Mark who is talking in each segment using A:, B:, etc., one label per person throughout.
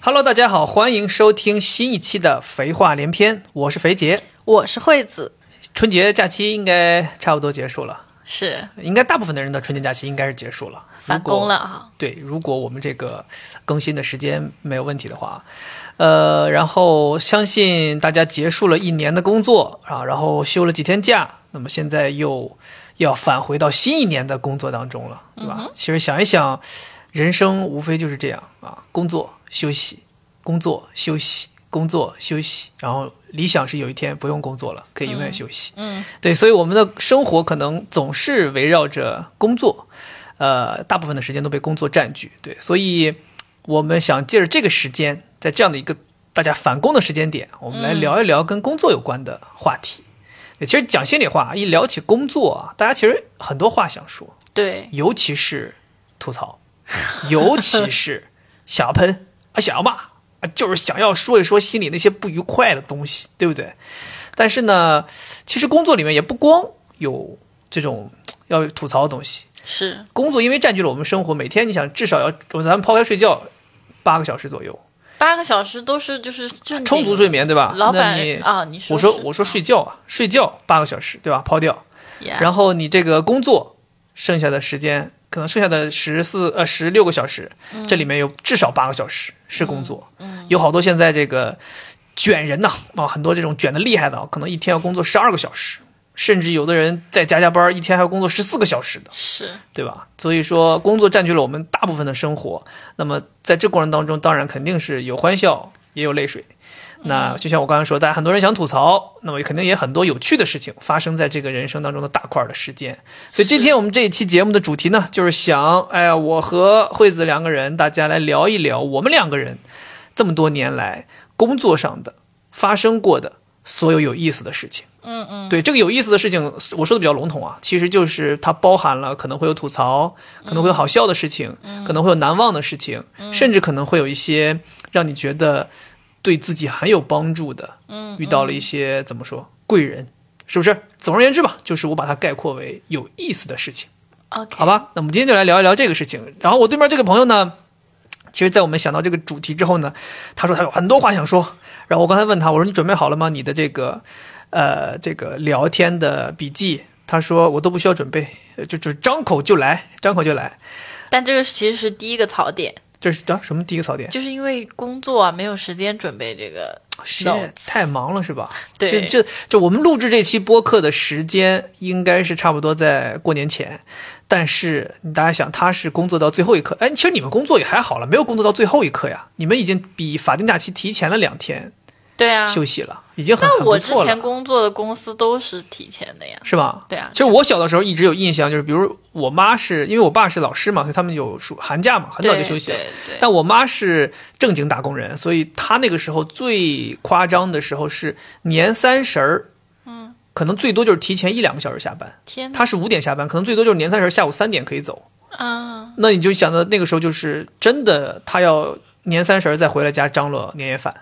A: Hello，大家好，欢迎收听新一期的《肥话连篇》，我是肥杰。
B: 我是惠子，
A: 春节假期应该差不多结束了，
B: 是
A: 应该大部分的人的春节假期应该是结束了，
B: 返工了。啊。
A: 对，如果我们这个更新的时间没有问题的话，呃，然后相信大家结束了一年的工作啊，然后休了几天假，那么现在又要返回到新一年的工作当中了，对吧？其实想一想，人生无非就是这样啊，工作、休息，工作、休息，工作、休息，然后理想是有一天不用工作了，可以永远休息。
B: 嗯，
A: 对，所以我们的生活可能总是围绕着工作，呃，大部分的时间都被工作占据。对，所以我们想借着这个时间，在这样的一个大家返工的时间点，我们来聊一聊跟工作有关的话题。对其实讲心里话，一聊起工作啊，大家其实很多话想说，
B: 对，
A: 尤其是吐槽， 尤其是想要喷啊，想要骂啊，就是想要说一说心里那些不愉快的东西，对不对？但是呢，其实工作里面也不光有这种要吐槽的东西，
B: 是
A: 工作因为占据了我们生活，每天你想至少要，我咱们抛开睡觉，八个小时左右，
B: 八个小时都是就是正经
A: 充足睡眠，对吧？
B: 老板
A: 那你
B: 啊你说
A: 我说
B: 是
A: 我说睡觉啊，睡觉八个小时，对吧？抛掉，
B: 呀
A: 然后你这个工作剩下的时间，可能剩下的十四呃十六个小时，
B: 嗯
A: 这里面有至少八个小时是工作，有好多现在这个卷人呐啊很多这种卷的厉害的啊，可能一天要工作十二个小时，甚至有的人再加加班儿，一天还要工作十四个小时的，
B: 是
A: 对吧？所以说，工作占据了我们大部分的生活。那么在这过程当中，当然肯定是有欢笑，也有泪水。那就像我刚才说，大家很多人想吐槽，那么肯定也很多有趣的事情发生在这个人生当中的大块儿的时间。所以今天我们这一期节目的主题呢，就是想，哎呀，我和惠子两个人，大家来聊一聊我们两个人这么多年来工作上的发生过的所有有意思的事情。对这个有意思的事情，我说的比较笼统啊，其实就是它包含了可能会有吐槽，可能会有好笑的事情，可能会有难忘的事情，甚至可能会有一些让你觉得对自己很有帮助的，遇到了一些怎么说贵人，是不是？总而言之吧，就是我把它概括为有意思的事情。
B: OK，
A: 好吧，那我们今天就来聊一聊这个事情。然后我对面这个朋友呢，其实，在我们想到这个主题之后呢，他说他有很多话想说。然后我刚才问他，我说你准备好了吗？你的这个，呃，这个聊天的笔记。他说我都不需要准备，呃就就张口就来，张口就来。
B: 但这个其实是第一个槽点，
A: 这是啊叫、什么第一个槽点？
B: 就是因为工作啊没有时间准备这个 notes，
A: 是太忙了是吧？
B: 对
A: 这这就我们录制这期播客的时间应该是差不多在过年前，但是大家想，他是工作到最后一刻，哎，其实你们工作也还好了，没有工作到最后一刻呀，你们已经比法定假期提前了两天
B: 对啊，
A: 休息了，已经很很
B: 那
A: 不
B: 我之
A: 错
B: 前
A: 了，
B: 工作的公司都是提前的呀，
A: 是吧？
B: 对啊
A: 其实我小的时候一直有印象，就是比如我妈是因为我爸是老师嘛，所以他们有暑寒假嘛，很早就
B: 对
A: 休息了。
B: 对对，
A: 但我妈是正经打工人，所以她那个时候最夸张的时候是年三十儿，
B: 嗯，
A: 可能最多就是提前一两个小时下班。
B: 天哪
A: 她是五点下班，可能最多就是年三十儿下午三点可以走。
B: 啊，
A: 那你就想到那个时候，就是真的她要年三十儿再回来家张罗年夜
B: 嗯
A: 饭，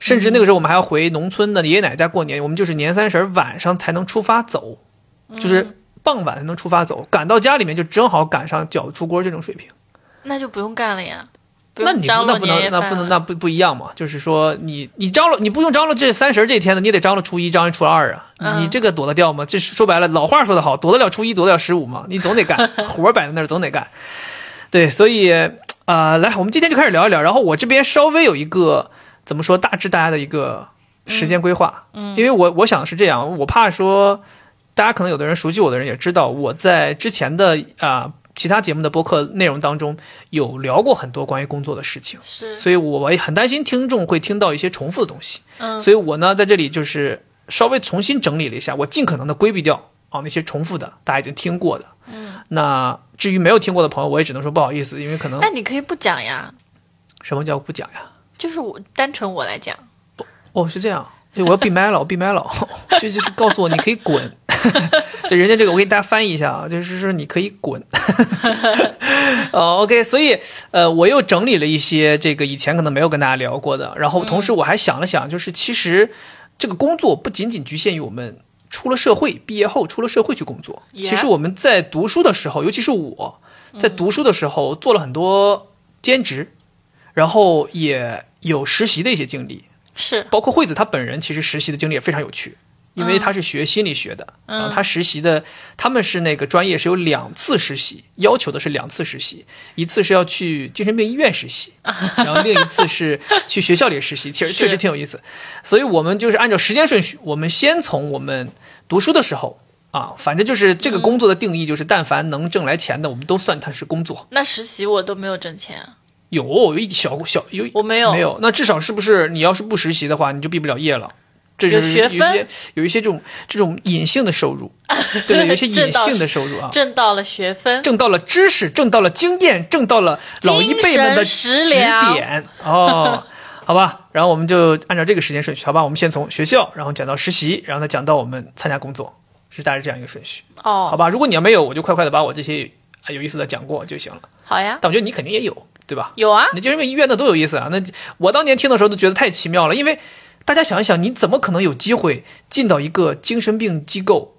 A: 甚至那个时候我们还要回农村的爷爷奶奶家过年，我们就是年三十儿晚上才能出发走，就是傍晚才能出发走，赶到家里面就正好赶上饺子出锅这种水平。
B: 那就不用干了呀，不
A: 那
B: 用
A: 你
B: 张
A: 那
B: 罗
A: 不
B: 年夜
A: 能，那
B: 饭
A: 不能，
B: 了
A: 那不不一样嘛？就是说你，你张罗，你不用张罗这三十这天的，你也得张罗初一、张罗初二啊。
B: 嗯
A: 你这个躲得掉吗？这说白了，老话说得好，躲得了初一，躲得了十五嘛。你总得 干，活儿摆在那儿，总得干。对，所以啊，来，我们今天就开始聊一聊。然后我这边稍微有一个怎么说，大致大家的一个时间规划，嗯，因为我我想是这样，我怕说大家可能有的人熟悉我的人也知道，我在之前的啊、其他节目的播客内容当中有聊过很多关于工作的事情，
B: 是
A: 所以我也很担心听众会听到一些重复的东西，
B: 嗯
A: 所以我呢在这里就是稍微重新整理了一下，我尽可能的规避掉啊那些重复的，大家已经听过的，嗯，那至于没有听过的朋友，我也只能说不好意思，因为可能
B: 那你可以不讲呀，
A: 什么叫不讲呀？
B: 就是我单纯我来讲，
A: 哦，是这样，哎我要闭麦了，我闭麦了，就是告诉我你可以滚。 就人家这个，我给大家翻译一下啊，就是说你可以滚。 哦，OK，所以呃，我又整理了一些这个以前可能没有跟大家聊过的，然后同时我还想了想，就是其实这个工作不仅仅局限于我们出了社会、毕业后出了社会去工作，
B: Yeah
A: 其实我们在读书的时候，尤其是我在读书的时候做了很多兼职，然后也有实习的一些经历，
B: 是
A: 包括惠子她本人其实实习的经历也非常有趣，因为她是学心理学的，然后她实习的他们是那个专业是有两次实习，要求的是两次实习，一次是要去精神病医院实习，然后另一次是去学校里实习，其实确实挺有意思。所以我们就是按照时间顺序，我们先从我们读书的时候。啊，反正就是这个工作的定义，就是但凡能挣来钱的，我们都算它是工作。
B: 那实习我都没有挣钱啊，
A: 有有一小小有
B: 我没有
A: 没有，那至少是不是你要是不实习的话，你就毕不了业了。这就
B: 有
A: 是
B: 学
A: 有一
B: 分
A: 些有一些这种这种隐性的收入，对，有一些
B: 这
A: 隐
B: 倒
A: 性的
B: 是
A: 收入啊，
B: 挣到了学分，
A: 挣到了知识，挣到了经验，挣到了老一辈们的
B: 精
A: 指
B: 神食粮
A: 点哦，好吧。然后我们就按照这个时间顺序，好吧，我们先从学校，然后讲到实习，然后再讲到我们参加工作，是大概这样一个顺序，
B: 哦，
A: 好吧。如果你要没有，我就快快的把我这些啊有意思的讲过就行了。
B: 好呀，
A: 但我觉得你肯定也有，对吧？
B: 有啊，
A: 那精神病医院的多有意思啊！那我当年听的时候都觉得太奇妙了，因为大家想一想，你怎么可能有机会进到一个精神病机构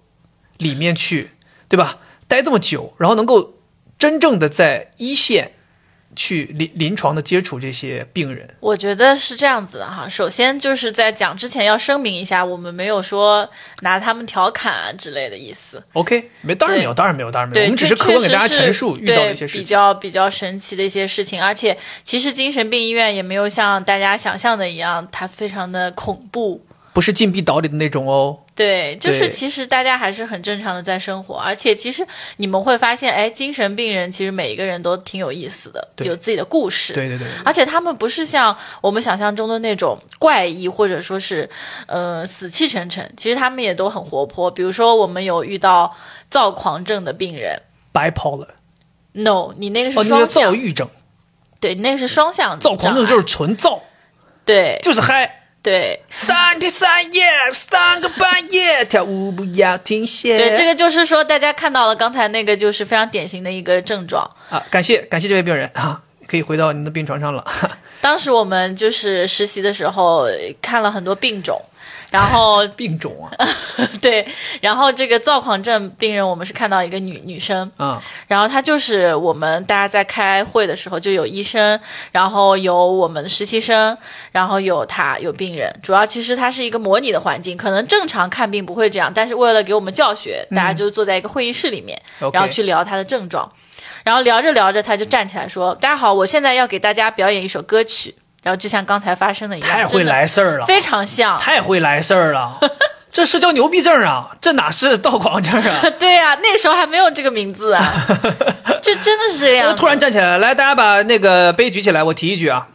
A: 里面去，对吧？待这么久，然后能够真正的在一线去临临床的接触这些病人，
B: 我觉得是这样子的哈，首先就是在讲之前要声明一下，我们没有说拿他们调侃啊之类的意思。
A: OK，没，当然
B: 对
A: 没有，当然没有，当然没有，
B: 对，
A: 嗯我们只是
B: 这
A: 客观
B: 确
A: 给大家
B: 实是
A: 陈述遇到的一些
B: 对
A: 事情。
B: 比较比较神奇的一些事情。而且，其实精神病医院也没有像大家想象的一样，它非常的恐怖。
A: 不是禁闭岛里的那种哦。
B: 对，就是
A: 对
B: 其实大家还是很正常的在生活，而且其实你们会发现，哎，精神病人其实每一个人都挺有意思的，
A: 对
B: 有自己的故事。
A: 对对对，
B: 而且他们不是像我们想象中的那种怪异，或者说是，呃，死气沉沉。其实他们也都很活泼。比如说，我们有遇到躁狂症的病人
A: ，bipolar，
B: ，no，你那个
A: 哦，
B: 是
A: 那叫
B: 双向，
A: 躁郁症，
B: 对，你那个是双向
A: 躁狂症就是是纯躁，
B: 对
A: 就是嗨。
B: 对
A: 三天三夜，三个半夜，跳舞不要停歇。
B: 对，这个就是说大家看到了刚才那个就是非常典型的一个症状。
A: 啊，感谢感谢这位病人啊，可以回到您的病床上了。
B: 当时我们就是实习的时候呃看了很多病种，然后
A: 病种啊
B: 对，然后这个躁狂症病人我们是看到一个女女生。
A: 啊，
B: 然后他就是我们大家在开会的时候，就有医生，然后有我们实习生，然后有他有病人。主要其实它是一个模拟的环境，可能正常看病不会这样，但是为了给我们教学，大家就坐在一个会议室里面，
A: OK
B: 然后去聊他的症状。然后聊着聊着，他就站起来说：“大家好，我现在要给大家表演一首歌曲。”然后就像刚才发生的一样，
A: 太会
B: 真的
A: 来事儿了，
B: 非常像。
A: 太会来事儿 了。这是叫牛逼症啊，这哪是躁狂症 啊？
B: 对呀、那个时候还没有这个名字 啊，就真的是这样
A: 我
B: 子。
A: 突然站起来，来，大家把那个杯举起来，我提一句啊。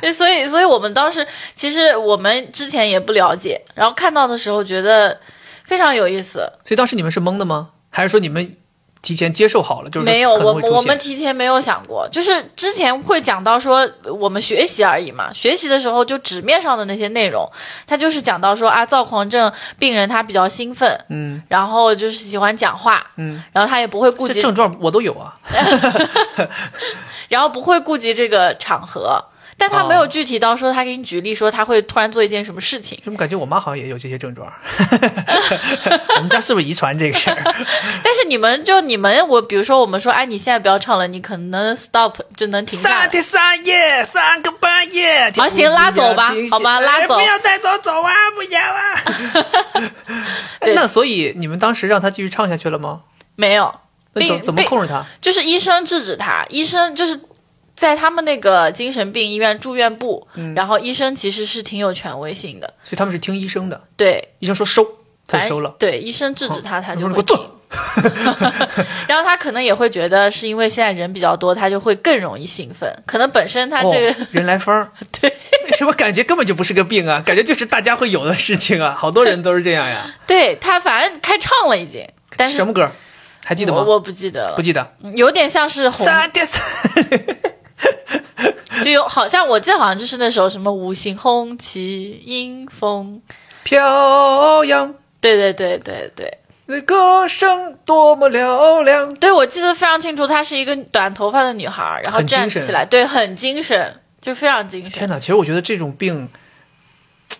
B: 对，所以，所以我们当时其实我们之前也不了解，然后看到的时候觉得非常有意思。
A: 所以当时你们是懵的吗？还是说你们提前接受好了？就是
B: 没有，
A: 可能
B: 我
A: 会
B: 我
A: 出现。
B: 们提前没有想过，就是之前会讲到说呃我们学习而已嘛，学习的时候就纸面上的那些内容，他就是讲到说啊，躁狂症病人他比较兴奋，
A: 嗯，
B: 然后就是喜欢讲话，
A: 嗯，
B: 然后他也不会顾
A: 这
B: 及，
A: 症状我都有啊。
B: 然后不会顾及这个场合。但他没有
A: 哦
B: 具体到说，他给你举例说他会突然做一件什么事情，
A: 怎么感觉我妈好像也有这些症状？ 我们家是不是遗传这个事儿？
B: 但是你们就你们，我比如说我们说，哎，你现在不要唱了，你可能 stop 就能停下
A: 三
B: 来。
A: 天三夜，三个半夜。
B: 好行拉走吧
A: 停歇
B: 好吧拉
A: 哎
B: 走
A: 不要带走，走啊，不要啊。 哎
B: 对
A: 那所以你们当时让他继续唱下去了吗？
B: 没有，
A: 那
B: 并
A: 怎怎么
B: 并
A: 控制他？
B: 就是医生制止他，医生就是在他们那个精神病医院住院部，
A: 嗯
B: 然后医生其实是挺有权威性的，
A: 所以他们是听医生的，
B: 对，
A: 医生说收，他
B: 反
A: 就
B: 正
A: 收了。嗯
B: 对，医生制止他，他就
A: 你
B: 会
A: 给我
B: 停
A: 滚。
B: 然后他可能也会觉得是因为现在人比较多，他就会更容易兴奋，可能本身他
A: 哦
B: 这个、，
A: 人来疯。
B: 对。
A: 为 什么感觉根本就不是个病啊？感觉就是大家会有的事情啊，好多人都是这样呀。
B: 对他反正开唱了已经， 但是
A: 什么歌？还记得
B: 我
A: 吗？
B: 我不记得了
A: 不，记得。
B: 嗯有点像是红
A: 三天三，
B: 就有好像我记得好像就是那首什么五星红旗迎风，
A: 飘扬，
B: 对对对对对
A: 那歌声多么嘹亮。
B: 对，我记得非常清楚，她是一个短头发的女孩，然后
A: 很精
B: 站
A: 神
B: 起来，对，很精神，就非常精
A: 天
B: 神。
A: 哪，其实我觉得这种病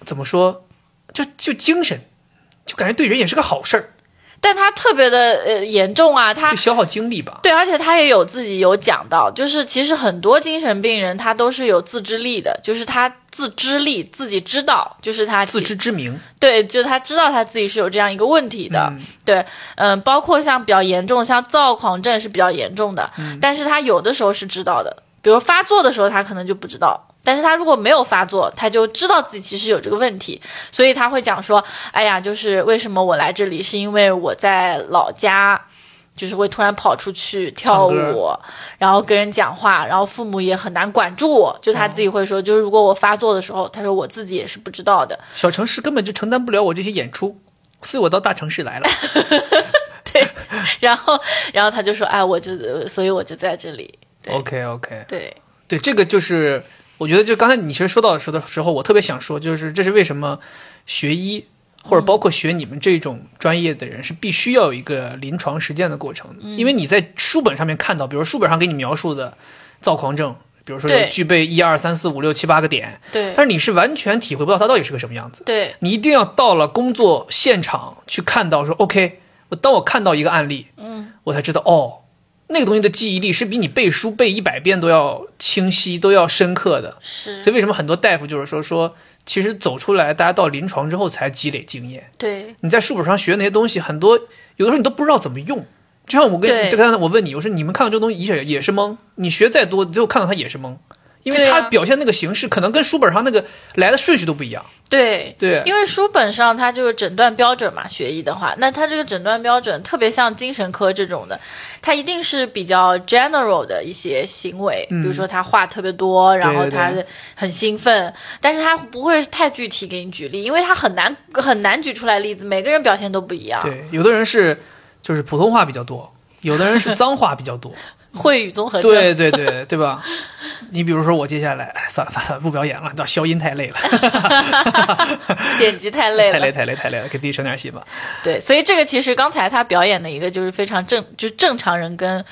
A: 怎么说，就就精神，就感觉对人也是个好事儿。
B: 但他特别的呃严重啊，他
A: 就消耗精力吧。
B: 对，而且他也有自己有讲到，就是其实很多精神病人他都是有自制力的，就是他自知力自己知道，就是他
A: 自
B: 其
A: 知之明，
B: 对，就他知道他自己是有这样一个问题的，
A: 嗯
B: 对，嗯、包括像比较严重，像躁狂症是比较严重的，
A: 嗯
B: 但是他有的时候是知道的，比如发作的时候他可能就不知道。但是他如果没有发作，他就知道自己其实有这个问题，所以他会讲说：“哎呀，就是为什么我来这里，是因为我在老家，就是会突然跑出去跳
A: 唱歌
B: 舞，然后跟人讲话，然后父母也很难管住我。”就
A: 哦
B: 他自己会说，就是如果我发作的时候，他说我自己也是不知道的，
A: 小城市根本就承担不了我这些演出，所以我到大城市来了。
B: 然后，然后他就说：“哎，我就，所以我就在这里。对
A: OK OK，”
B: 对，
A: 对，这个就是我觉得，就刚才你其实说到的时候的时候，我特别想说，就是这是为什么学医或
B: 嗯
A: 者包括学你们这种专业的人是必须要有一个临床实践的过程的，
B: 嗯
A: 因为你在书本上面看到，比如书本上给你描述的躁狂症，比如说有
B: 对
A: 具备一二三四五六七八个点，
B: 对
A: 但，是你是完全体会不到它到底是个什么样子。
B: 对，
A: 你一定要到了工作现场去看到说，OK，我当我看到一个案例，嗯，我才知道哦，那个东西的记忆力是比你背书背一百遍都要清晰、都要深刻的。
B: 是
A: 所，以为什么很多大夫就是说说，其实走出来，大家到临床之后才积累经验。
B: 对，
A: 你在书本上学那些东西，很多有的时候你都不知道怎么用。就像我跟
B: 对
A: 就刚才我问你，我说你们看到这个东西也也是懵，你学再多，最后看到它也是懵，因为
B: 对
A: 它
B: 啊
A: 表现那个形式可能跟书本上那个来的顺序都不一样。
B: 对，
A: 对
B: 因为书本上它这个诊断标准嘛，学医的话，那它这个诊断标准特别像精神科这种的，它一定是比较 general 的一些行为，比如说他话特别多，然后
A: 对对
B: 他很兴奋，但是他不会太具体给你举例，因为他很难很难举出来例子，每个人表现都不一样，
A: 对，有的人是就是普通话比较多，有的人 是脏话比较多。
B: 会语综合症，
A: 对对对对吧？ 你比如说我接下来，哎算了算了，不表演了，到消音太累了，
B: 剪辑太 累
A: 太
B: 了，
A: 累太累太累了，给自己省点心吧。
B: 对，所以这个其实刚才他表演的一个就是非常正，就正常人跟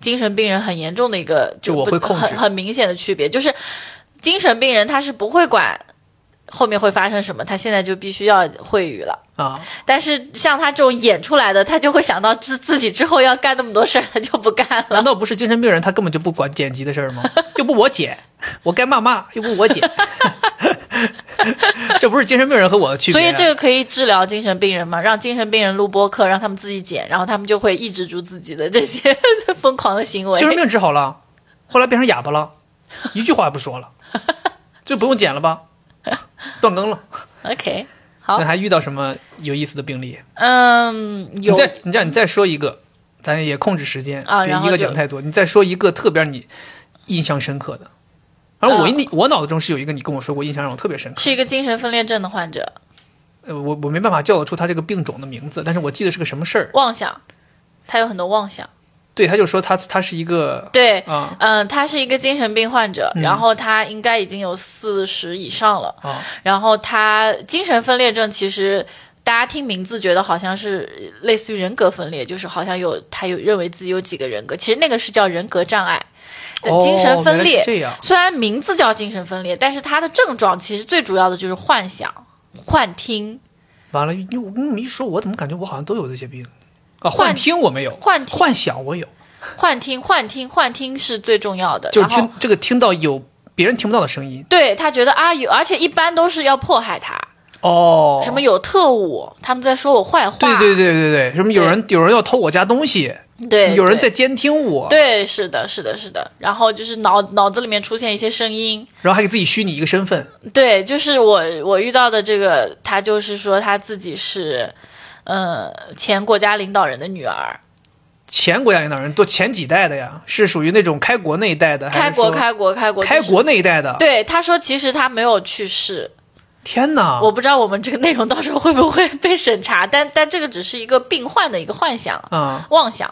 B: 精神病人很严重的一个，
A: 就我
B: 不
A: 会控制
B: 很很明显的区别，就是精神病人他是不会管后面会发生什么，他现在就必须要会语了。
A: 啊，
B: 但是像他这种演出来的，他就会想到自自己之后要干那么多事儿，他就不干了。
A: 难道不是精神病人他根本就不管剪辑的事儿吗？又不我剪，我该骂骂，又不我剪， 这不是精神病人和我的区别
B: 所
A: 啊、
B: 以这个可以治疗精神病人嘛？让精神病人录播课，让他们自己剪，然后他们就会抑制住自己的这些 疯狂的行为。
A: 精神病治好了，后来变成哑巴了，一句话也不说 了，就不用剪了吧，断更了。
B: OK，好
A: 那，还遇到什么有意思的病例？
B: 嗯，有
A: 你再你这样，你再说一个，咱也控制时间
B: 啊
A: 别
B: 然后
A: 一个
B: 就
A: 讲太多。你再说一个特别让你印象深刻的。反正我
B: 啊
A: 印、我脑子中是有一个你跟我说过，印象让我特别深刻。
B: 是一个精神分裂症的患者，
A: 呃，我我没办法叫得出他这个病种的名字，但是我记得是个什么事儿。
B: 妄想，他有很多妄想。
A: 对，他就说他他是一个
B: 对，
A: 啊
B: 嗯、他是一个精神病患者，
A: 嗯
B: 然后他应该已经有四十以上了，
A: 啊
B: 然后他精神分裂症其实。大家听名字觉得好像是类似于人格分裂，就是好像有他有认为自己有几个人格，其实那个是叫人格障碍。对
A: 哦
B: 精神
A: 原
B: 分
A: 来
B: 裂
A: 是这样
B: 虽然名字叫精神分裂，但是他的症状其实最主要的就是幻想、幻听、
A: 完了，你你你一说，我怎么感觉我好像都有这些病啊？
B: 幻
A: 幻听我没有，
B: 幻听
A: 幻想我有，
B: 幻听、幻听、幻听是最重要的。
A: 就是
B: 然后
A: 听这个听到有别人听不到的声音
B: 对他觉得啊有，而且一般都是要迫害他，
A: 哦，
B: 什么有特务，他们在说我坏话，
A: 对对对对对，什么有人有人要偷我家东西，
B: 对对，
A: 有人在监听我，
B: 对，是的，是的，是的，然后就是脑脑子里面出现一些声音，
A: 然后还给自己虚拟一个身份，
B: 对，就是我我遇到的这个，他就是说他自己是，呃，前国家领导人的女儿，
A: 前国家领导人都前几代的呀，是属于那种开国那一代的，还
B: 开
A: 是说
B: 国开国开国
A: 开
B: 就是
A: 国啊那一代的。
B: 对，他说其实他没有去世，
A: 天哪！
B: 我不知道我们这个内容到时候会不会被审查，但但这个只是一个病患的一个幻想，
A: 啊、
B: 妄想，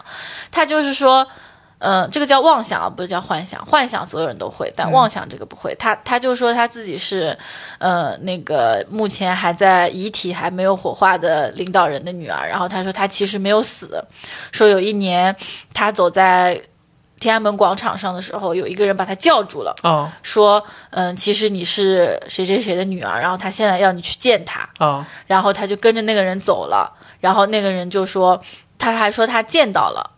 B: 他就是说，呃，这个叫妄想啊，不是叫幻想。幻想所有人都会，但妄想这个不会。他他就说他自己是，呃，那个目前还在遗体还没有火化的领导人的女儿。然后他说他其实没有死，说有一年他走在天安门广场上的时候，有一个人把他叫住了。
A: 啊
B: 说，嗯，其实你是谁谁谁的女儿，然后他现在要你去见他，
A: 啊
B: 然后他就跟着那个人走了，然后那个人就说，他还说他见到了。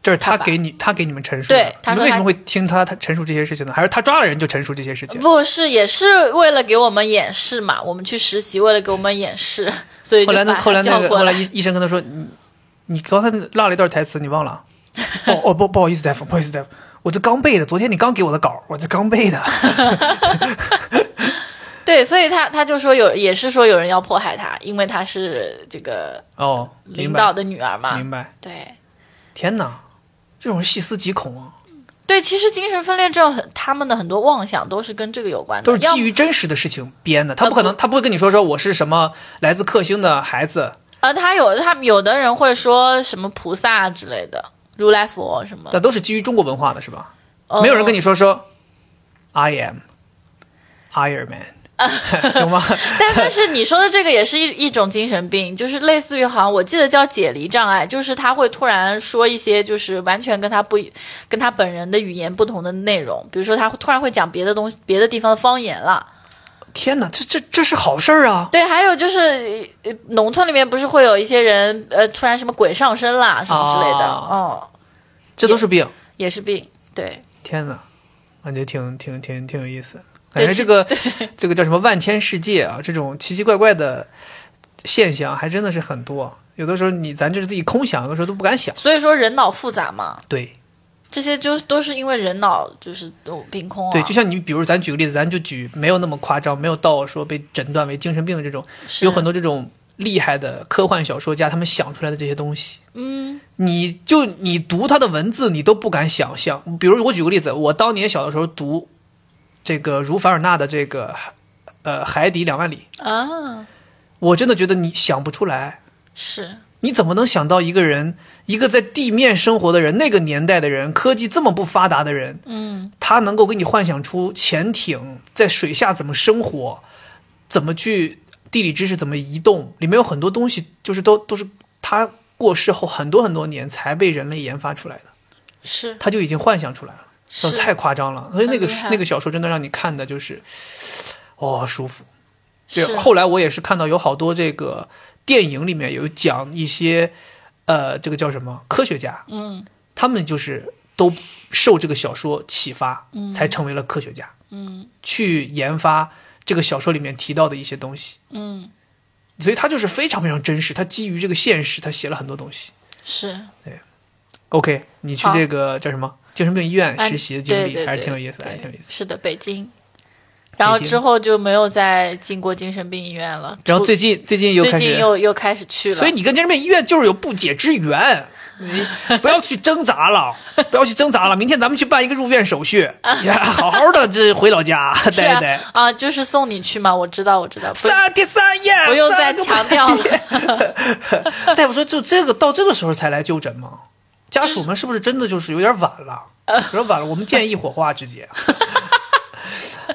A: 这是他
B: 看法
A: 给你，他给你们陈述
B: 对
A: 的。
B: 他
A: 你们
B: 说
A: 为
B: 他
A: 什么会听他他陈述这些事情呢？还是他抓了人就陈述这些事情？
B: 不是，也是为了给我们演示嘛。我们去实习，为了给我们演示， 所以
A: 后
B: 就
A: 来
B: 把
A: 那后
B: 他
A: 来
B: 叫
A: 那个
B: 过
A: 后来医医生跟他说：“你你刚才落了一段台词，你忘了？哦哦不不好意思，大夫，不好意思，大夫，我这刚背的，昨天你刚给我的稿，我这刚背的。
B: 对，所以他他就说有，也是说有人要迫害他，因为他是这个
A: 哦，明
B: 领
A: 白
B: 导的女儿嘛
A: 明。白。
B: 对
A: 天哪，这种人细思极恐啊，
B: 对，其实精神分裂症很他们的很多妄想都是跟这个有关的，
A: 都是
B: 要呃
A: 基于真实的事情编的。他不可能，他不会跟你说说我是什么来自克星的孩子，
B: 呃，他有他有的人会说什么菩萨之类的，如来佛什么
A: 那，都是基于中国文化的，是吧？没有人跟
B: 你，
A: 你说说 I am Iron Man，有 吗？
B: 但但是你说的这个也是一 一种精神病，就是类似于好像我记得叫解离障碍，就是他会突然说一些就是完全跟他不跟他本人的语言不同的内容，比如说他突然会讲别的东西别的地方的方言了。
A: 天哪，这这这是好事儿啊！
B: 对，还有就是呃农村里面不是会有一些人呃突然什么鬼上身啦什么之类的，
A: 哦
B: 哦，
A: 这都是病。
B: 也是病，对。
A: 天哪，感觉挺挺挺挺有意思。
B: 对
A: 感觉这个 这个叫什么万千世界啊，这种奇奇怪怪的现象还真的是很多。有的时候你咱就是自己空想，有的时候都不敢想。
B: 所以说人脑复杂嘛，
A: 对
B: 这些就都是因为人脑就是都凭空啊。
A: 对，就像你，比如咱举个例子，咱就举没有那么夸张，没有到说被诊断为精神病的这种，
B: 是
A: 有很多这种厉害的科幻小说家，他们想出来的这些东西，嗯，你就你读他的文字，你都不敢想象。比如我举个例子，我当年小的时候读这个茹凡尔纳的这个呃《海底两万里》，
B: 啊，
A: 我真的觉得你想不出来，
B: 是
A: 你怎么能想到一个人，一个在地面生活的人，那个年代的人，科技这么不发达的人，
B: 嗯，
A: 他能够给你幻想出潜艇在水下怎么生活，怎么去地理知识怎么移动，里面有很多东西，就是都都是他过世后很多很多年才被人类研发出来的，
B: 是
A: 他就已经幻想出来了，
B: 是
A: 那太夸张了。所以那个
B: 很厉害
A: 那个小说真的让你看的就是，哦，舒服。对，
B: 是
A: 后来我也是看到有好多这个电影里面有讲一些，呃，这个叫什么科学家，
B: 嗯
A: 他们就是都受这个小说启发，才成为了科学家，
B: 嗯
A: 去研发这个小说里面提到的一些东西。
B: 嗯
A: 所以他就是非常非常真实，他基于这个现实，他写了很多东西。
B: 是
A: OK，你去
B: 好哎
A: 这个叫什么精神病医院实习的经
B: 对对
A: 历
B: 对
A: 还是挺有意思，
B: 对
A: 还是挺有意思。
B: 是的，北京。然后之后就没有再进过精神病医院了，
A: 然后
B: 出
A: 最近最近又
B: 最
A: 开
B: 近
A: 始，
B: 又又开始去了，
A: 所以你跟精神病医院就是有不解之缘，你 不要去挣扎了，不要去挣扎了。明天咱们去办一个入院手 续，也好好的这回老家
B: 是
A: 待
B: 啊
A: 一待。
B: 啊，就是送你去嘛，我知道我知道，不
A: 三第三页，
B: 不用再
A: 三个半
B: 强调了，
A: 夜。 大夫说，就这个到这个时候才来就诊吗？家属们是不是真的就是有点晚了？有点晚了，我们建议火化直接。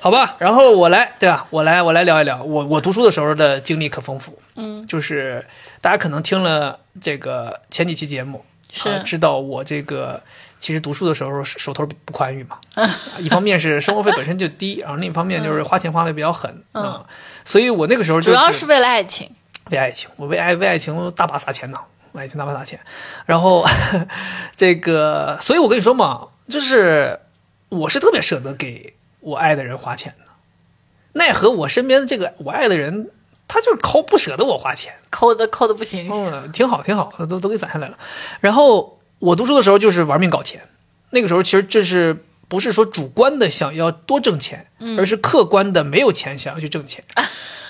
A: 好吧，然后我来，对吧？我来，我来聊一聊我我读书的时候的经历可丰富。嗯，就是大家可能听了这个前几期节目，
B: 是
A: 啊知道我这个其实读书的时候手手头不宽裕嘛， 一方面是生活费本身就低，然后另一方面就是花钱花的比较狠
B: 嗯
A: 啊、所以我那个时候就
B: 主要
A: 是
B: 是为了爱情，
A: 为爱情，我为爱为爱情大把撒钱呢，为爱情大把撒钱。然后这个，所以我跟你说嘛，就是我是特别舍得给我爱的人花钱的，奈何我身边这个我爱的人，他就是抠不舍得我花钱。
B: 抠的抠的不行，
A: 嗯，挺好，挺好，都都给攒下来了。然后我读书的时候就是玩命搞钱，那个时候其实这是不是说主观的想要多挣钱，而是客观的没有钱想要去挣钱。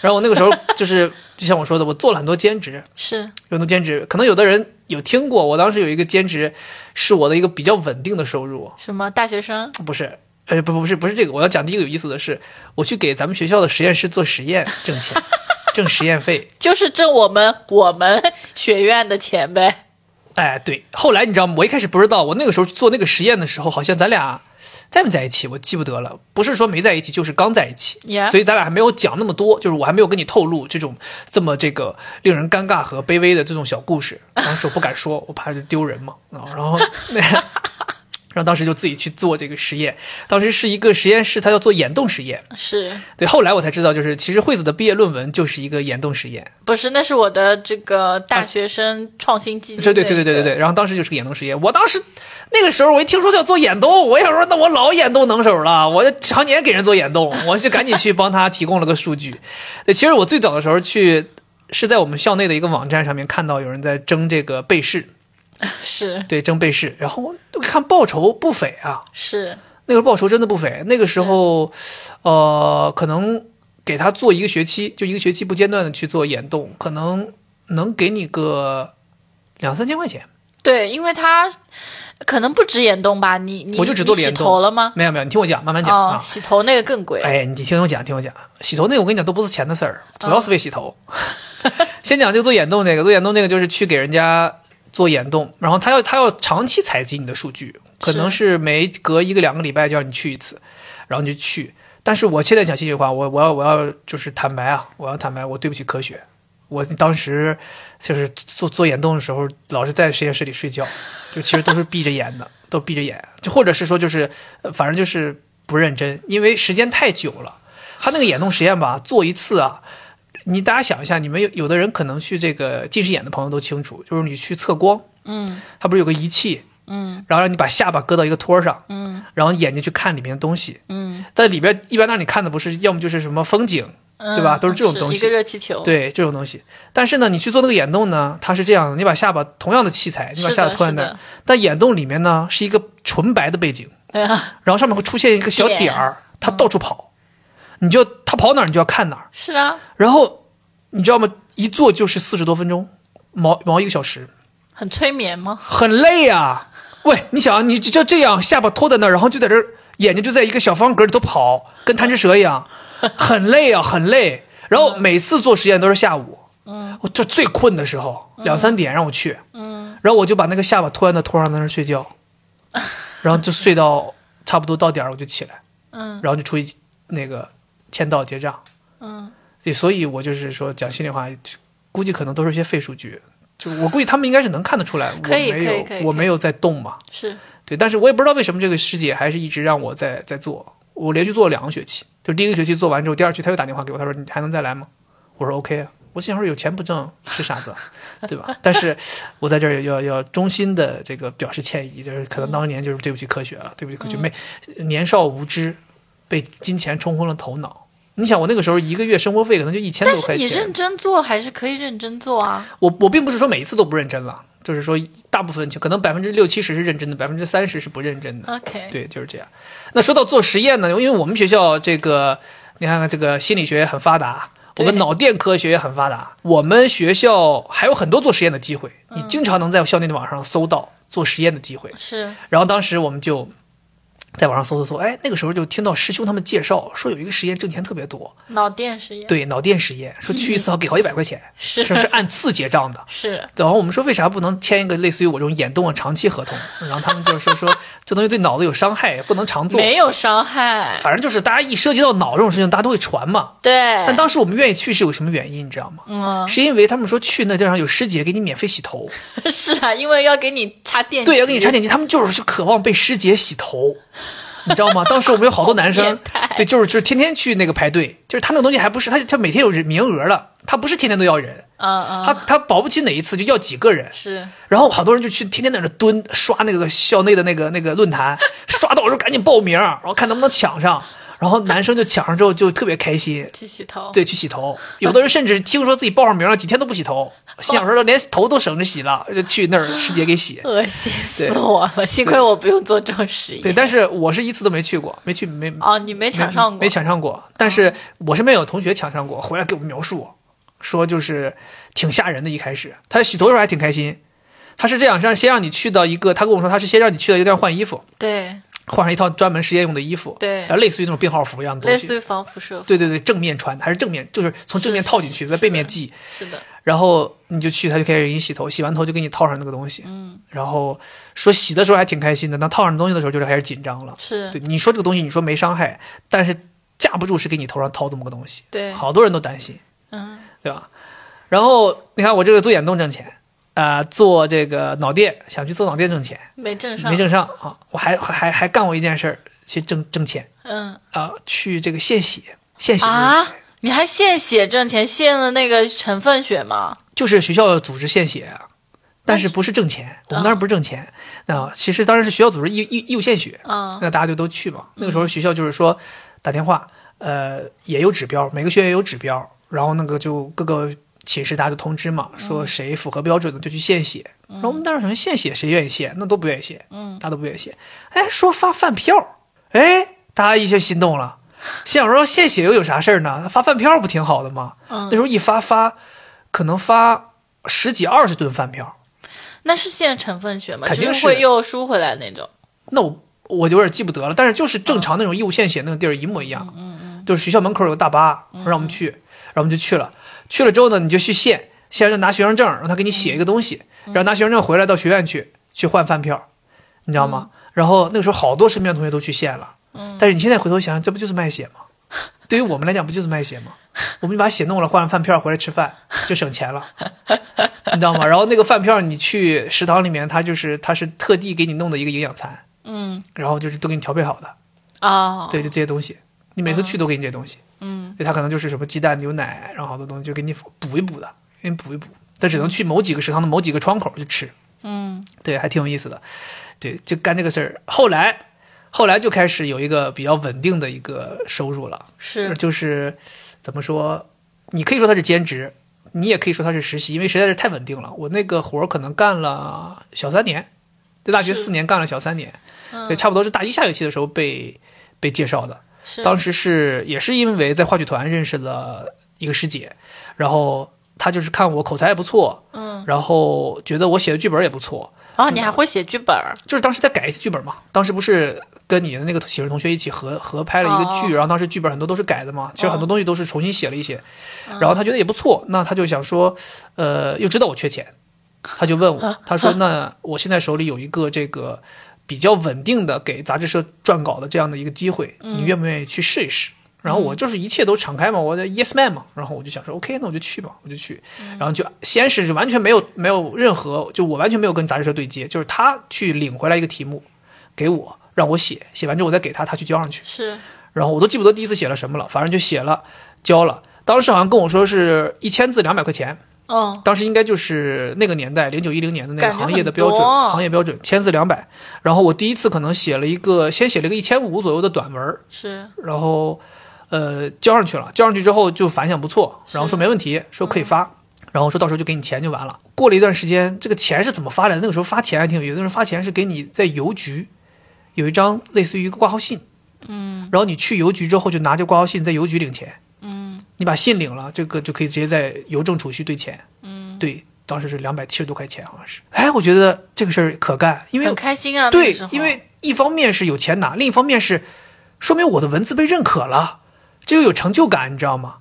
A: 然后我那个时候就是就像我说的，我做了很多兼职，
B: 是
A: 有很多兼职，可能有的人有听过，我当时有一个兼职是我的一个比较稳定的收入，
B: 什么大学生
A: 不是。呃，不不不是不是这个，我要讲第一个有意思的是，我去给咱们学校的实验室做实验挣钱，挣实验费。
B: 就是挣我们我们学院的钱呗，
A: 哎，对，后来你知道吗？我一开始不知道，我那个时候做那个实验的时候，好像咱俩在没在一起，我记不得了。不是说没在一起，就是刚在一起
B: Yeah
A: 所以咱俩还没有讲那么多，就是我还没有跟你透露这种这么这个令人尴尬和卑 微的这种小故事。当时我不敢说，我怕丢人嘛。啊然后那然后当时就自己去做这个实验，当时是一个实验室，他要做眼动实验。
B: 是
A: 对，后来我才知道，就是其实惠子的毕业论文就是一个眼动实验。
B: 不是？那是我的这个大学生创新基金。
A: 啊对对对对对对对。然后当时就是个眼动实验，我当时那个时候我一听说要做眼动，我想说那我老眼动能手了，我常年给人做眼动，我就赶紧去帮他提供了个数据。 对，其实我最早的时候去是在我们校内的一个网站上面看到有人在争这个被试，
B: 是
A: 对，争被试，然后我看报酬不菲啊，
B: 是
A: 那个报酬真的不菲。那个时候，呃，可能给他做一个学期，就一个学期不间断的去做眼动，可能能给你个两三千块钱。
B: 对，因为他可能不止眼动吧？你你
A: 我就只做
B: 你洗
A: 眼动
B: 头了吗？
A: 没有没有，你听我讲，慢慢讲、
B: 哦，
A: 啊。
B: 洗头那个更贵。
A: 哎，你听我讲，听我讲，洗头那个我跟你讲都不是钱的事儿，主要
B: 嗯
A: 是为洗头。先讲这个做眼动那个，做眼动那个就是去给人家做眼动，然后他要他要长期采集你的数据，可能是每隔一个两个礼拜就让你去一次，然后你就去。但是我现在讲心里话，我我要我要就是坦白啊，我要坦白，我对不起科学。我当时就是做做眼动的时候，老是在实验室里睡觉，就其实都是闭着眼的，都闭着眼，就或者是说就是，呃反正就是不认真，因为时间太久了。他那个眼动实验吧，做一次啊，你大家想一下，你们有有的人可能去这个近视眼的朋友都清楚，就是你去测光，
B: 嗯
A: 它不是有个仪器，
B: 嗯
A: 然后让你把下巴搁到一个托儿上，
B: 嗯
A: 然后眼睛去看里面的东西，
B: 嗯，
A: 但里边一般让你看的不是，要么就是什么风景，
B: 嗯
A: 对吧都是这种东西
B: 一个热气球。
A: 对这种东西。但是呢，你去做那个眼动呢，它是这样的，你把下巴同样的器材，你把
B: 是
A: 下巴
B: 的
A: 托在
B: 是
A: 那
B: 的
A: 儿，但眼动里面呢是一个纯白的背景，
B: 对啊，
A: 然后上面会出现一个小
B: 点嗯
A: 点儿，它到处跑，你就它跑哪儿你就要看哪儿，
B: 是啊，
A: 然后你知道吗？一坐就是四十多分钟，毛毛一个小时，
B: 很催眠吗？
A: 很累啊。喂，你想啊，你就就这样下巴托在那儿，然后就在这儿，眼睛就在一个小方格里头跑，跟贪吃蛇一样，很累啊，很累。然后每次做实验都是下午，嗯，我就最困的时候两三点让我去，嗯，然后我就把那个下巴托在那托上在那儿睡觉，然后就睡到差不多到点儿我就起来，
B: 嗯，
A: 然后就出去那个签到结账，
B: 嗯，
A: 对，所以我就是说讲心里话，估计可能都是一些废数据，就我估计他们应该是能看得出来，我
B: 可以
A: 没
B: 可以可以
A: 有我没有在动嘛，
B: 是
A: 对，但是我也不知道为什么这个师姐还是一直让我在在做，我连续做了两个学期，就是第一个学期做完之后，第二学期她又打电话给我，她说你还能再来吗？我说 OK 啊，我心想说有钱不挣是傻子， 对吧？但是我在这儿要要衷心的这个表示歉意，就是可能当年就是对不起科学了，对不起科
B: 嗯
A: 学，没年少无知，被金钱冲昏了头脑。你想我那个时候一个月生活费可能就一千
B: 但
A: 多
B: 是
A: 块
B: 你
A: 钱，
B: 认真做还是可以认真做啊。
A: 我我并不是说每一次都不认真了，就是说大部分情可能百分之六七十是认真的，百分之三十是不认真的。
B: OK，
A: 对，就是这样。那说到做实验呢，因为我们学校这个，你看看这个心理学很发达，我
B: 对
A: 们脑电科学也很发达，我们学校还有很多做实验的机会，
B: 嗯
A: 你经常能在校内的网上搜到做实验的机会。
B: 是
A: 然后当时我们就在网上搜搜搜，哎，那个时候就听到师兄他们介绍说有一个实验挣钱特别多，
B: 脑电实验。
A: 对，脑电实验，说去一次好给好几百块钱，
B: 是
A: 说是按次结账的。
B: 是
A: 然后我们说为啥不能签一个类似于我这种眼动的长期合同？然后他们就说说这东西对脑子有伤害，不能常做。
B: 没有伤害。
A: 反正就是大家一涉及到脑这种事情，大家都会传嘛。
B: 对，
A: 但当时我们愿意去是有什么原因，你知道吗？
B: 嗯
A: 是因为他们说去那地方有师姐给你免费洗头，
B: 是啊，因为要给你插电，
A: 对，要给你插，点机，他们就是就渴望被师姐洗 头，你知道吗？当时我们有好多男
B: 好
A: 生
B: 变态，
A: 对，就是就是天天去那个排队，就是他那个东西还不是他他每天有人名额的，他不是天天都要人，
B: 嗯
A: 他
B: 嗯，
A: 他保不齐哪一次就要几个人，
B: 是
A: 然后好多人就去天天在那蹲刷那个校内的那个那个论坛， 刷到我说赶紧报名，然后看能不能抢上。然后男生就抢上之后就特别开心，
B: 去洗头，，
A: 对，去洗头。有的人甚至听说自己报上名了，几天都不洗头，心想说连头都省着洗了，就去那儿师姐给洗。
B: 恶心死
A: 对
B: 我了，幸亏我不用做这种实验。
A: 对，但是我是一次都没去过，没去没
B: 哦，你没抢上过，哦
A: 没抢上过。但是我身边有同学抢上过，回来给我们描述，说就是挺吓人的。一开始他洗头的时候还挺开心，他是这样，让先让你去到一个，他跟我说他是先让你去到一个地方换衣服，
B: 对，
A: 换上一套专门实验用的衣服，
B: 对
A: 然后类似于那种病号服一样的
B: 类
A: 东西。
B: 似于防辐射，
A: 对对对，正面穿还是正面，就是从正面
B: 是
A: 套进去，
B: 是
A: 在
B: 是
A: 背面系，
B: 是的，
A: 然后你就去，他就开始给你洗头，洗完头就给你套上那个东西，嗯，然后说洗的时候还挺开心的，那套上东西的时候就是开始紧张了。对
B: 是，
A: 你说这个东西，你说没伤害，但是架不住是给你头上套这么个东西，
B: 对，
A: 好多人都担心，
B: 嗯，
A: 对吧？然后你看我这个做眼动挣钱，呃做这个脑电，想去做脑电挣钱，
B: 没挣上，
A: 没挣上啊。我还还还干过一件事儿，去挣挣钱
B: 嗯
A: 啊、去这个献血，献血挣
B: 啊
A: 钱，
B: 你还献血挣钱，献了那个成分血吗？
A: 就是学校组织献血啊，但是不是挣钱，我们当时不是挣钱啊。其实当时是学校组织义义义务献血，
B: 啊，嗯
A: 那大家就都去嘛。那个时候学校就是说打电话，呃，也有指标，每个学院也有指标，然后那个就各个寝室大家就通知嘛，
B: 嗯
A: 说谁符合标准的就去献血。然后我们当时想说献血谁愿意献，那都不愿意献，
B: 嗯，
A: 大家都不愿意献。哎，说发饭票，哎，大家一下心动了，心想说献血又有啥事儿呢？发饭票不挺好的吗？
B: 嗯
A: 那时候一发发，可能发十几二十顿饭票，
B: 那是献成分血吗？
A: 肯定
B: 就是是会又输回来那种。
A: 那我我就有点记不得了，但是就是正常那种义务献血那个地儿一模一样，就是学校门口有个大巴让我们去，然后我们就去了，去了之后呢，你就去献，献完就拿学生证，让他给你写一个东西，然后拿学生证回来到学院去去换饭票，你知道吗？然后那个时候好多身边的同学都去献了，但是你现在回头想想，这不就是卖血吗？对于我们来讲，不就是卖血吗？我们就把血弄了，换完饭票回来吃饭就省钱了，你知道吗？然后那个饭票你去食堂里面，它就是它是特地给你弄的一个营养餐，
B: 嗯
A: 然后就是都给你调配好的，
B: 哦，
A: 对，就这些东西，你每次去都给你这些东西，
B: 嗯
A: 对，它可能就是什么鸡蛋、牛奶，然后好多东西就给你补一补的，给你补一补，但只能去某几个食堂的某几个窗口去吃，
B: 嗯
A: 对，还挺有意思的，对，就干这个事儿。后来，后来就开始有一个比较稳定的一个收入了，
B: 是
A: 就是怎么说，你可以说它是兼职，你也可以说它是实习，因为实在是太稳定了。我那个活儿可能干了小三年，在大学
B: 是
A: 四年干了小三年，
B: 嗯
A: 对，差不多是大一下学期的时候被被介绍的。
B: 是
A: 当时是也是因为在话剧团认识了一个师姐，然后她就是看我口才也不错，
B: 嗯
A: 然后觉得我写的剧本也不错，
B: 哦，你还会写剧本儿
A: 就是当时在改一次剧本嘛，当时不是跟你的那个写生同学一起合合拍了一个剧，
B: 哦
A: 然后当时剧本很多都是改的嘛，其实很多东西都是重新写了一些，然后他觉得也不错，那他就想说，呃，又知道我缺钱，他就问我，他说那我现在手里有一个这个比较稳定的给杂志社撰稿的这样的一个机会，你愿不愿意去试一试？然后我就是一切都敞开嘛，我的 yes man 嘛，然后我就想说 OK，那我就去吧，我就去，然后就先是完全没有没有任何，就我完全没有跟杂志社对接，就是他去领回来一个题目给我，让我写，写完之后我再给他，他去交上去，
B: 是
A: 然后我都记不得第一次写了什么了，反正就写了交了，当时好像跟我说是一千字两百块钱，
B: 哦
A: 当时应该就是那个年代，零九一零年的那个
B: 感觉
A: 行业的
B: 很
A: 标准，
B: 多啊
A: 行业标准千字两百。然后我第一次可能写了一个，先写了一个一千五左右的短文儿，
B: 是
A: 然后呃交上去了，交上去之后就反响不错，然后说没问题，说可以发，然后说到时候就给你钱就完了。过了一段时间，这个钱是怎么发来的？那个时候发钱还挺有意思，那时候发钱是给你在邮局有一张类似于一个挂号信，嗯，然后你去邮局之后就拿着挂号信在邮局领钱，嗯，你把信领了，这个就可以直接在邮政储蓄兑钱，嗯，对。当时是两百七十多块钱，好像是。哎，我觉得这个事儿可干，因为
B: 很开心啊，那
A: 对
B: 时候，
A: 因为一方面是有钱拿，另一方面是说明我的文字被认可了，这又有成就感，你知道吗？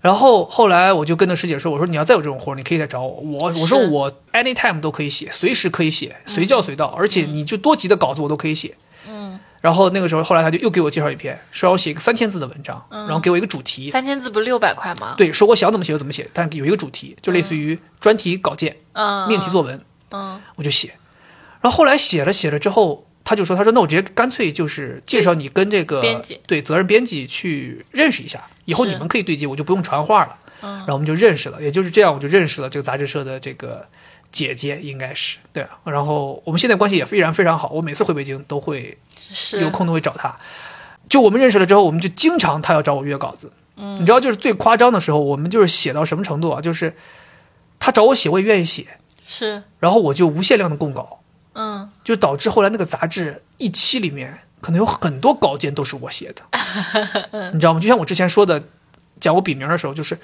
A: 然后后来我就跟那师姐说：“我说你要再有这种活儿，你可以再找我。我我说
B: 是
A: 我 anytime 都可以写，随时可以写，随叫随到，而且你就多集的稿子我都可以写。”
B: 嗯，
A: 然后那个时候，后来他就又给我介绍一篇，说让我写一个三千字的文章，
B: 嗯
A: 然后给我一个主题，
B: 三千字不是六百块吗？
A: 对，说我想怎么写就怎么写，但有一个主题，就类似于专题稿件、
B: 嗯，
A: 命题作文。
B: 嗯，
A: 我就写。然后后来写了写了之后，他就说：“他说那我直接干脆就是介绍你跟这个
B: 编辑
A: 对责任编辑去认识一下，以后
B: 是嗯
A: 你们可以对接，我就不用传话了。”然后我们就认识了，也就是这样，我就认识了这个杂志社的这个姐姐，应该是对。啊然后我们现在关系也依然非常好，我每次回北京都会
B: 是
A: 有空都会找他。就我们认识了之后，我们就经常他要找我约稿子。嗯，你知道，就是最夸张的时候，我们就是写到什么程度啊？就是他找我写，我也愿意写，
B: 是
A: 然后我就无限量的供稿，
B: 嗯，
A: 就导致后来那个杂志一期里面可能有很多稿件都是我写的， 你知道吗？就像我之前说的，讲我笔名的时候，就是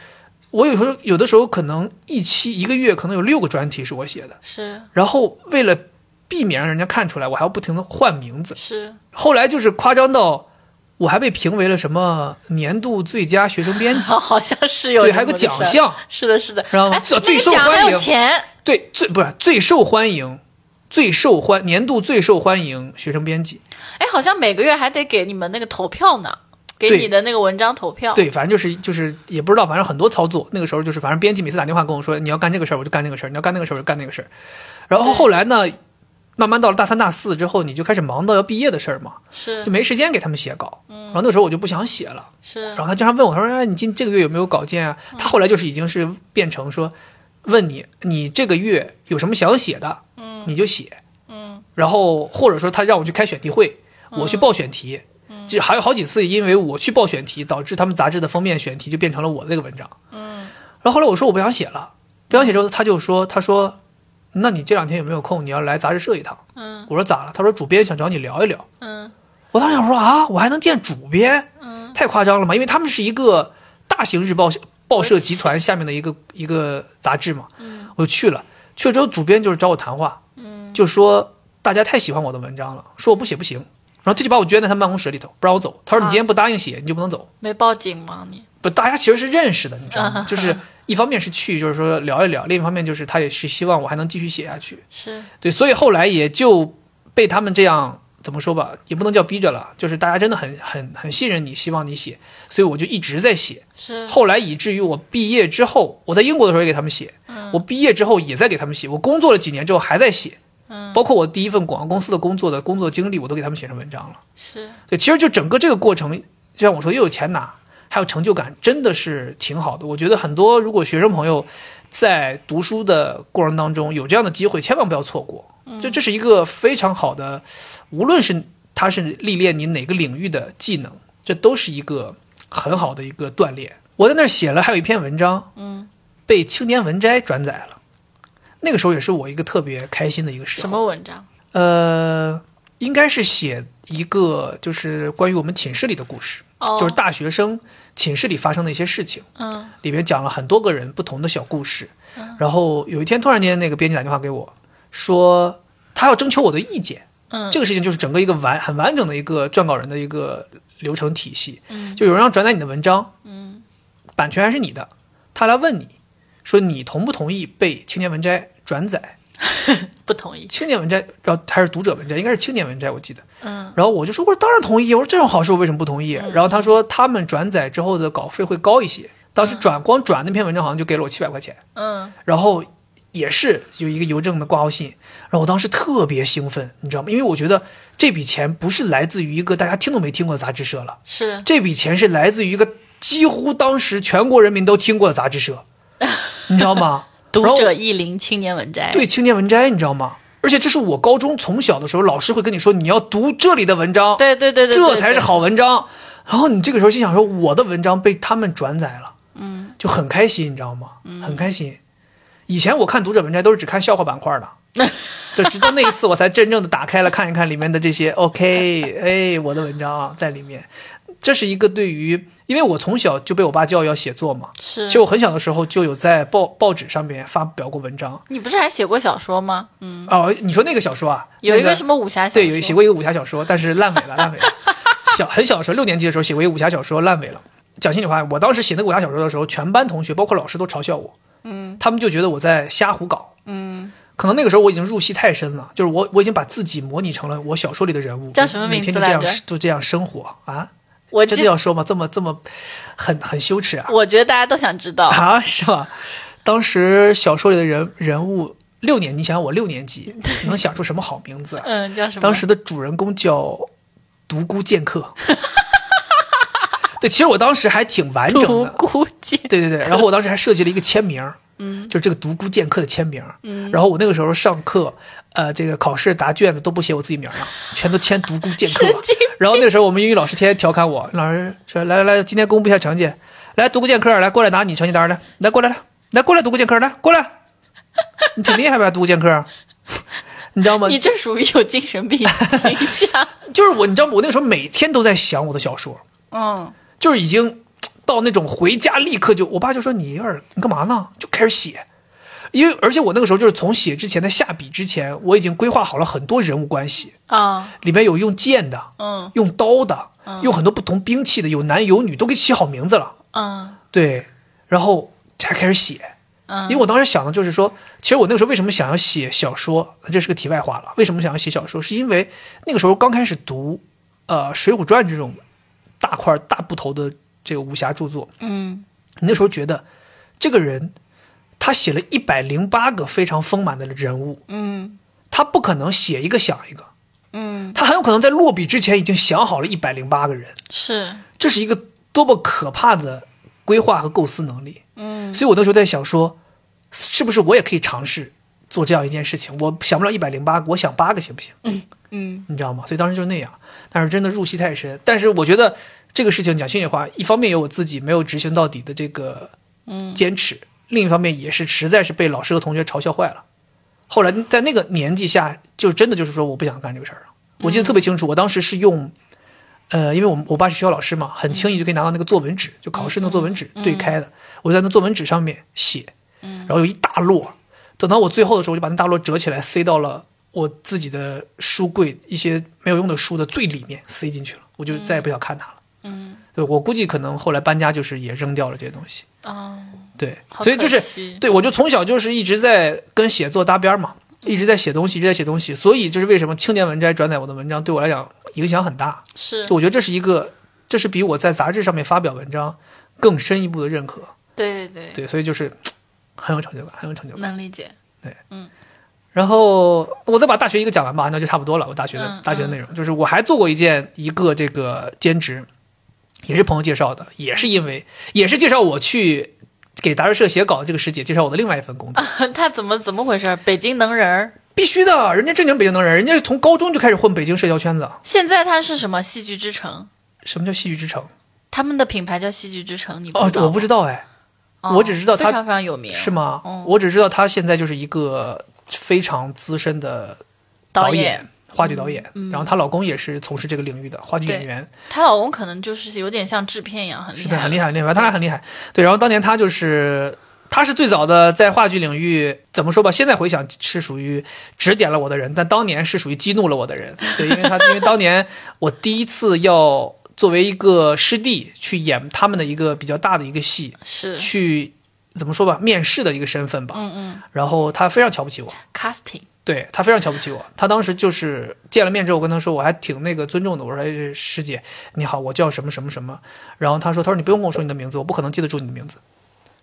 A: 我有时候有的时候可能一期一个月可能有六个专题是我写的，
B: 是
A: 然后为了避免让人家看出来，我还要不停的换名字。
B: 是
A: 后来就是夸张到我还被评为了什么年度最佳学生编辑，
B: 好，好像是有
A: 对，
B: 这
A: 还有个
B: 么事
A: 奖
B: 儿。
A: 项，
B: 是的，是的，
A: 然后
B: 哎，
A: 最
B: 那
A: 最
B: 个
A: 受
B: 奖
A: 欢
B: 还有
A: 迎
B: 钱，
A: 对，最不是最受欢迎。最受欢年度最受欢迎学生编辑，
B: 哎，好像每个月还得给你们那个投票呢。给
A: 对
B: 你的那个文章投票。
A: 对，反正就是就是也不知道，反正很多操作。那个时候就是，反正编辑每次打电话跟我说，你要干这个事儿，我就干那个事儿；你要干那个事儿，我就干那个事儿。然后后来呢，慢慢到了大三、大四之后，你就开始忙到要毕业的事儿嘛，
B: 是
A: 就没时间给他们写稿。然后那时候我就不想写了。
B: 是
A: 然后他经常问我，他说：“哎，你今这个月有没有稿件啊？”他后来就是已经是变成说，问你你这个月有什么想写的，嗯，你就写，嗯，然后或者说他让我去开选题会，我去报选题，嗯，就还有好几次因为我去报选题，导致他们杂志的封面选题就变成了我那个文章，嗯，然后后来我说我不想写了，不想写之后他就说他说，那你这两天有没有空？你要来杂志社一趟？
B: 嗯
A: 我说咋了？他说主编想找你聊一聊。
B: 嗯
A: 我当时想说啊，我还能见主编，太夸张了嘛，因为他们是一个大型日报报社集团下面的一个一个杂志嘛，我就去了，去了之后主编就是找我谈话，就说大家太喜欢我的文章了，说我不写不行，然后这就把我圈在他们办公室里头，不让我走，他说你今天不答应写，你就不能走，
B: 没报警吗你？
A: 不，大家其实是认识的，你知道吗？就是一方面是去，就是说聊一聊；另一方面就是他也是希望我还能继续写下去，
B: 是
A: 对，所以后来也就被他们这样怎么说吧，也不能叫逼着了，就是大家真的很很很信任你，希望你写，所以我就一直在写。
B: 是
A: 后来以至于我毕业之后，我在英国的时候也给他们写，我毕业之后也在给他们写，我工作了几年之后还在写，包括我第一份广告公司的工作的工作经历，我都给他们写成文章了。
B: 是
A: 对，其实就整个这个过程，就像我说，又有钱拿，还有成就感，真的是挺好的。我觉得很多如果学生朋友在读书的过程当中有这样的机会，千万不要错过。
B: 嗯
A: 就这是一个非常好的，无论是它是历练你哪个领域的技能，这都是一个很好的一个锻炼。我在那儿写了，还有一篇文章，嗯，被青年文摘转载了。那个时候也是我一个特别开心的一个时候。
B: 什么文章？
A: 呃，应该是写一个就是关于我们寝室里的故事，
B: 哦
A: 就是大学生寝室里发生的一些事情，
B: 嗯
A: 里面讲了很多个人不同的小故事。然后有一天突然间，那个编辑打电话给我，说他要征求我的意见。
B: 嗯
A: 这个事情就是整个一个完很完整的一个撰稿人的一个流程体系。
B: 嗯
A: 就有人要转载你的文章，
B: 嗯
A: 版权还是你的，他来问你说你同不同意被青年文摘转载？
B: 不同意。
A: 青年文摘，然后还是读者文摘，应该是青年文摘，我记得。
B: 嗯
A: 然后我就说，我说当然同意，我说这种好事我为什么不同意？然后他说他们转载之后的稿费会高一些，当时转光转那篇文章好像就给了我七百块钱，
B: 嗯
A: 然后也是有一个邮政的挂号信，然后我当时特别兴奋，你知道吗？因为我觉得这笔钱不是来自于一个大家听都没听过的杂志社了，
B: 是
A: 这笔钱是来自于一个几乎当时全国人民都听过的杂志社，你知道吗？然
B: 读
A: 后
B: 者意林青年文摘。
A: 对青年文摘，你知道吗？而且这是我高中从小的时候，老师会跟你说，你要读这里的文章，
B: 对对对对，
A: 这
B: 对
A: 才是。
B: 对
A: 好文章。然后你这个时候心想说，我的文章被他们转载了，嗯，就很开心，你知道吗？
B: 嗯
A: 很开心。以前我看读者文摘都是只看笑话板块 的，就直到那一次我才真正的打开了看一看里面的这些 OK，哎，我的文章啊在里面。这是一个对于，因为我从小就被我爸教育要写作嘛，
B: 是
A: 其实我很小的时候就有在报报纸上面发表过文章。
B: 你不是还写过小说吗？嗯，
A: 哦，你说那个小说啊，
B: 有一
A: 那
B: 个什么武侠小说？
A: 对，有写过一个武侠小说，但是烂尾了，烂 尾了。小很小的时候，六年级的时候写过一个武侠小说，烂尾了。讲心里话，我当时写那个武侠小说的时候，全班同学包括老师都嘲笑我，嗯，他们就觉得我在瞎胡搞，嗯，可能那个时候我已经入戏太深了，就是我我已经把自己模拟成了我小说里的人物，
B: 叫什么
A: 每
B: 名
A: 天
B: 字
A: 就这
B: 来
A: 样
B: 着
A: 就这样生活啊，
B: 我
A: 真
B: 记
A: 的，要说吗？这么这么很很羞耻啊
B: 我觉得大家都想知道。
A: 啊是吧？当时小说里的人人物六年，你想想我六年 级能想出什么好名字啊？
B: 嗯，叫什么？
A: 当时的主人公叫独孤剑客。 对，其实我当时还挺完整
B: 独
A: 的。
B: 孤剑。
A: 对对对，然后我当时还设计了一个签名，嗯，就是这个独孤剑客的签名，嗯，然后我那个时候上课，呃，这个考试答卷子都不写我自己名 了，全都签独孤剑客
B: 神经。
A: 然后那时候我们英语老师天天调侃我，老师说来来来，今天公布一下成绩，来独孤剑客来过来拿你成绩单来，来过来来，来过来独孤剑客来过来，你挺厉害吧独孤剑客，你知道吗？
B: 你这属于有精神病倾向。
A: 就是我，你知道吗？我那个时候每天都在想我的小说，
B: 嗯，
A: 就是已经到那种回家立刻就，我爸就说你有点你干嘛呢？就开始写，因为而且我那个时候就是从写之前的下笔之前，我已经规划好了很多人物关系，
B: 啊，
A: 里面有用剑的，
B: 嗯
A: 用刀的，用很多不同兵器的，有男有女，都给起好名字了。
B: 嗯
A: 对，然后才开始写。因为
B: 嗯，
A: 我当时想的就是说，其实我那个时候为什么想要写小说，这是个题外话了。为什么想要写小说，是因为那个时候刚开始读，呃，《水浒传》这种大块大部头的这个武侠著作，
B: 嗯
A: 你那时候觉得这个人他写了一百零八个非常丰满的人物，
B: 嗯
A: 他不可能写一个想一个，
B: 嗯，
A: 他很有可能在落笔之前已经想好了一百零八个人，
B: 是，
A: 这是一个多么可怕的规划和构思能力。
B: 嗯
A: 所以我那时候在想说，是不是我也可以尝试做这样一件事情？我想不了一百零八个，我想八个行不行？
B: 嗯
A: 你知道吗？所以当时就是那样，但是真的入戏太深。但是我觉得这个事情讲心里话，一方面有我自己没有执行到底的这个
B: 嗯
A: 坚持，另一方面也是实在是被老师和同学嘲笑坏了。后来在那个年纪下，就真的就是说我不想干这个事儿了。我记得特别清楚，我当时是用，呃，因为我们我爸是学校老师嘛，很轻易就可以拿到那个作文纸，就考试那作文纸对开的，我就在那作文纸上面写，然后有一大摞，等到我最后的时候，我就把那大摞折起来塞到了我自己的书柜一些没有用的书的最里面塞进去了，我就再也不想看它了。
B: 嗯
A: 对，我估计可能后来搬家就是也扔掉了这些东西。
B: 哦，
A: 对，
B: 好
A: 所以就
B: 可
A: 是
B: 惜
A: 对我就从小就是一直在跟写作搭边儿嘛，一直在写东西，一直在写东西，所以就是为什么青年文摘转载我的文章对我来讲影响很大，
B: 是
A: 就我觉得这是一个，这是比我在杂志上面发表文章更深一步的认可，
B: 对对对，
A: 对，所以就是嘖很有成就感，很有成就感。
B: 能理解。
A: 然后我再把大学一个讲完吧，那就差不多了。我大学的、
B: 嗯
A: 大学的内容就是我还做过一件一个这个兼职，也是朋友介绍的，也是因为也是介绍我去给杂志社写稿的这个师姐介绍我的另外一份工
B: 啊
A: 作。
B: 他怎么怎么回事？北京能人儿，
A: 必须的，人家正经北京能人，人家是从高中就开始混北京社交圈子。
B: 现在他是什么戏剧之城？
A: 什么叫戏剧之城？
B: 他们的品牌叫戏剧之城，你
A: 哦
B: 知，道
A: 我
B: 吗？
A: 不知道哎，
B: 哦
A: 我只知道他
B: 非常非常有名，
A: 是吗？
B: 嗯
A: 我只知道他现在就是一个非常资深的
B: 导嗯
A: 演，话剧导演。然后她老公也是从事这个领域的话剧演员，
B: 她老公可能就是有点像制片一样，很厉
A: 是
B: 害，
A: 的，很厉害，很厉害，当然很厉害。对，然后当年他就是。他是最早的在话剧领域怎么说吧？现在回想是属于指点了我的人，但当年是属于激怒了我的人。对，因为他因为当年我第一次要作为一个师弟去演他们的一个比较大的一个戏，
B: 是，
A: 去怎么说吧，面试的一个身份吧。
B: 嗯嗯
A: 然后他非常瞧不起我，
B: ，casting，
A: 对他非常瞧不起我。他当时就是见了面之后，我跟他说我还挺那个尊重的，我说哎师姐你好，我叫什么什么什么。然后他说他说你不用跟我说你的名字，我不可能记得住你的名字。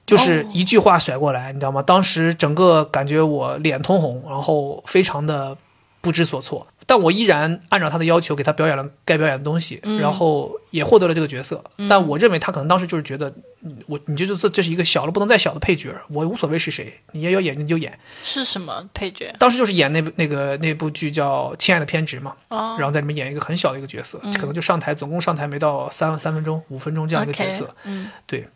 A: 就是一句话甩过来，你知道吗？当时整个感觉我脸通红，然后非常的不知所措。但我依然按照他的要求给他表演了该表演的东西，然后也获得了这个角色。但我认为他可能当时就是觉得，嗯我你就是这这是一个小了不能再小的配角，我无所谓是谁，你要要演你就演。
B: 是什么配角？
A: 当时就是演那部那个那部剧叫《亲爱的偏执》嘛，
B: 哦嗯
A: 然后在里面演一个很小的一个角色，可能就上台，总共上台没到三三分钟、五分钟这样一个角色。
B: OK，嗯，
A: 对，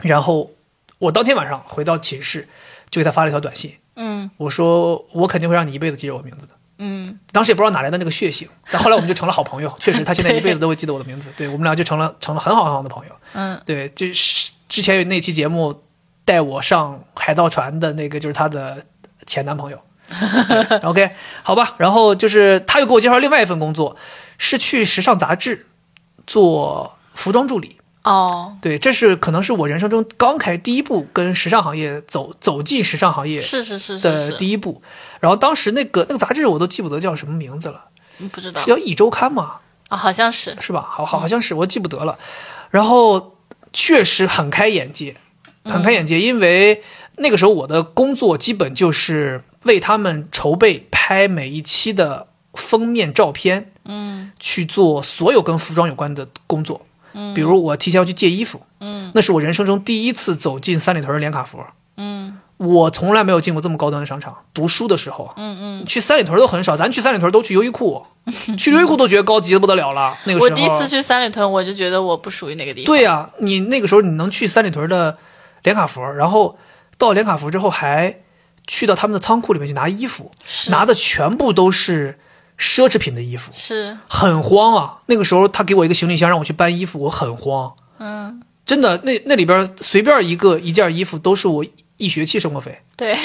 A: 然后我当天晚上回到寝室，就给他发了一条短信，
B: 嗯
A: 我说我肯定会让你一辈子记着我名字的。
B: 嗯，
A: 当时也不知道哪来的那个血性，但后来我们就成了好朋友。确实，他现在一辈子都会记得我的名字。对我们俩就成了成了很好很好的朋友。
B: 嗯，
A: 对，就是之前有那期节目带我上海盗船的那个，就是她的前男 朋友。对 OK，好吧，然后就是他又给我介绍另外一份工作，是去时尚杂志做服装助理。
B: 哦，
A: 对，这是可能是我人生中刚开第一步跟时尚行业走走进时尚行业
B: 是是是是
A: 的
B: 是，
A: 第一步。然后当时那个那个杂志我都记不得叫什么名字了，
B: 嗯不知道
A: 是叫《一周刊》吗？
B: 啊，好像是，
A: 是吧？好好好像是我记不得了。然后确实很开眼界，
B: 嗯
A: 很开眼界，因为那个时候我的工作基本就是为他们筹备拍每一期的封面照片，
B: 嗯
A: 去做所有跟服装有关的工作。
B: 嗯
A: 比如我提前要去借衣服，
B: 嗯
A: 那是我人生中第一次走进三里屯的连卡佛。
B: 嗯
A: 我从来没有进过这么高端的商场。读书的时候，
B: 嗯嗯，
A: 去三里屯都很少，咱去三里屯都去优衣 库，去优衣库都觉得高级的不得了了。那个时候，
B: 我第一次去三里屯，我就觉得我不属于那个地方，
A: 对呀、你那个时候你能去三里屯的连卡佛，然后到连卡佛之后还去到他们的仓库里面去拿衣服，
B: 是
A: 拿的全部都是奢侈品的衣服，
B: 是，
A: 很慌啊。那个时候他给我一个行李箱让我去搬衣服，我很慌，
B: 嗯，
A: 真的，那那里边随便一个一件衣服都是我一学期生活费。
B: 对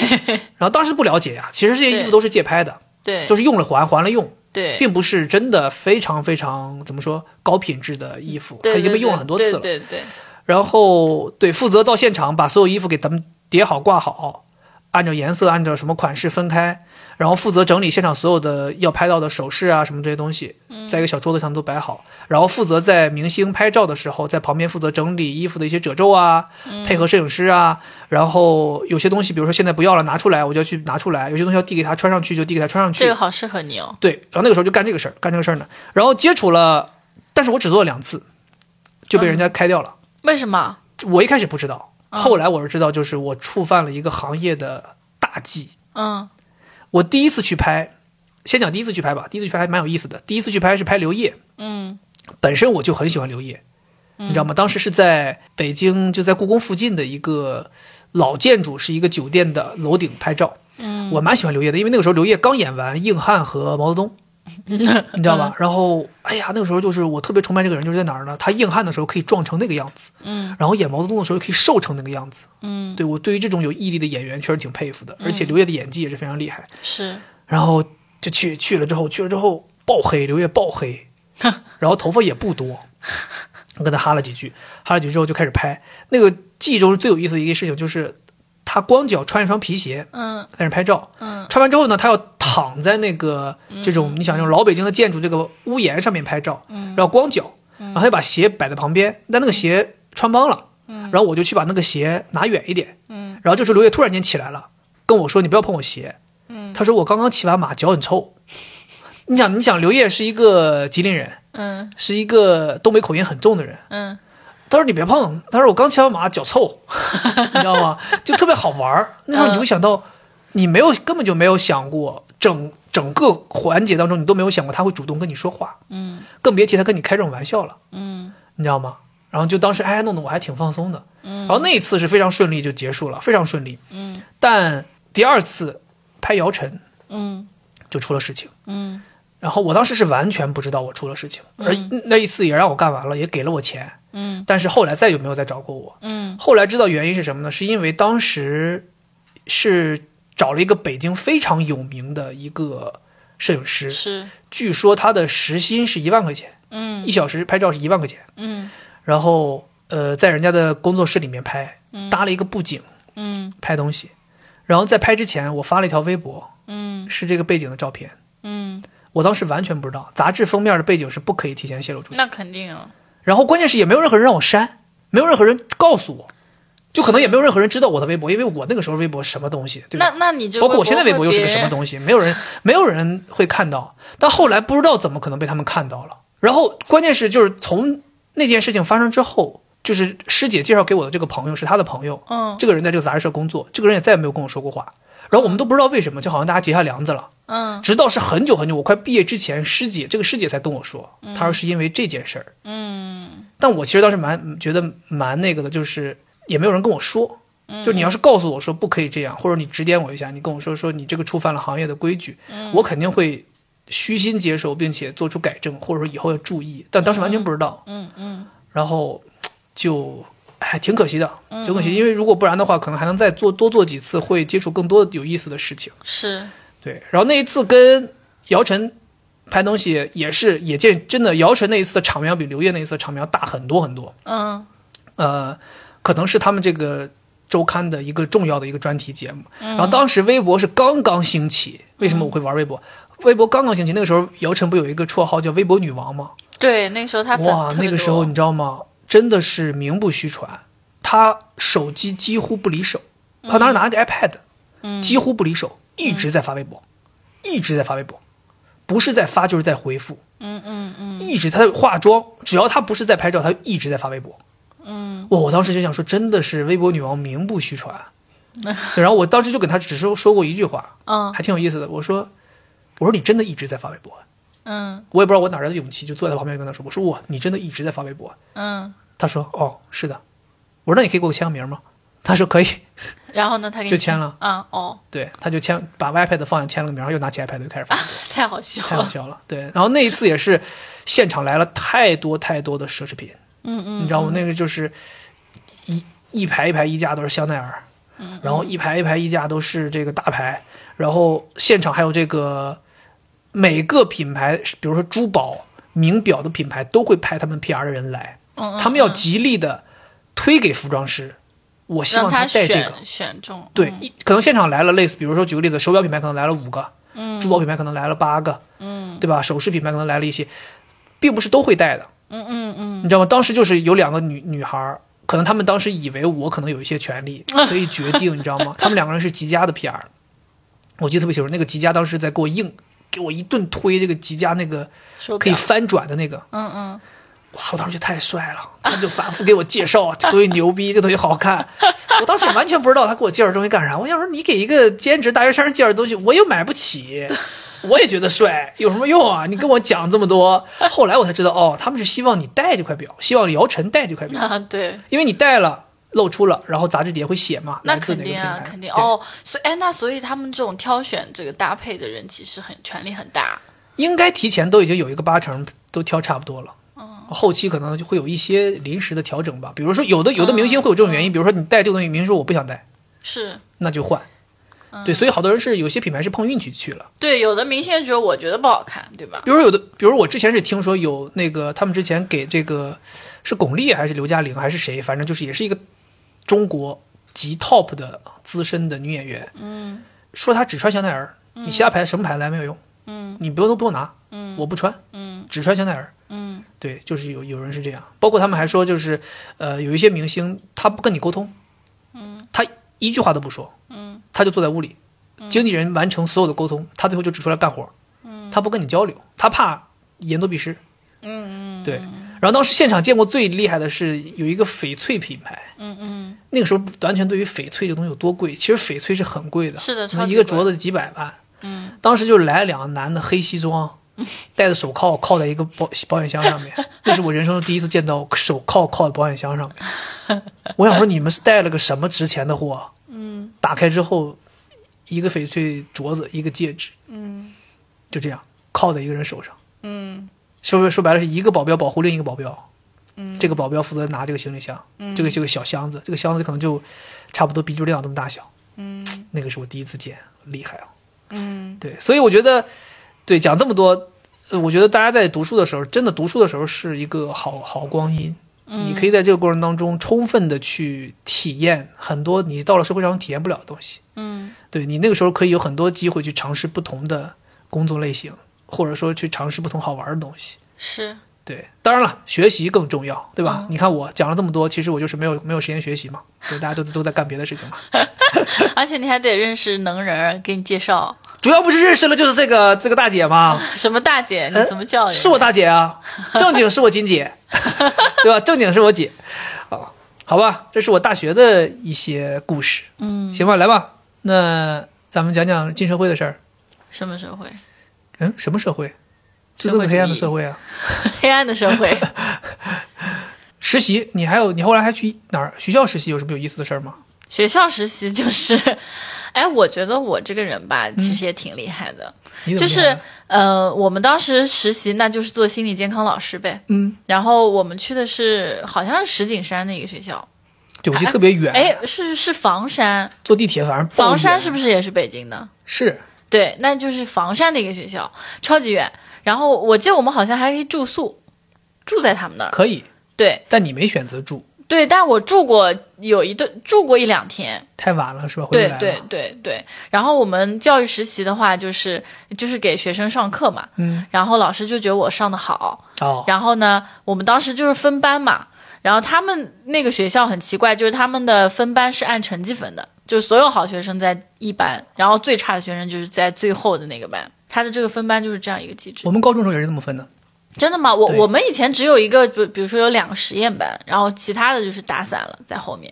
A: 然后当时不了解呀、其实这些衣服
B: 对
A: 都是借拍的，
B: 对
A: 就是用了还，还了用，
B: 对，
A: 并不是真的非常非常怎么说高品质的衣服，它
B: 对
A: 已经被用了很多次了。
B: 对对对对，
A: 然后对负责到现场把所有衣服给咱们叠好挂好，按照颜色按照什么款式分开，然后负责整理现场所有的要拍到的首饰啊什么这些东西，在一个小桌子上都摆好，然后负责在明星拍照的时候，在旁边负责整理衣服的一些褶皱啊，配合摄影师啊，然后有些东西，比如说现在不要了，拿出来，我就要去拿出来；有些东西要递给他穿上去，就递给他穿上去。
B: 这个好适合你哦。
A: 对，然后那个时候就干这个事儿，干这个事儿呢，然后接触了，但是我只做了两次，就被人家开掉了。
B: 为什么？
A: 我一开始不知道，后来我是知道，就是我触犯了一个行业的大忌。
B: 嗯
A: 我第一次去拍，先讲第一次去拍吧，第一次去拍还蛮有意思的。第一次去拍是拍刘烨，
B: 嗯
A: 本身我就很喜欢刘烨，你知道吗？当时是在北京，就在故宫附近的一个老建筑，是一个酒店的楼顶拍照。嗯，我蛮喜欢刘烨的，因为那个时候刘烨刚演完《硬汉》和毛泽 东，你知道吧？然后，哎呀，那个时候就是我特别崇拜这个人，就是在哪儿呢？他硬汉的时候可以壮成那个样子，嗯，然后演毛泽东的时候可以瘦成那个样子，
B: 嗯，
A: 对我对于这种有毅力的演员确实挺佩服的，而且刘烨的演技也是非常厉害。
B: 是
A: 然后就去去了之后，去了之后爆黑，刘烨爆黑，然后头发也不多，我跟他哈了几句，哈了几句之后就开始拍。那个记忆中最有意思的一个事情就是，他光脚穿一双皮鞋，
B: 嗯
A: 在那拍照，
B: 嗯，
A: 穿完之后呢，他要躺在那个这种、你想这种老北京的建筑这个屋檐上面拍照，然后光脚，然后他就把鞋摆在旁边，但那个鞋穿帮了，然后我就去把那个鞋拿远一点，
B: 嗯，
A: 然后这时候刘烨突然间起来了，跟我说你不要碰我鞋，
B: 嗯，
A: 他说我刚刚骑完马，脚很臭，你想你想刘烨是一个吉林人，
B: 嗯
A: 是一个东北口音很重的人，
B: 嗯
A: 他说你别碰，他说我刚骑完马脚臭，你知道吗？就特别好玩儿。那时候你就会想到，你没有根本就没有想过整整个环节当中，你都没有想过他会主动跟你说话，
B: 嗯
A: 更别提他跟你开这种玩笑了，
B: 嗯
A: 你知道吗？然后就当时哎弄得我还挺放松的，然后那一次是非常顺利就结束了，非常顺利。
B: 嗯
A: 但第二次拍姚晨
B: 嗯
A: 就出了事情。
B: 嗯
A: 然后我当时是完全不知道我出了事情，而那一次也让我干完了，也给了我钱，
B: 嗯
A: 但是后来再也没有再找过我。
B: 嗯
A: 后来知道原因是什么呢？是因为当时是找了一个北京非常有名的一个摄影师，
B: 是
A: 据说他的时薪是一万块钱，
B: 嗯
A: 一小时拍照是一万块钱。
B: 嗯
A: 然后呃，在人家的工作室里面拍，搭了一个布景
B: 嗯
A: 拍东西。然后在拍之前，我发了一条微博，
B: 嗯
A: 是这个背景的照片。
B: 嗯，
A: 我当时完全不知道，杂志封面的背景是不可以提前泄露出去的。
B: 那肯定啊。
A: 然后关键是也没有任何人让我删，没有任何人告诉我，就可能也没有任何人知道我的微博，因为我那个时候微博什么东西，对
B: 那
A: 吧？
B: 那你这
A: 包括我现在微博
B: 博
A: 又是个什么东西，没有人没有人会看到。但后来不知道怎么可能被他们看到了。然后关键是就是从那件事情发生之后，就是师姐介绍给我的这个朋友是她的朋友，
B: 嗯
A: 这个人在这个杂志社工作，这个人也再也没有跟我说过话。然后我们都不知道为什么，就好像大家结下梁子了。
B: 嗯
A: 直到是很久很久，我快毕业之前，师姐这个师姐才跟我说，她说是因为这件事儿。
B: 嗯
A: 但我其实当时蛮觉得蛮那个的，就是也没有人跟我说，就你要是告诉我说不可以这样，或者你指点我一下，你跟我说说你这个触犯了行业的规矩，我肯定会虚心接受，并且做出改正，或者说以后要注意。但当时完全不知道，
B: 嗯嗯
A: 然后就还挺可惜的，挺可惜，因为如果不然的话，可能还能再做多做几次，会接触更多有意思的事情。
B: 是
A: 对，然后那一次跟姚晨拍东西也是也见真的，姚晨那一次的场面要比刘烨那一次的场面要大很多很多。
B: 嗯
A: 呃，可能是他们这个周刊的一个重要的一个专题节目。然后当时微博是刚刚兴起，为什么我会玩微博？微博刚刚兴起，那个时候姚晨不有一个绰号叫“微博女王”吗？
B: 对，那个时候他粉丝
A: 哇，
B: 特别
A: 那个时
B: 多
A: 候你知道吗？真的是名不虚传，她手机几乎不离手，
B: 嗯
A: 她当时拿着个 iPad，、几乎不离手，一直在发微博，一直在发微博，不是在发就是在回复，
B: 嗯嗯嗯
A: 一直她化妆，只要她不是在拍照，她一直在发微博。
B: 嗯
A: 我我当时就想说，真的是微博女王名不虚 传。对然后我当时就给她只是说过一句话，
B: 嗯
A: 还挺有意思的。我说，我说你真的一直在发微博，啊
B: 嗯
A: 我也不知道我哪来的勇气，就坐在她旁边跟她说，我说哇，你真的一直在发微博。啊
B: 嗯，
A: 她说哦，是的。我说那你可以给我签个名吗？她说可以，
B: 然后呢，他给你
A: 就签了。
B: 啊哦，
A: 对，她就签把 iPad 放下签了个名，然后又拿起 iPad 就开始发，
B: 太好笑
A: 太
B: 了
A: 好。笑了。对，然后那一次也是现场来了太多太多的奢侈品，
B: 嗯嗯，
A: 你知道吗？那个就是一一排一排衣架都是香奈儿，
B: 嗯
A: 然后一排一排衣架都是这个大牌，然后现场还有这个每个品牌，比如说珠宝、名表的品牌都会派他们 PR 的人来，
B: 嗯嗯
A: 他们要极力的推给服装师，我希
B: 让
A: 望
B: 他
A: 带这
B: 选
A: 个。
B: 选中，嗯
A: 对，一可能现场来了类似，比如说举个例子，手表品牌可能来了五个，嗯，珠宝品牌可能来了八个，嗯，对吧？首饰品牌可能来了一些，并不是都会戴的，
B: 嗯嗯嗯，
A: 你知道吗？当时就是有两个女女孩儿，可能她们当时以为我可能有一些权 利，可以决定，你知道吗？她们两个人是极佳的 PR，我记得特别清楚，那个极佳当时在给我硬给我一顿推这个极佳那个
B: 手
A: 可以
B: 表，
A: 翻转的那个，
B: 嗯嗯，
A: 哇，我当时就太帅了，他就反复给我介绍 这东西牛逼，这东西好看。我当时也完全不知道他给我介绍东西干啥。我想说，你给一个兼职大学生介绍东西，我又买不起，我也觉得帅，有什么用啊？你跟我讲这么多，后来我才知道，哦，他们是希望你戴这块表，希望姚晨戴这块表，
B: 啊对，
A: 因为你戴了露出了，然后杂志底下会写嘛，
B: 那
A: 来自
B: 肯
A: 哪个
B: 定
A: 品
B: 啊
A: 牌，
B: 肯定
A: 对
B: 哦。所以哎，那所以他们这种挑选这个搭配的人，其实很权力很大。
A: 应该提前都已经有一个八成都挑差不多了。后期可能就会有一些临时的调整吧，比如说有的有的明星会有这种原因，比如说你戴这个东西，明星说我不想戴，
B: 是
A: 那就换。对，所以好多人是有些品牌是碰运气去了，
B: 对，有的明星觉得我觉得不好看，对吧？
A: 比如有的，比如我之前是听说有那个他们之前给这个是巩俐还是刘嘉玲还是谁，反正就是也是一个中国极 top 的资深的女演员，嗯，说她只穿香奈儿，你其他牌子什么牌子来没有用，嗯，你不用都不用拿，嗯，我不穿，嗯，只穿香奈儿，嗯，对，就是有有人是这样，包括他们还说就是呃有一些明星他不跟你沟通，嗯，他一句话都不说，嗯，他就坐在屋里，经纪人完成所有的沟通，他最后就只出来干活，他不跟你交流，他怕言多必失。嗯嗯，对。然后当时现场见过最厉害的是有一个翡翠品牌，嗯嗯，那个时候完全对于翡翠这个东西有多贵，其实翡翠是很贵的，
B: 是的
A: 可能
B: 超级
A: 一个
B: 贵
A: 镯子几百万。嗯，当时就来了两个男的，黑西装，
B: 嗯
A: 戴着手铐铐在一个保保险箱上 面，那是我人生中第一次见到手铐铐在保险箱上面。我想说你们是带了个什么值钱的货？嗯，打开之后，一个翡翠镯子，一个戒指，嗯，就这样铐在一个人手上。
B: 嗯，
A: 说说白了是一个保镖保护另一个保镖，嗯，这个保镖负责拿这个行李箱，嗯，这个这个小箱子，这个箱子可能就差不多啤酒量这么大小，嗯，那个是我第一次见，厉害啊，嗯，对，所以我觉得，对，讲这么多，呃我觉得大家在读书的时候，真的读书的时候是一个好好光阴。你可以在这个过程当中充分的去体验很多你到了社会上体验不了的东西。
B: 嗯
A: 对你那个时候可以有很多机会去尝试不同的工作类型，或者说去尝试不同好玩的东西。
B: 是，
A: 对，当然了，学习更重要，对
B: 嗯
A: 吧？你看我讲了这么多，其实我就是没有没有时间学习嘛，对，大家都都在干别的事 情嘛。
B: 而且你还得认识能人儿给你介绍，
A: 主要不是认识了就是这个这个大姐嘛，
B: 什么大姐，你怎么叫人？
A: 哎是我大姐啊，正经是我金 姐，对吧？正经是我姐，啊，好吧，这是我大学的一些故事，嗯，行吧，来吧，那咱们讲讲进社会的事儿。
B: 什么社会？
A: 嗯，什么社会？这
B: 社
A: 这
B: 会
A: 么黑暗的
B: 主义
A: 社会啊！
B: 黑暗的社 会。
A: 实习，你还有你后来还去哪儿学校实习，有什么有意思的事儿吗？
B: 学校实习就是， 哎，我觉得我这个人吧，其实也挺厉害的。
A: 嗯你怎
B: 就
A: 么啊
B: 是呃，我们当时实习，那就是做心理健康老师呗。
A: 嗯，
B: 然后我们去的是好像是石景山的一个学校，
A: 对哦我记得特别远，啊
B: 哎，是是房山，
A: 坐地铁反正
B: 房山是
A: 不
B: 不是也是北京的？
A: 啊是
B: 对，那就是房山的一个学校，超级远。然后我记得我们好像还可以住宿，住在他们那儿。
A: 可以，
B: 对
A: 但你没选择住，
B: 对，但我住过有一顿住过一两天，
A: 太晚了是吧？回不
B: 对
A: 来了
B: 对对对，然后我们教育实习的话，就是就是给学生上课嘛，
A: 嗯，
B: 然后老师就觉得我上的好，
A: 哦，
B: 然后呢，我们当时就是分班嘛，然后他们那个学校很奇怪，就是他们的分班是按成绩分的，就是所有好学生在一班，然后最差的学生就是在最后的那个班，他的这个分班就是这样一个机制
A: 我。们高中时候也是这么分的，
B: 真的吗？我
A: 对
B: 我们以前只有一个，比比如说有两个实验班，然后其他的就是打散了在后面。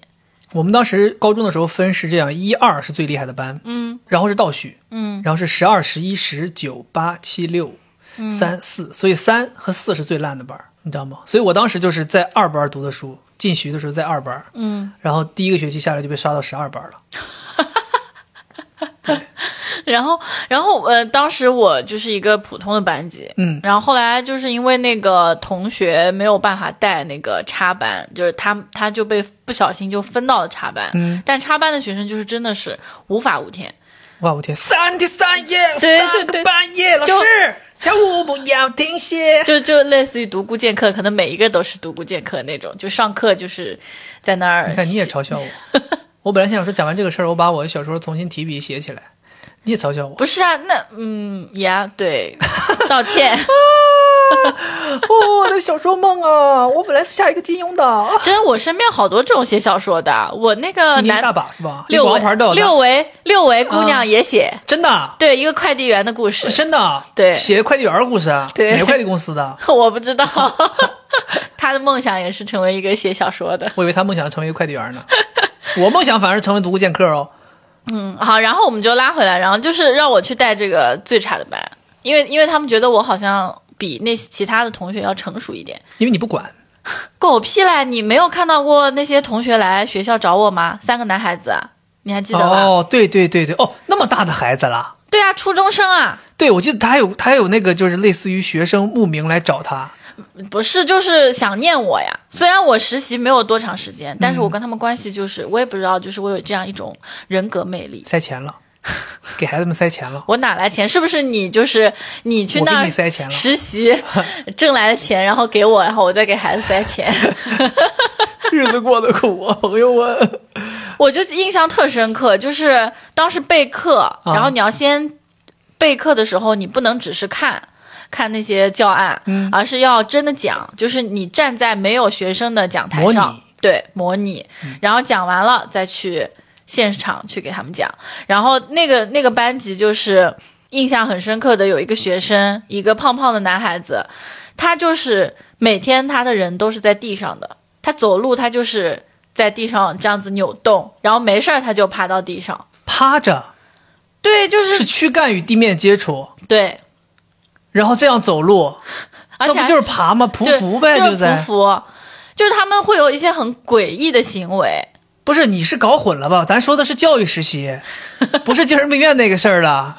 A: 我们当时高中的时候分是这样，一二是最厉害的班，嗯，然后是倒序，嗯，然后是十二、十一、十九、八、七、六、
B: 嗯
A: 三、四，所以三和四是最烂的班儿，你知道吗？所以我当时就是在二班读的书，进学的时候在二班，嗯，然后第一个学期下来就被刷到十二班了。
B: 然后，然后，呃，当时我就是一个普通的班级，
A: 嗯，
B: 然后后来就是因为那个同学没有办法带那个插班，就是他他就被不小心就分到了插班，嗯，但插班的学生就是真的是无法无天，
A: 哇，我天，三天三夜，
B: 对
A: 三
B: 对
A: 个半夜，老
B: 就
A: 师跳舞不要停歇。
B: 就就类似于独孤剑客，可能每一个都是独孤剑客那种，就上课就是在那儿，
A: 你看，你也嘲笑我。我本来想说，讲完这个事儿，我把我的小说重新提笔写起来，你也嘲 笑我，
B: 不是啊，那嗯呀，对，道歉。
A: 哦，我的小说梦啊！我本来是下一个金庸的，
B: 真的，我身边好多这种写小说的，啊我那个
A: 一年大
B: 男
A: 把是吧？
B: 呃六
A: 王
B: 维
A: 牌的，嗯
B: 六维六维姑娘也写，
A: 真的啊，
B: 对，一个快递员的故事，
A: 真的啊，
B: 对
A: 写快递员的故事啊，
B: 对
A: 哪个快递公司的？
B: 我不 知道。他的梦想也是成为一个写小说的。
A: 我以为他梦想成为快递员 呢，我梦想反而成为独孤剑客哦。
B: 嗯，好，然后我们就拉回来，然后就是让我去带这个最差的班，因为因为他们觉得我好像比那些其他的同学要成熟一点。
A: 因为你不管，
B: 狗屁嘞！你没有看到过那些同学来学校找我吗？三个男孩子，啊你还记得吧？
A: 哦，对对对对，哦，那么大的孩子啦，
B: 对啊，初中生啊，
A: 对我记得他还有他还有那个就是类似于学生慕名来找他，
B: 不是就是想念我呀。虽然我实习没有多长时间，但是我跟他们关系就是，我也不知道，就是我有这样一种人格魅力。
A: 塞钱了，给孩子们塞钱了，
B: 我哪来钱？是不是你就是你去
A: 我
B: 那
A: 给
B: 儿
A: 你塞钱了，
B: 实习挣来的钱，然后给我，然后我再给孩子塞钱？
A: 日子过得苦啊，朋友们。
B: 我就印象特深刻，就是当时备课，
A: 啊
B: 然后你要先备课的时候，你不能只是看。看那些教案，
A: 嗯
B: 而是要真的讲，就是你站在没有学生的讲台
A: 模
B: 上
A: 拟，嗯
B: 对，模拟，然后讲完了再去现场去给他们讲。然后那个那个班级就是印象很深刻的有一个学生，一个胖胖的男孩子，他就是每天他的人都是在地上的，他走路他就是在地上这样子扭动，然后没事儿他就趴到地上。
A: 趴着
B: 对，就是
A: 是躯干与地面接触，
B: 对，
A: 然后这样走路，
B: 而
A: 那
B: 且
A: 不
B: 还
A: 就是爬吗？匍
B: 对
A: 匐呗，
B: 就是
A: 在
B: 匍匐，就是他们会有一些很诡异的行为。
A: 不是你是搞混了吧？咱说的是教育实习，不是精神病院那个事儿了。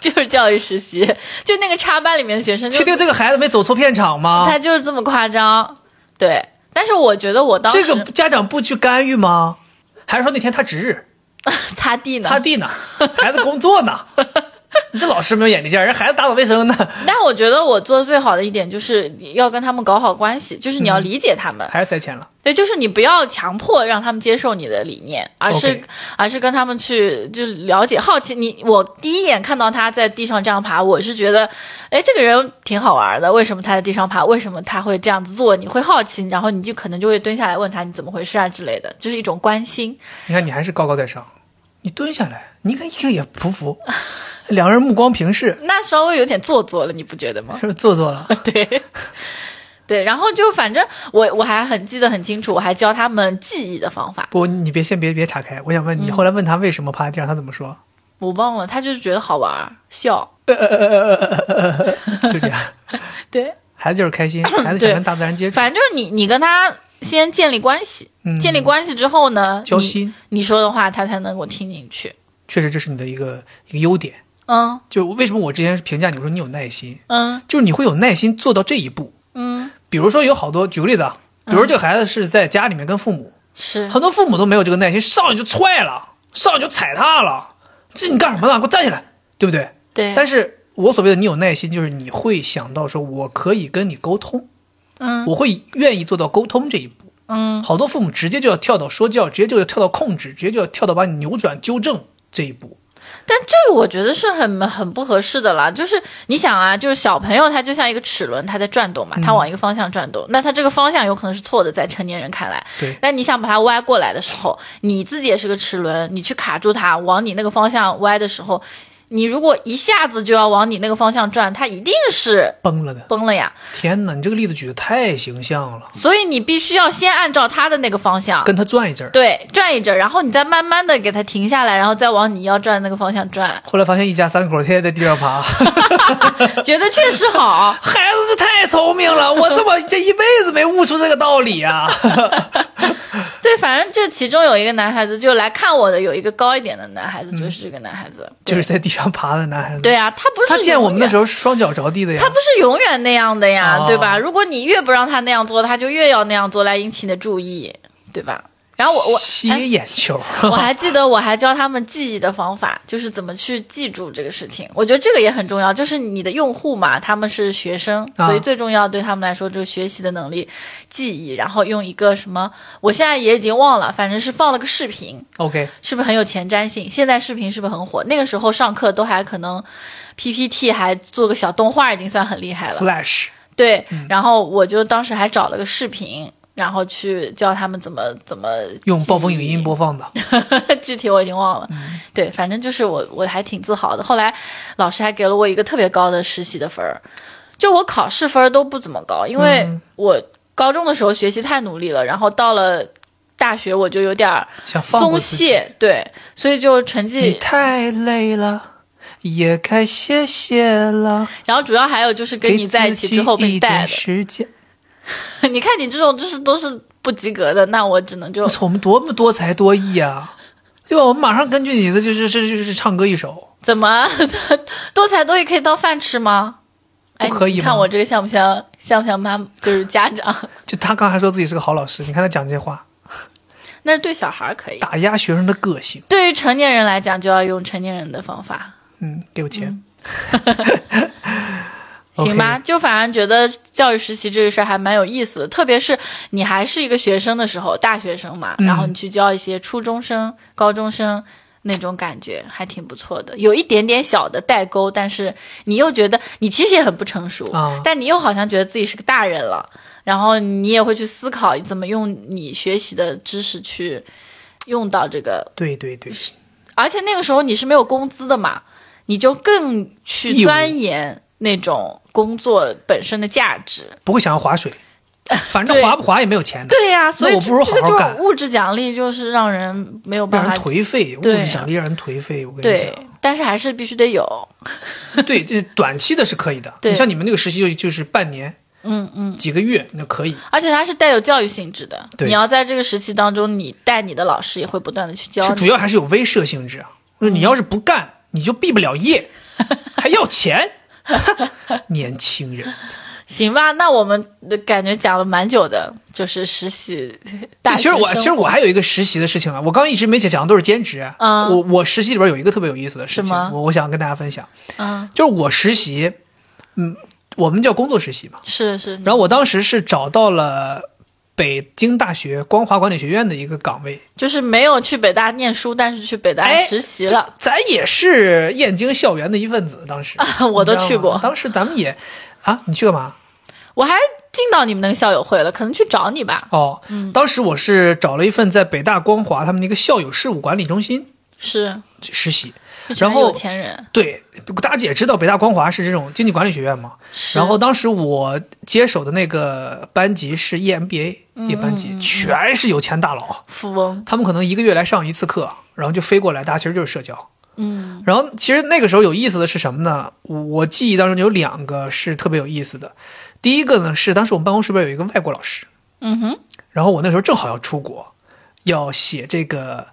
B: 就是教育实习，就那个插班里面的学生就
A: 确，定这啊个孩子没走错片场吗？
B: 他就是这么夸张，对。但是我觉得我当时
A: 这个家长不去干预吗？还是说那天他值日
B: 擦地呢，
A: 擦地呢，孩子工作 呢？你这老师没有眼力见儿，人孩子打扫卫生呢，
B: 但我觉得我做的最好的一点就是要跟他们搞好关系，就是
A: 嗯
B: 你要理解他们，
A: 还是塞钱了。
B: 对，就是你不要强迫让他们接受你的理念，而是
A: OK
B: 而是跟他们去就了解、好奇。你我第一眼看到他在地上这样爬，我是觉得，哎，这个人挺好玩的。为什么他在地上爬？为什么他会这样子做？你会好奇，然后你就可能就会蹲下来问他你怎么回事啊之类的，就是一种关心。
A: 你看你还是高高在上，你蹲下来，你看一个也匍匐，两人目光平视，
B: 那稍微有点做作了，你不觉得吗？
A: 是不是做作了？
B: 对。对，然后就反正我我还很记得很清楚，我还教他们记忆的方法，
A: 不，你别先别别岔开，我想问你，后来问他为什么趴在地上，他怎么说？
B: 我忘了，他就是觉得好玩儿，笑，
A: 就这样，
B: 对，
A: 孩子就是开心，孩子想跟大自然接触，
B: 反正就是你你跟他先建立关系，
A: 嗯
B: 建立关系之后呢，
A: 交
B: 你
A: 心，
B: 你说的话他才能够听进去，
A: 确实这是你的一个一个优点。
B: 嗯
A: 就为什么我之前评价你，我说你有耐心，
B: 嗯
A: 就是你会有耐心做到这一步。
B: 嗯，
A: 比如说有好多，举个例子啊，比如说这个孩子是在家里面跟父母，
B: 是
A: 很多父母都没有这个耐心，上来就踹了，上来就踩踏了，这你干什么呢？给我站起来，对不对？
B: 对，
A: 但是我所谓的你有耐心，就是你会想到说，我可以跟你沟通，
B: 嗯
A: 我会愿意做到沟通这一步。
B: 嗯
A: 好多父母直接就要跳到说教，直接就要跳到控制，直接就要跳到把你扭转纠正这一步。
B: 但这个我觉得是很很不合适的啦。就是你想啊，就是小朋友他就像一个齿轮，他在转动嘛，
A: 嗯
B: 他往一个方向转动，那他这个方向有可能是错的，在成年人看来。
A: 对
B: 那你想把它歪过来的时候，你自己也是个齿轮，你去卡住它，往你那个方向歪的时候，你如果一下子就要往你那个方向转，它一定是
A: 崩了的，
B: 崩了呀。
A: 天哪！你这个例子举得太形象了，
B: 所以你必须要先按照它的那个方向。
A: 跟他转一阵儿。
B: 对，转一阵，然后你再慢慢的给它停下来，然后再往你要转的那个方向 转，
A: 后来发现一家三口天天在地上爬，
B: 觉得确实好。
A: 孩子这太聪明 了，我这么这一辈子没悟出这个道理啊！
B: 对，反正这其中有一个男孩子，就来看我的有一个高一点的男孩子，就是这个男孩子。
A: 就是在地上爬的男孩子。
B: 对啊，他不是
A: 他见我们的时
B: 候，
A: 候是双脚着地的呀
B: 他。不是永远那样的呀，
A: 哦
B: 对吧？如果你越不让他那样做，他就越要那样做来引起你的注意，对吧？然后我我
A: 吸
B: 哎
A: 眼球，
B: 我还记得，我还教他们记忆的方法，就是怎么去记住这个事情。我觉得这个也很重要，就是你的用户嘛，他们是学生，
A: 啊
B: 所以最重要对他们来说就是学习的能力、记忆，然后用一个什么，我现在也已经忘了，反正是放了个视频，
A: OK，
B: 是不是很有前瞻性？现在视频是不是很火？那个时候上课都还可能 PPT 还做个小动画，已经算很厉
A: 嗯
B: 害了。
A: Flash
B: 对，然后我就当时还找了个视频。然后去教他们怎么怎么
A: 用暴风
B: 记
A: 影
B: 忆
A: 音播放的，
B: 具体我已经忘了。
A: 嗯
B: 对，反正就是我我还挺自豪的。后来老师还给了我一个特别高的实习的分儿，就我考试分儿都不怎么高，因为
A: 嗯
B: 我高中的时候学习太努力了，然后到了大学我就有点儿
A: 想放
B: 松
A: 过自己。
B: 懈，对，所以就成
A: 你
B: 绩，
A: 太累了，也该歇歇了。
B: 然后主要还有就是
A: 给
B: 跟你在一起之后
A: 自己
B: 被
A: 一
B: 带
A: 点时间，
B: 的。 你看你这种就是都是不及格的，那我只能就
A: 我操，我们多么多才多艺啊！对吧？我们马上根据你的就是是是是唱歌一首，
B: 怎么多才多艺可以当饭吃吗？哎
A: 不可以
B: 你看
A: 吗
B: 我这个像不像像不像妈就是家长？
A: 就他刚还说自己是个好老师，你看他讲这些话，
B: 那是对小孩儿可以，
A: 打压学生的个性。
B: 对于成年人来讲，就要用成年人的方法，
A: 嗯，给我钱。
B: 嗯 行吧？就反正觉得教育实习这个事儿还蛮有意思的，特别是你还是一个学生的时候，大学生嘛，
A: 嗯
B: 然后你去教一些初中生、高中生。那种感觉还挺不错的，有一点点小的代沟，但是你又觉得你其实也很不成熟，
A: 啊
B: 但你又好像觉得自己是个大人了，然后你也会去思考怎么用你学习的知识去用到这个
A: 对对对，
B: 而且那个时候你是没有工资的嘛，你就更去
A: 义务
B: 钻研那种工作本身的价值。
A: 不会想要划水，反正
B: 对
A: 划不划也没有钱的，
B: 对呀、所以
A: 我
B: 这
A: 不如好好
B: 这个
A: 干
B: 就是物质奖励，就是让人没有办
A: 让人
B: 法
A: 颓废，物
B: 对
A: 质奖励让人颓废。我跟你
B: 对
A: 讲，，
B: 但是还是必须得有。
A: 对，这短期的是可以的。
B: 对
A: 你像你们那个实习就就是半年、
B: 嗯嗯，
A: 几个月，那可以。
B: 而且它是带有教育性质的，
A: 对
B: 你要在这个时期当中，你带你的老师也会不断的去教
A: 是主
B: 你。
A: 要还是有威慑性质啊。就是
B: 嗯
A: 你要是不干，你就毕不了 业，还要钱。 年轻人，
B: 行吧，那我们感觉讲了蛮久的，就是实习大
A: 其
B: 学
A: 实
B: 生活。
A: 我其实我还有一个实习的事情啊，我刚一直没讲讲的都是兼职。啊
B: 嗯
A: 我我实习里边有一个特别有意思的事
B: 什
A: 情，
B: 么
A: 我我想跟大家分享，
B: 嗯，
A: 就是我实习，嗯，我们叫工作实习嘛。
B: 是是，
A: 然后我当时是找到了北京大学光华管理学院的一个岗位，
B: 就是没有去北大念书，但是去北大
A: 哎
B: 实习了。
A: 咱也是燕京校园的一份子。当时
B: 我都
A: 你知道吗
B: 去过
A: 当时咱们也啊，你去干嘛？
B: 我还进到你们那个校友会了，可能去找你吧。
A: 哦，
B: 嗯
A: 当时我是找了一份在北大光华他们那个校友事务管理中心
B: 是，
A: 去实习，
B: 就全
A: 然
B: 是
A: 后
B: 有钱人，
A: 对，大家也知道北大光华是这种经济管理学院嘛。
B: 是
A: 然后当时我接手的那个班级是 E EMBA
B: 嗯
A: 一班级，全是有钱大佬，
B: 富翁，
A: 他们可能一个月来上一次课，然后就飞过来，大家其实就是社交。
B: 嗯
A: 然后其实那个时候有意思的是什么呢？我我记忆当中有两个是特别有意思的，第一个呢是当时我们办公室边有一个外国老师，
B: 嗯哼，
A: 然后我那时候正好要出国，要写这个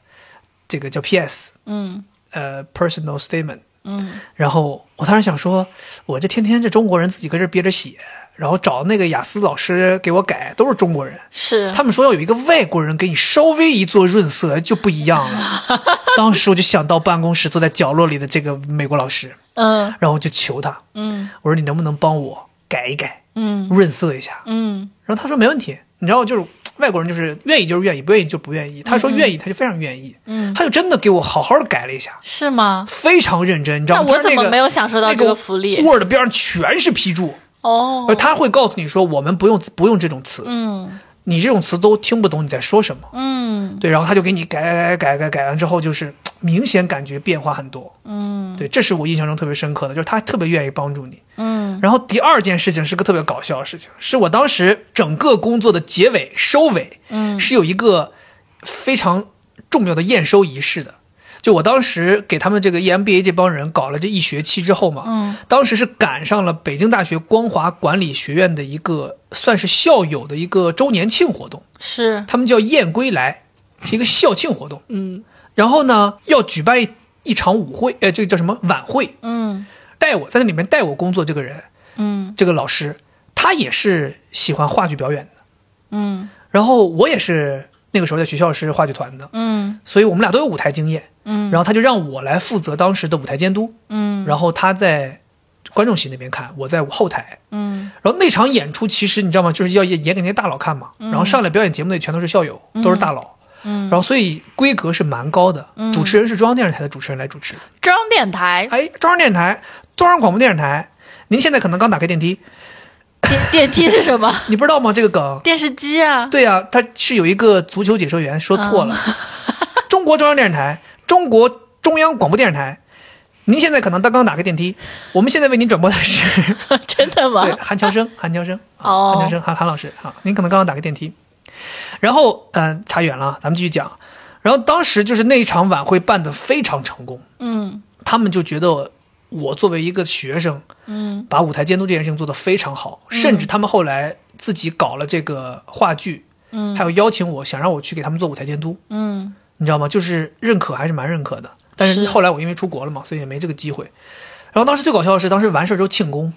A: 这个叫 PS，
B: 嗯
A: 呃，personal statement。
B: 嗯，
A: 然后我当时想说，我这天天这中国人自己搁这憋着写，然后找那个雅思老师给我改，都是中国人。
B: 是
A: 他们说要有一个外国人给你稍微一做润色就不一样了。当时我就想到办公室坐在角落里的这个美国老师，
B: 嗯
A: 然后我就求他，
B: 嗯
A: 我说你能不能帮我改一改，
B: 嗯
A: 润色一下？
B: 嗯
A: 然后他说没问题，你知道就是外国人就是愿意就是愿意，不愿意就不愿意。他说愿意，他就非常愿意，
B: 嗯，
A: 他就真的给我好好的改了一下，
B: 是吗？
A: 非常认真，你知
B: 那
A: 道吗？
B: 我怎么没
A: 有
B: 有享受到这个福利？
A: ？Word 边上全是批注，
B: 哦
A: 而，他会告诉你说我们不用不用这种词，
B: 嗯
A: 你这种词都听不懂你在说什么。
B: 嗯
A: 对，然后他就给你改改改改改完之后，就是明显感觉变化很多。
B: 嗯
A: 对，这是我印象中特别深刻的，就是他特别愿意帮助你。
B: 嗯，
A: 然后第二件事情是个特别搞笑的事情，是我当时整个工作的结尾收尾，
B: 嗯，
A: 是有一个非常重要的验收仪式的。就我当时给他们这个 E EMBA 这帮人搞了这一学期之后嘛，
B: 嗯，
A: 当时是赶上了北京大学光华管理学院的一个算是校友的一个周年庆活动，
B: 是，
A: 他们叫燕归来，是一个校庆活动。
B: 嗯
A: 然后呢，要举办一一场舞会，呃，这个叫什么晚会？
B: 嗯
A: 带我在那里面带我工作这个人，
B: 嗯
A: 这个老师，他也是喜欢话剧表演的。
B: 嗯
A: 然后我也是那个时候在学校是话剧团的，
B: 嗯
A: 所以我们俩都有舞台经验。
B: 嗯，
A: 然后他就让我来负责当时的舞台监督，
B: 嗯
A: 然后他在观众席那边看，我在后台。
B: 嗯
A: 然后那场演出其实你知道吗？就是要演演给那些大佬看嘛。然后上来表演节目的全都是校友，都是大佬。
B: 嗯
A: 然后所以规格是蛮高的，主持人是中央电视台的主持人来主持的。
B: 中央电台
A: 哎，中央电视台、中央广播电视台，您现在可能刚打开电梯，
B: 电电梯是什么？
A: 你不知道吗？这个梗，
B: 电视机啊，
A: 对呀、他是有一个足球解说员说错了， 中国中央电视台、中国中央广播电视台。您现在可能刚刚打开电梯，我们现在为您转播的是
B: 真的吗
A: 对？韩强生，韩强生，啊
B: 哦
A: 韩强生，韩韩老师啊，您可能刚刚打开电梯，然后嗯、呃差远了，咱们继续讲。然后当时就是那一场晚会办得非常成功，
B: 嗯
A: 他们就觉得我作为一个学生，
B: 嗯
A: 把舞台监督这件事情做得非常好，甚至他们后来自己搞了这个话剧，
B: 嗯
A: 还有邀请我想让我去给他们做舞台监督，
B: 嗯
A: 你知道吗？就是认可还是蛮认可的。但是
B: 是
A: 后来我因为出国了嘛，所以也没这个机会。然后当时最搞笑的是，当时完事儿之后庆功，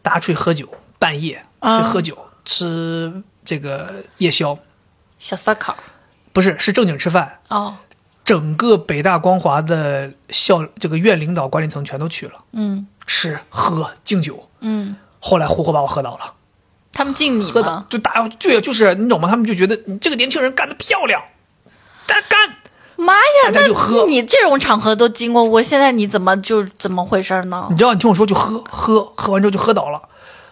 A: 大家出去喝酒，半夜去
B: 啊
A: 喝酒、吃这个夜宵，
B: 小烧烤
A: 不是是正经吃饭。
B: 哦，
A: 整个北大光华的校这个院领导管理层全都去了，
B: 嗯
A: 吃喝敬酒。
B: 嗯，
A: 后来活活把我喝倒了。
B: 他们敬你
A: 喝的
B: 吗？
A: 就大家对，就是你懂吗？他们就觉得你这个年轻人干得漂亮，干干。
B: 妈呀，
A: 大家
B: 那
A: 就喝
B: 你这种场合都经过过，现在你怎么就怎么回事呢
A: 你？知道，你听我说，就喝喝，喝完之后就喝倒了。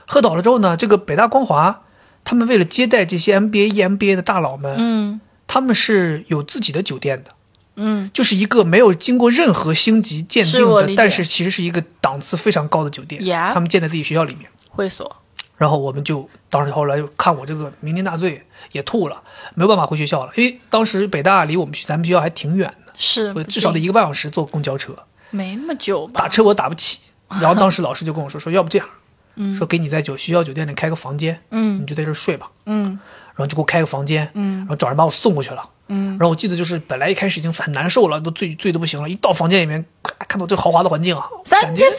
A: 喝倒了之后呢，这个北大光华，他们为了接待这些 MBA、EMBA 的大佬们，
B: 嗯
A: 他们是有自己的酒店的，
B: 嗯
A: 就是一个没有经过任何星级鉴定
B: 是我
A: 的，
B: 理解
A: 但是其实是一个档次非常高的酒店。
B: Yeah
A: 他们建在自己学校里面。
B: 会所
A: 然后我们就当时后来就看我这个酩酊大醉也吐了，没有办法回学校了，因为当时北大离我们学咱们学校还挺远的，
B: 是
A: 我
B: 不
A: 至少得
B: 敬
A: 一个半小时坐公交车，
B: 没那么久吧？
A: 打车我打不 起。然后当时老师就跟我说说，要不这样，说给你在酒学校酒店里开个房间，你
B: 嗯
A: 就在这儿睡吧。
B: 嗯
A: 然后就给我开个房间，
B: 嗯
A: 然后找人把我送过去了。
B: 嗯
A: 然后我记得就是本来一开始已经很难受了，都醉醉的不行了，一到房间里面，咔看到这豪华的环境啊，
B: 三
A: 感觉
B: 天三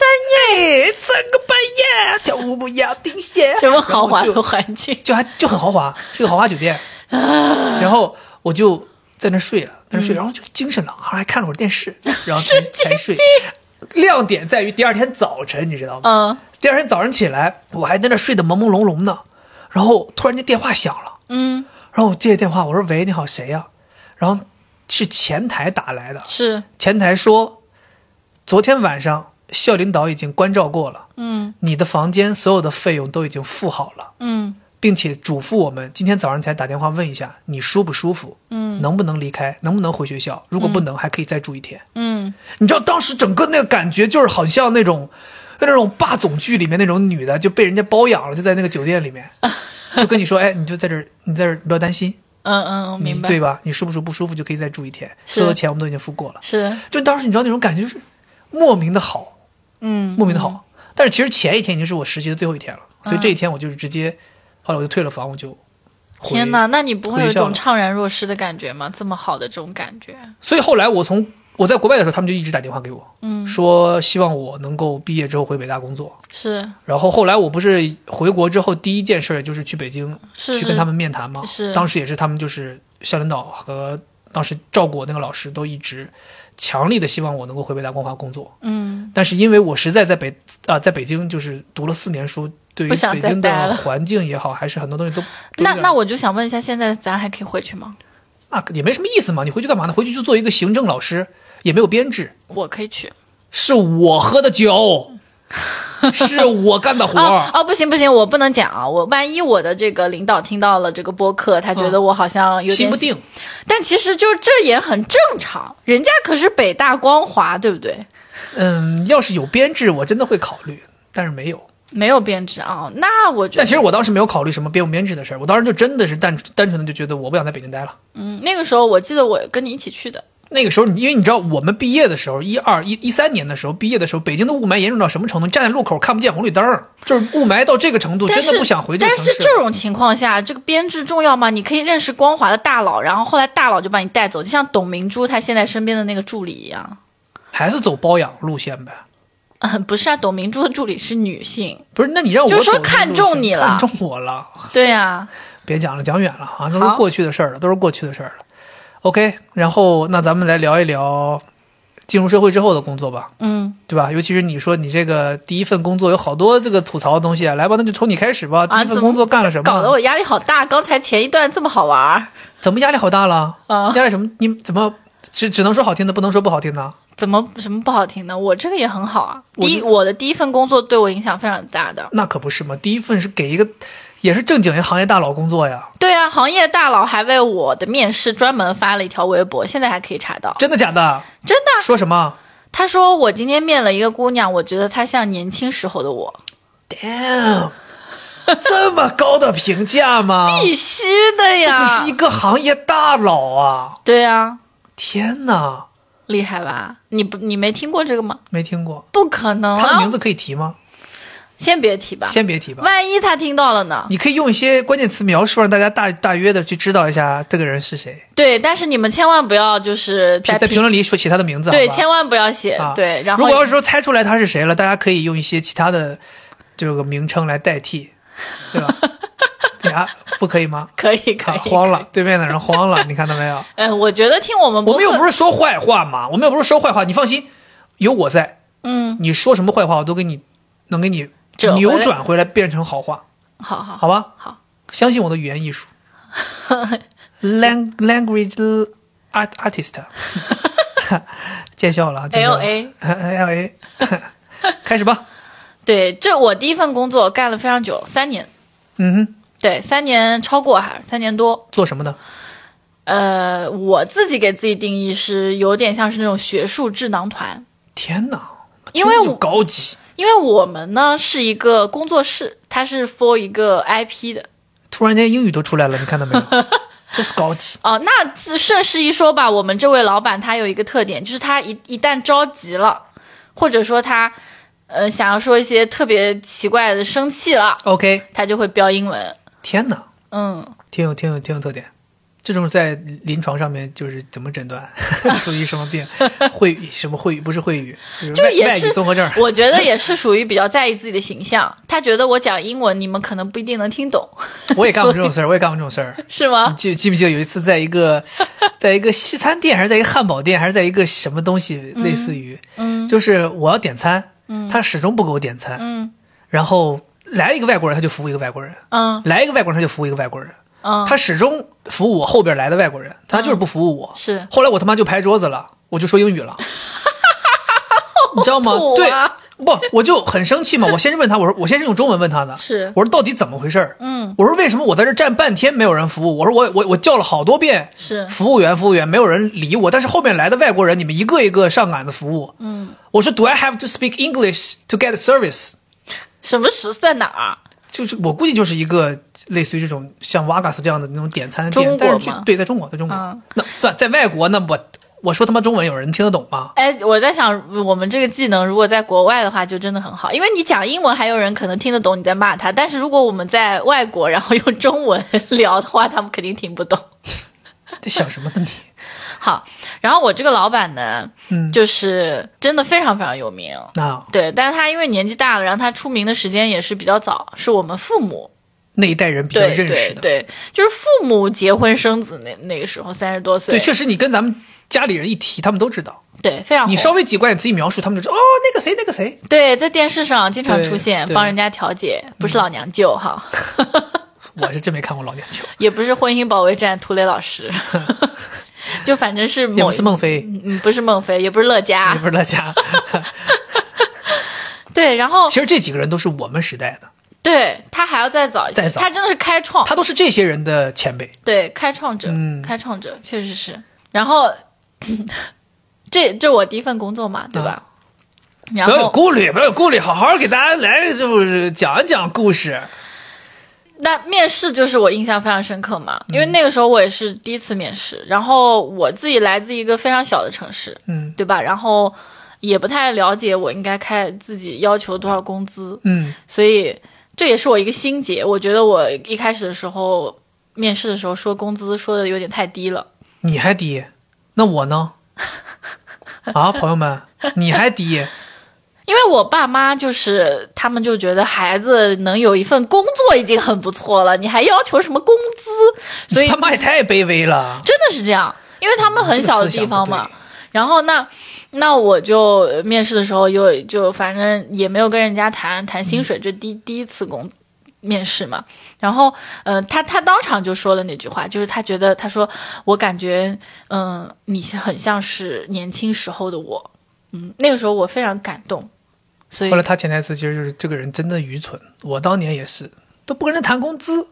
A: 哎，整个半夜跳舞不要停歇，
B: 夜，什么豪华
A: 然后就
B: 的环境？
A: 就还就很豪华，是个豪华酒店。然后我就在那儿睡了，在那儿睡，然后就精神了，好像还看了会儿电视，然后才才睡。亮点在于第二天早晨，你知道吗？
B: 嗯
A: 第二天早上起来，我还在那儿睡得朦朦胧胧呢，然后突然间电话响了，
B: 嗯，
A: 然后我接电话，我说：“喂，你好，谁呀、然后是前台打来的，
B: 是
A: 前台说，昨天晚上校领导已经关照过了，
B: 嗯
A: 你的房间所有的费用都已经付好了。
B: 嗯
A: 并且嘱咐我们今天早上才打电话问一下你舒不舒服，嗯，能不能离开，能不能回学校？如果不能，还可以再住一天。
B: 嗯，
A: 你知道当时整个那个感觉就是好像那种，那种霸总剧里面那种女的就被人家包养了，就在那个酒店里 面，就跟你说，哎，你就在这儿，你在这儿，你不要担心，
B: 嗯嗯，我明
A: 你
B: 白，
A: 对吧？你舒不舒服不舒服就可以再住一天，
B: 是
A: 所有的钱我们都已经付过了。
B: 是
A: 就当时你知道那种感觉就是莫名的好，
B: 嗯
A: 莫名的好。但是其实前一天已经是我实习的最后一天了，
B: 嗯
A: 所以这一天我就是直接，后来我就退了房，我就回。
B: 天哪，！那你不会有一
A: 回
B: 种
A: 校
B: 怅然若失的感觉吗？这么好的这种感觉，
A: 所以后来我从我在国外的时候，他们就一直打电话给我，
B: 嗯，
A: 说希望我能够毕业之后回北大工作。
B: 是
A: 然后后来我不是回国之后第一件事就是去北京
B: 是
A: 去
B: 是
A: 跟他们面谈嘛，
B: 是
A: 当时也是他们就是校领导和当时照顾我那个老师都一直强力的希望我能够回北大光华工作。
B: 嗯
A: 但是因为我实在在北啊、在北京就是读了四年书，对于
B: 不想
A: 北
B: 再
A: 京
B: 待
A: 的
B: 了
A: 环境也好，还是很多东西都都
B: 那
A: 有点
B: 那我就想问一下，现在咱还可以回去吗？
A: 那也没什么意思嘛。你回去干嘛呢？回去就做一个行政老师，也没有编制，
B: 我可以去
A: 是我喝的酒， 是我干的活
B: 啊
A: 儿。
B: 啊！不行不行，我不能讲啊！我万一我的这个领导听到了这个播客，他觉得我好像有点
A: 嗯心不，定，
B: 但其实就这也很正常，人家可是北大光华，对不对？
A: 嗯，要是有编制，我真的会考虑，但是没有。
B: 没有编制啊，那我觉
A: 但
B: 得
A: 其实我当时没有考虑什么编不编制的事儿，我当时就真的是单单纯的就觉得我不想在北京待了。
B: 嗯，那个时候我记得我跟你一起去的，
A: 那个时候，因为你知道，我们毕业的时候，一二一一三年的时候，毕业的时候，北京的雾霾严重到什么程度？站在路口看不见红绿灯儿，就是雾霾到这个程度，
B: 但
A: 真
B: 是
A: 的不想回这个
B: 但
A: 城
B: 是
A: 市。
B: 这种情况下，这个编制重要吗？你可以认识光华的大佬，然后后来大佬就把你带走，就像董明珠她现在身边的那个助理一样。
A: 还是走包养路线呗。
B: 嗯，不是啊，董明珠的助理是女性。
A: 不是，那你让我
B: 就说
A: 走那
B: 看
A: 路
B: 中
A: 是
B: 你
A: 看
B: 了
A: 中我了。
B: 对啊呀、
A: 别讲了，讲远了啊，都是
B: 好
A: 过去的事儿了，都是过去的事儿了。OK，然后那咱们来聊一聊进入社会之后的工作吧，
B: 嗯
A: 对吧？尤其是你说你这个第一份工作有好多这个吐槽的东西啊，来吧，那就从你开始吧。第
B: 啊
A: 一份工作干了什么？
B: 搞得我压力好大。刚才前一段这么好玩儿
A: 怎么压力好大了？
B: 啊，
A: 压力什么？你怎么只只能说好听的，不能说不好听的？
B: 怎么什么不好听呢？我这个也很好啊。
A: 我
B: 第一，我的第一份工作对我影响非常大的。
A: 那可不是嘛，第一份是给一个也是正经一行业大佬工作呀，
B: 对啊，行业大佬还为我的面试专门发了一条微博，现在还可以查到。
A: 真的假的？
B: 真的啊，
A: 说什么
B: 他说我今天面了一个姑娘，我觉得她像年轻时候的我，
A: ？Damn，这么高的评价吗？
B: 必须的
A: 这
B: 呀。
A: 可是一个行业大佬啊！
B: 对啊，
A: 天哪，
B: 厉害吧？你不你没听过这个吗？
A: 没听过，
B: 不可能、
A: 他的名
B: 啊，
A: 字可以提吗？
B: 先别提吧，
A: 先别提吧。
B: 万一他听到了呢？
A: 你可以用一些关键词描述，让大家大大约的去知道一下这个人是谁。
B: 对，但是你们千万不要就是
A: 评
B: 在
A: 在
B: 评
A: 评论里说写他的名字，
B: 对，
A: 好吧
B: 千万不要写、
A: 啊
B: 对，然
A: 如
B: 后
A: 果要是说猜出来他是谁了，大家可以用一些其他的这个名称来代替，对吧？呀，不可以吗？
B: 可以可
A: 看
B: 以，
A: 慌啊了，对面的人慌了，你看到没 有？
B: 哎，我觉得听我们
A: 我们又
B: 客
A: 不是说坏话嘛，我们又不是说坏话，你放心，有我在，
B: 嗯，
A: 你说什么坏话，我都给你能给你
B: 折回来
A: 扭转回来，变成好话，
B: 好好
A: 好吧？
B: 好，
A: 相信我的语言艺术 ，lang language art artist，见笑了啊见
B: L
A: 笑了
B: A
A: L A，开始吧，
B: 对，这我第一份工作干了非常久，三年，
A: 嗯哼，
B: 对，三年超过还三年多。
A: 做什么的？
B: 呃，我自己给自己定义是有点像是那种学术智囊团，
A: 天哪，
B: 因为
A: 听着就
B: 我
A: 高级，
B: 因为我们呢是一个工作室，它是 for 一个 IP 的。
A: 突然间英语都出来了，你看到没有？ 就是高级，
B: 哦，那这顺势一说吧，我们这位老板他有一个特点，就是他一一旦着急了，或者说他呃想要说一些特别奇怪的，生气了，
A: OK，
B: 他就会标英文。
A: 天哪，
B: 嗯，
A: 挺有挺有挺有特点。这种在临床上面就是怎么诊断， 属于什么 病，会语什么会语不是会语，
B: 就
A: 外
B: 也
A: 外
B: 是
A: 语综合症。
B: 我觉得也是属于比较在意自己的形象。他觉得我讲英文，你们可能不一定能听懂，
A: 我也干过这种事儿，我也干过这种事儿。
B: 是
A: 你
B: 吗？
A: 记记不记得有一次在一 个，在一个西餐店还是在一个汉堡店还是在一个什么东西，类似于，
B: 嗯
A: 就是我要点餐，他始终不给我点餐，
B: 嗯
A: 然后来了一个外国人他就服务一个外国人，
B: 嗯
A: 来一个外国人他就服务一个外国人，
B: 嗯，
A: 他始终服务我后边来的外国人，他就是不服务我。
B: 是
A: 后来我他妈就拍桌子了，我就说英语 了，你知道吗？
B: 土
A: 对
B: 啊，
A: 不，我就很生气嘛。我先是问他，我说我先是用中文问他的，
B: 是
A: 我说到底怎么回事儿？
B: 嗯
A: 我说为什么我在这站半天没有人服务？我说我我我叫了好多遍，
B: 是
A: 服务员服务员没有人理我，但是后面来的外国人你们一个一个上赶着服务，嗯，我说 Do I have to speak English to get service？
B: 什么时在哪儿？啊
A: 就是我估计就是一个类似于这种像瓦嘎斯这样的那种点餐的店，
B: 中国
A: 但是去
B: 吗
A: 对，在中国，在中国，
B: 嗯
A: 那算在外国，那我我说他妈中文有人听得懂吗？
B: 哎，我在想，我们这个技能如果在国外的话，就真的很好，因为你讲英文，还有人可能听得懂你在骂他；但是如果我们在外国，然后用中文聊的话，他们肯定听不懂。
A: 在想什么呢你？
B: 好，然后我这个老板呢，
A: 嗯
B: 就是真的非常非常有名，
A: 那
B: 对，但是他因为年纪大了，然后他出名的时间也是比较早，是我们父母
A: 那一代人比较
B: 对
A: 认识
B: 对
A: 的，
B: 对，就是父母结婚生子那那个时候，三十多岁，
A: 对，确实你跟咱们家里人一提，他们都知道。
B: 对非常
A: 你
B: 红
A: 稍微几怪，你自己描述，他们就知道哦，那个谁，那个谁，
B: 对在电视上经常
A: 对
B: 出现，
A: 对嗯
B: 帮人家调解，不是老娘舅哈。
A: 我是真没看过老娘 舅，
B: 也不是《婚姻保卫战》涂磊 老师，就反正是
A: 也
B: 某
A: 不是孟非，
B: 嗯不是孟非，也不是乐嘉，
A: 也不是乐 嘉。
B: 对，然后
A: 其实这几个人都是我们时代的，
B: 对他还要再早一些，
A: 再早
B: 他真的是开创，
A: 他都是这些人的前辈。
B: 对开创者，
A: 嗯
B: 开创者确实是。然后这这我第一份工作嘛，对吧？然
A: 啊不要有
B: 后
A: 顾虑，不要有顾虑，好好给大家来就是讲一讲故事。
B: 那面试就是我印象非常深刻嘛，因为
A: 嗯
B: 那个时候我也是第一次面试，然后我自己来自一个非常小的城市，
A: 嗯
B: 对吧？然后也不太了解我应该开自己要求多少工资，
A: 嗯，
B: 所以这也是我一个心结。我觉得我一开始的时候面试的时候说工资说的有点太低了，
A: 你还 低，那我呢？啊，朋友们，你还低，
B: 因为我爸妈就是他们就觉得孩子能有一份工作已经很不错了，你还要求什么工资？ 所以
A: 他妈也太卑微了。
B: 真的是这样，因为他们很小的地方
A: 这个
B: 嘛
A: 思想不。
B: 然后那那我就呃面试的时候又就反正也没有跟人家谈谈薪水，这第第一次工面试嘛。然后呃，他他当场就说了那句话，就是他觉得他说我感觉嗯、呃你很像是年轻时候的我，嗯，那个时候我非常感动，所以
A: 后来他潜台词其实就是这个人真的愚蠢，我当年也是，都不跟人谈工资，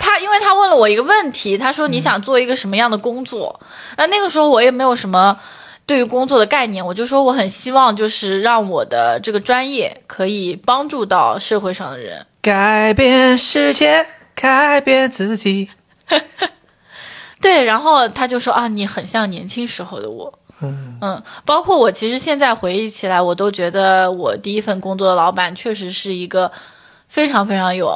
B: 他因为他问了我一个问题，他说你想做一个什么样的工作？那、那个时候我也没有什么对于工作的概念，我就说我很希望就是让我的这个专业可以帮助到社会上的人。
A: 改变世界，改变自己。
B: 对，然后他就说啊，你很像年轻时候的我。
A: 嗯，
B: 嗯，包括我其实现在回忆起来，我都觉得我第一份工作的老板确实是一个非常非常有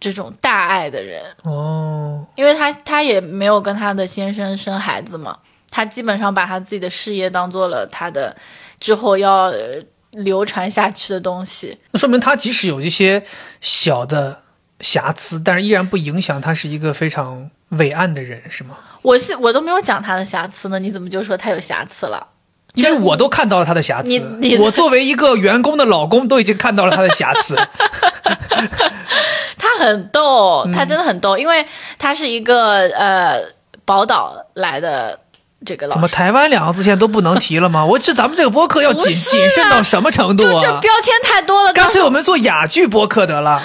B: 这种大爱的人。
A: 哦，
B: 因为她她也没有跟她的先生生孩子嘛，她基本上把她自己的事业当做了她的之后要、呃流传下去的东西。
A: 那说明他即使有一些小的瑕疵，但是依然不影响他是一个非常伟岸的人，是吗？
B: 我是我都没有讲她的瑕疵呢，你怎么就说她有瑕疵了？
A: 因为我都看到了他的瑕疵
B: 你你，
A: 我作为一个员工的老公都已经看到了他的瑕疵。
B: 她很
A: 嗯
B: 逗，她真的很逗，因为她是一个呃宝岛来的这个
A: 怎
B: 老
A: 么
B: 师。
A: 台湾两个字现在都不能提了吗？ 我这咱们这个播客要
B: 不
A: 谨
B: 是啊
A: 谨慎到什么程度
B: 就这
A: 啊？
B: 标签太多了，
A: 干脆我们做哑剧播客得了。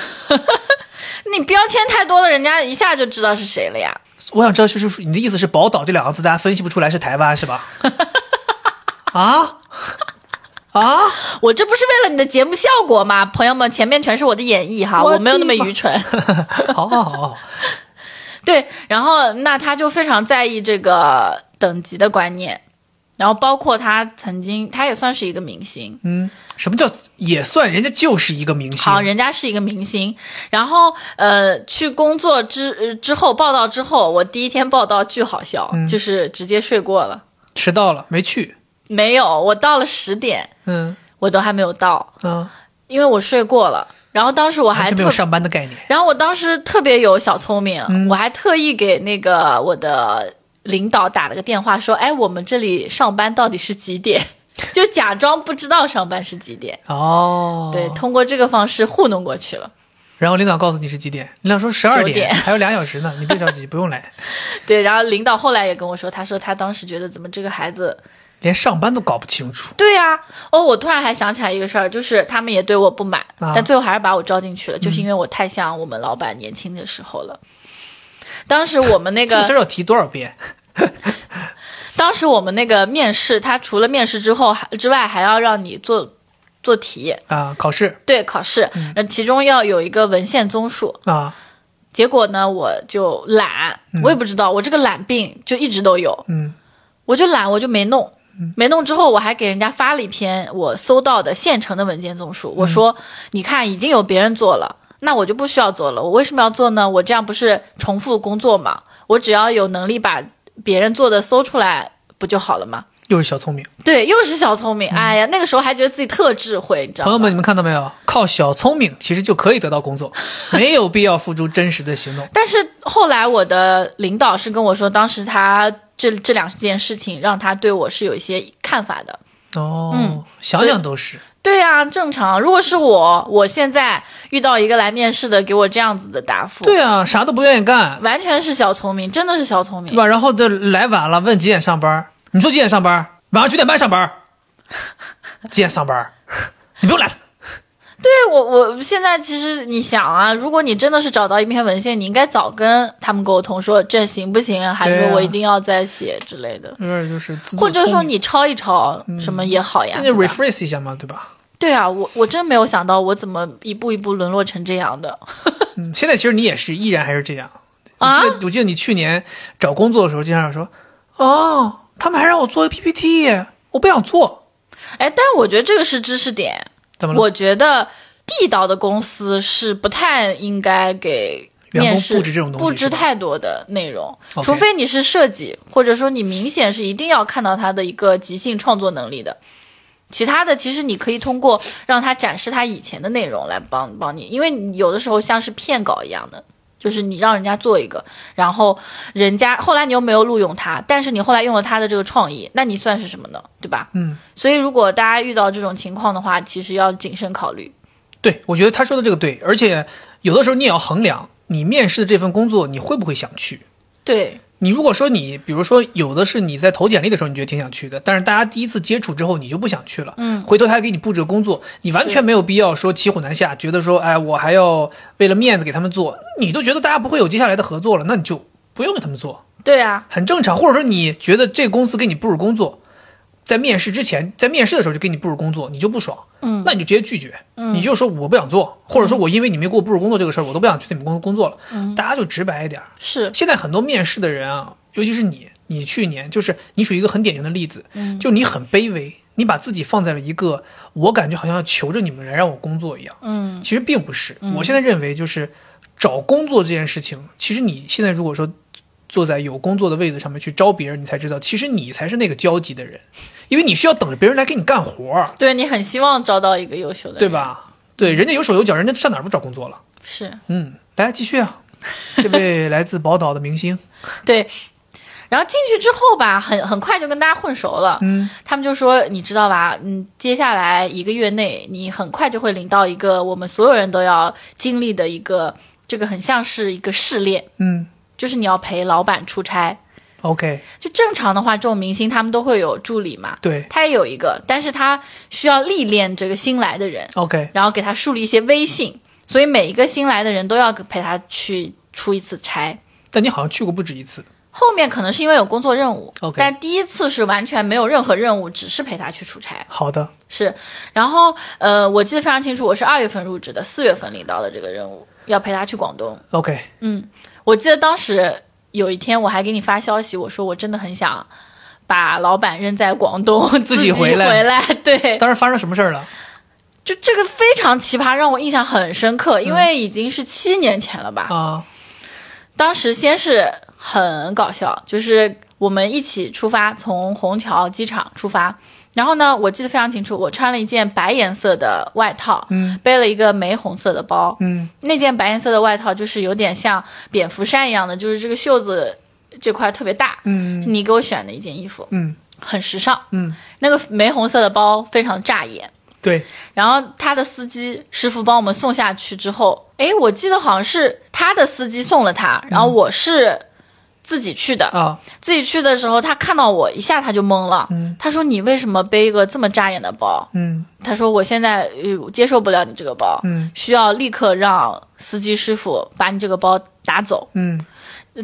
B: 你标签太多了，人家一下就知道是谁了呀。
A: 我想知道，就是说你的意思是“宝岛”这两个字，大家分析不出来是台湾是 吧？啊啊！
B: 我这不是为了你的节目效果吗？朋友们，前面全是我的演绎哈，
A: 我
B: 我没有那么
A: 的妈
B: 愚蠢。
A: 好好好好，
B: 对，然后那他就非常在意这个等级的观念，然后包括他曾经，他也算是一个明星，
A: 嗯，什么叫也算？人家就是一个明星
B: 好，，人家是一个明星。然后呃，去工作之呃之后报道之后，我第一天报道巨好笑，
A: 嗯
B: 就是直接睡过了，
A: 迟到了没去，
B: 没有，我到了十点，
A: 嗯
B: 我都还没有到，
A: 嗯，
B: 因为我睡过了。然后当时我
A: 完
B: 还
A: 全
B: 特
A: 没有上班的概念。
B: 然后我当时特别有小聪明，
A: 嗯
B: 我还特意给那个我的领导打了个电话，说：“哎，我们这里上班到底是几点？” 就假装不知道上班是几点，
A: 哦，
B: 对，通过这个方式糊弄过去了。
A: 然后领导告诉你是几点？领导说十二
B: 九点
A: 还有俩小时呢，你别着急，不用来，
B: 对，然后领导后来也跟我说，他说他当时觉得怎么这个孩子，
A: 连上班都搞不清楚。
B: 对啊，哦，我突然还想起来一个事儿，就是他们也对我不满，
A: 啊
B: 但最后还是把我招进去了，就是因为我太像我们老板年轻的时候了。当时我们 那
A: 这
B: 个
A: 个事儿要提多少遍？
B: 当时我们那个面试，他除了面试之后还之外，还要让你做做题，
A: 啊，考试
B: 对，考试，那、其中要有一个文献综述。
A: 啊，
B: 结果呢，我就懒，我也不知道，我这个懒病就一直都有，
A: 嗯，
B: 我就懒，我就没弄。没弄之后，我还给人家发了一篇我搜到的现成的文件综述，我说：“你看，已经有别人做了，那我就不需要做了。我为什么要做呢？我这样不是重复工作吗？我只要有能力把别人做的搜出来，不就好了吗？”
A: 又是小聪明。
B: 对，又是小聪明，哎呀，那个时候还觉得自己特智慧，你知道
A: 嗯
B: 吗？
A: 朋友们，你们看到没有？靠小聪明其实就可以得到工 作，没有必要付出真实的行动。
B: 但是后来我的领导是跟我说，当时他这这两件事情让他对我是有一些看法的。
A: 哦，想想都是，
B: 对啊，正常。如果是我，我现在遇到一个来面试的，给我这样子的答复，，
A: 对啊，啥都不愿意干，
B: 完全是小聪明，真的是小聪
A: 对
B: 明。
A: 吧？然后这来晚了，问几点上班？你说几点上班？晚上九点半上班，几点上班？你不用来了。
B: 对我，我现在其实你想啊，如果你真的是找到一篇文献，你应该早跟他们沟通，说这行不行，还是
A: 对啊
B: 说我一定要再写之类的。
A: 有点就是自作
B: 或者说
A: 聪明嗯
B: 你抄一抄什么也好呀，
A: 那
B: 对
A: 就
B: 吧
A: rephrase 一下嘛，对吧？
B: 对啊，我我真没有想到我怎么一步一步沦落成这样的。
A: 嗯，现在其实你也是，依然还是这样。我
B: 啊
A: 记得，我记得你去年找工作的时候，经常说，哦，他们还让我做一 PPT，我不想做，
B: 哎，但我觉得这个是知识点。
A: 怎么了？
B: 我觉得地道的公司是不太应该给
A: 员工
B: 面试
A: 布置这种东西
B: 布置
A: 是吧
B: 太多的内容，
A: OK
B: 除非你是设计，或者说你明显是一定要看到他的一个即兴创作能力的。其他的其实你可以通过让他展示他以前的内容来帮帮你，因为你有的时候像是骗稿一样的，就是你让人家做一个，然后人家后来你又没有录用他，但是你后来用了他的这个创意，那你算是什么呢？对吧？
A: 嗯，
B: 所以如果大家遇到这种情况的话，其实要谨慎考虑。
A: 对，我觉得他说的这个对，而且有的时候你也要衡量你面试的这份工作你会不会想去。
B: 对，
A: 你如果说你，比如说有的是你在投简历的时候你觉得挺想去的，但是大家第一次接触之后你就不想去了，嗯，回头他还给你布置个工作，你完全没有必要说骑虎难下，觉得说哎我还要为了面子给他们做，你都觉得大家不会有接下来的合作了，那你就不用给他们做，
B: 对啊，
A: 很正常。或者说你觉得这个公司给你布置工作，在面试之前，在面试的时候就给你布置工作，你就不爽，嗯，那你就直接拒绝，嗯，你就说我不想做，或者说我因为你没给我布置工作这个事儿，我都不想去你们公司工作了，嗯，大家就直白一点儿。
B: 是
A: 现在很多面试的人啊，尤其是你，你去年就是你属于一个很典型的例子，就你很卑微，你把自己放在了一个我感觉好像要求着你们来让我工作一样，
B: 嗯，
A: 其实并不是。我现在认为就是找工作这件事情，其实你现在如果说坐在有工作的位子上面去招别人，你才知道，其实你才是那个焦急的人，因为你需要等着别人来给你干活儿，
B: 对你很希望招到一个优秀的人，
A: 对？吧？对，人家有手有脚，人家上哪儿不找工作了？
B: 是
A: 嗯，来继续啊，这位来自宝岛的明星，
B: 对。然后进去之后吧，很很快就跟大家混熟了。
A: 嗯，
B: 他们就说，你知道吧？嗯，接下来一个月内，你很快就会领到一个我们所有人都要经历的一个，这个很像是一个试炼，
A: 嗯
B: 就是你要陪老板出差。
A: ，OK。
B: 就正常的话，这种明星他们都会有助理嘛，
A: 对
B: 他也有一个，但是他需要历练这个新来的人，
A: ，OK，
B: 然后给他树立一些威信，所以每一个新来的人都要陪他去出一次差。
A: 但你好像去过不止一次。
B: 后面可能是因为有工作任务
A: OK
B: 但第一次是完全没有任何任务，只是陪他去出差。
A: 好的，
B: 是，然后呃，我记得非常清楚，我是二月份入职的，四月份领到的这个任务，要陪他去广东。
A: OK，
B: 我记得当时有一天我还给你发消息，我说我真的很想把老板扔在 广东，自
A: 己回
B: 回
A: 来
B: 来 对，
A: 当时发生什么事儿了？
B: 就这个非常奇葩，让我印象很深刻，因
A: 嗯
B: 为已经是七年前了吧。
A: 啊，
B: 当时先是很搞笑，就是我们一起出发，从虹桥机场出发。然后呢，我记得非常清楚，我穿了一件白颜色的外套，
A: 嗯，
B: 背了一个玫红色的包。
A: 嗯
B: 那件白颜色的外套就是有点像蝙蝠衫一样的，就是这个袖子这块特别大。
A: 嗯
B: 是你给我选的一件衣服，
A: 嗯
B: 很时尚。
A: 嗯，
B: 那个玫红色的包非常扎眼。
A: 对，
B: 然后他的司机师傅帮我们送下去之后，诶，我记得好像是他的司机送了他，然后我是自己去的。
A: 啊，
B: 自己去的时候，他看到我一下他就懵了，他说：“你为什么背一个这么扎眼的包
A: 嗯？”
B: 他说：“我现在呃接受不了你这个包，
A: 嗯
B: 需要立刻让司机师傅把你这个包打走，
A: 嗯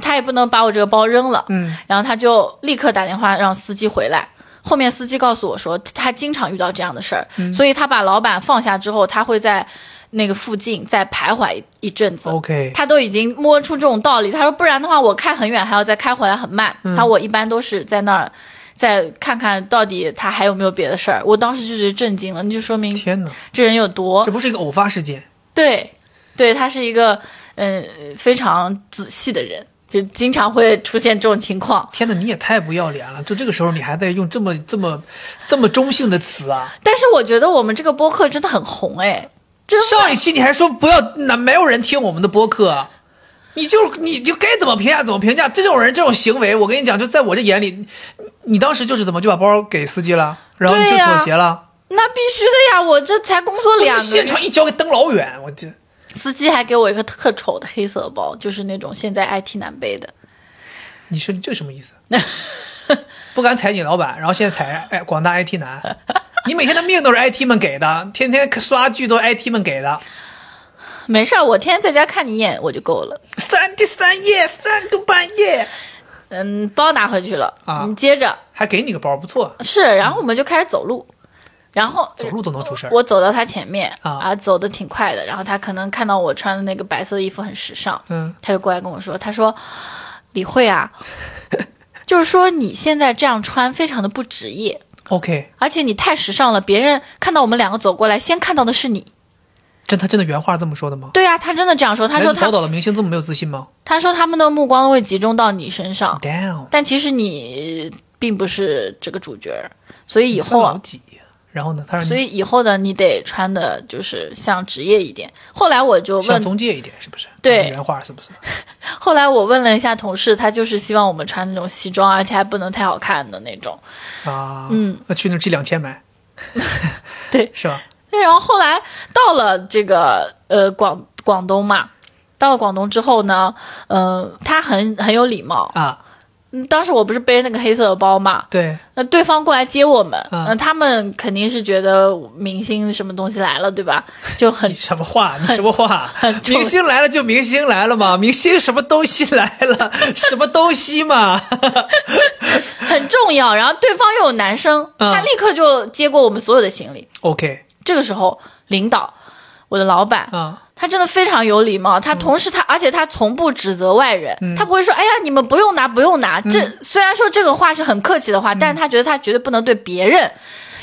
B: 他也不能把我这个包扔了。”
A: 嗯
B: 然后他就立刻打电话让司机回来。后面司机告诉我说，他经常遇到这样的事儿，所
A: 嗯
B: 以他把老板放下之后，他会在那个附近再徘徊一一阵子。
A: ，OK，
B: 他都已经摸出这种道理，他说不然的话，我开很远还要再开回来很慢。
A: 嗯
B: 他说我一般都是在那儿。再看看到底他还有没有别的事儿，我当时就觉得震惊了，那就说明
A: 天哪，
B: 这人有多
A: 这不是一个偶发事件，
B: 对，对他是一个嗯非常仔细的人，就经常会出现这种情况。
A: 天哪，你也太不要脸了！就这个时候你还在用这么这么这么中性的词啊？
B: 但是我觉得我们这个播客真的很红哎，真的
A: 上一期你还说不要，那没有人听我们的播客啊。你就你就该怎么评价怎么评价，这种人这种行为，我跟你讲，就在我这眼里，你你当时就是怎么就把包给司机了，然后你就
B: 对呀
A: 妥协了，
B: 那必须的呀！我这才工作两个
A: 现
B: 月，
A: 场一脚给蹬老远，我这。
B: 司机还给我一个特丑的黑色包，就是那种现在 IT 男背的。
A: 你说你这什么意思？不敢踩你老板，然后现在踩哎广大 IT 男，你每天的命都是 IT 们给的，天天刷剧都是 IT 们给的。
B: 没事儿，我天天在家看你一眼我就够了。
A: 三第三夜，三更半夜，
B: 嗯，包拿回去了，
A: 啊
B: 你接着
A: 还给你个包，不错，
B: 是，然后我们就开始走路，然后
A: 走路都能出事儿。
B: 我走到他前面
A: 啊
B: 走的挺快的，然后他可能看到我穿的那个白色的衣服很时尚，
A: 嗯，
B: 他就过来跟我说，他说：“李 慧啊，就是说你现在这样穿非常的不职业，
A: OK，
B: 而且你太时尚了，别人看到我们两个走过来，先看到的是你。
A: 真他真的原话这么说的吗？
B: 对啊，他真的这样说，他说
A: 来自宝
B: 他
A: 岛的明星这么没有自信吗
B: 他说他们的目光都会集中到你身上，
A: ？Damn，
B: 但其实你并不是这个主角，所以以
A: 算
B: 后
A: 老
B: 啊
A: 几呀？然后呢，他让
B: 所
A: 你
B: 以以后呢，你得穿的就是像职业一点。后来我就
A: 像
B: 问，
A: 中介一点，是不是？
B: 对
A: 原话是不是？
B: 后来我问了一下同事，他就是希望我们穿那种西装，而且还不能太好看的那种。
A: 啊，
B: 嗯，
A: 那去那儿寄两千买，
B: 对，
A: 是吧？
B: 那然后后来到了这个呃广广东嘛，到了广东之后呢，呃，他很很有礼貌。
A: 啊，
B: 嗯当时我不是背着那个黑色的包嘛，
A: 对，
B: 那对方过来接我们，
A: 嗯
B: 那他们肯定是觉得明星什么东西来了，对吧？就很
A: 你什么话？你什么话？
B: 重
A: 明星来了就明星来了嘛，明星什么东西来 了？什么东西嘛？
B: 很重要。然后对方又有男生，
A: 嗯
B: 他立刻就接过我们所有的行李。
A: OK
B: 这个时候，领导，我的老板，
A: 啊，
B: 他真的非常有礼貌。他
A: 嗯
B: 同时他，而且他从不指责外人，他不会说：“哎呀，你们不用拿，不用拿。
A: 嗯
B: 这虽然说这个话是很客气的话，但是他觉得他绝对不能对别人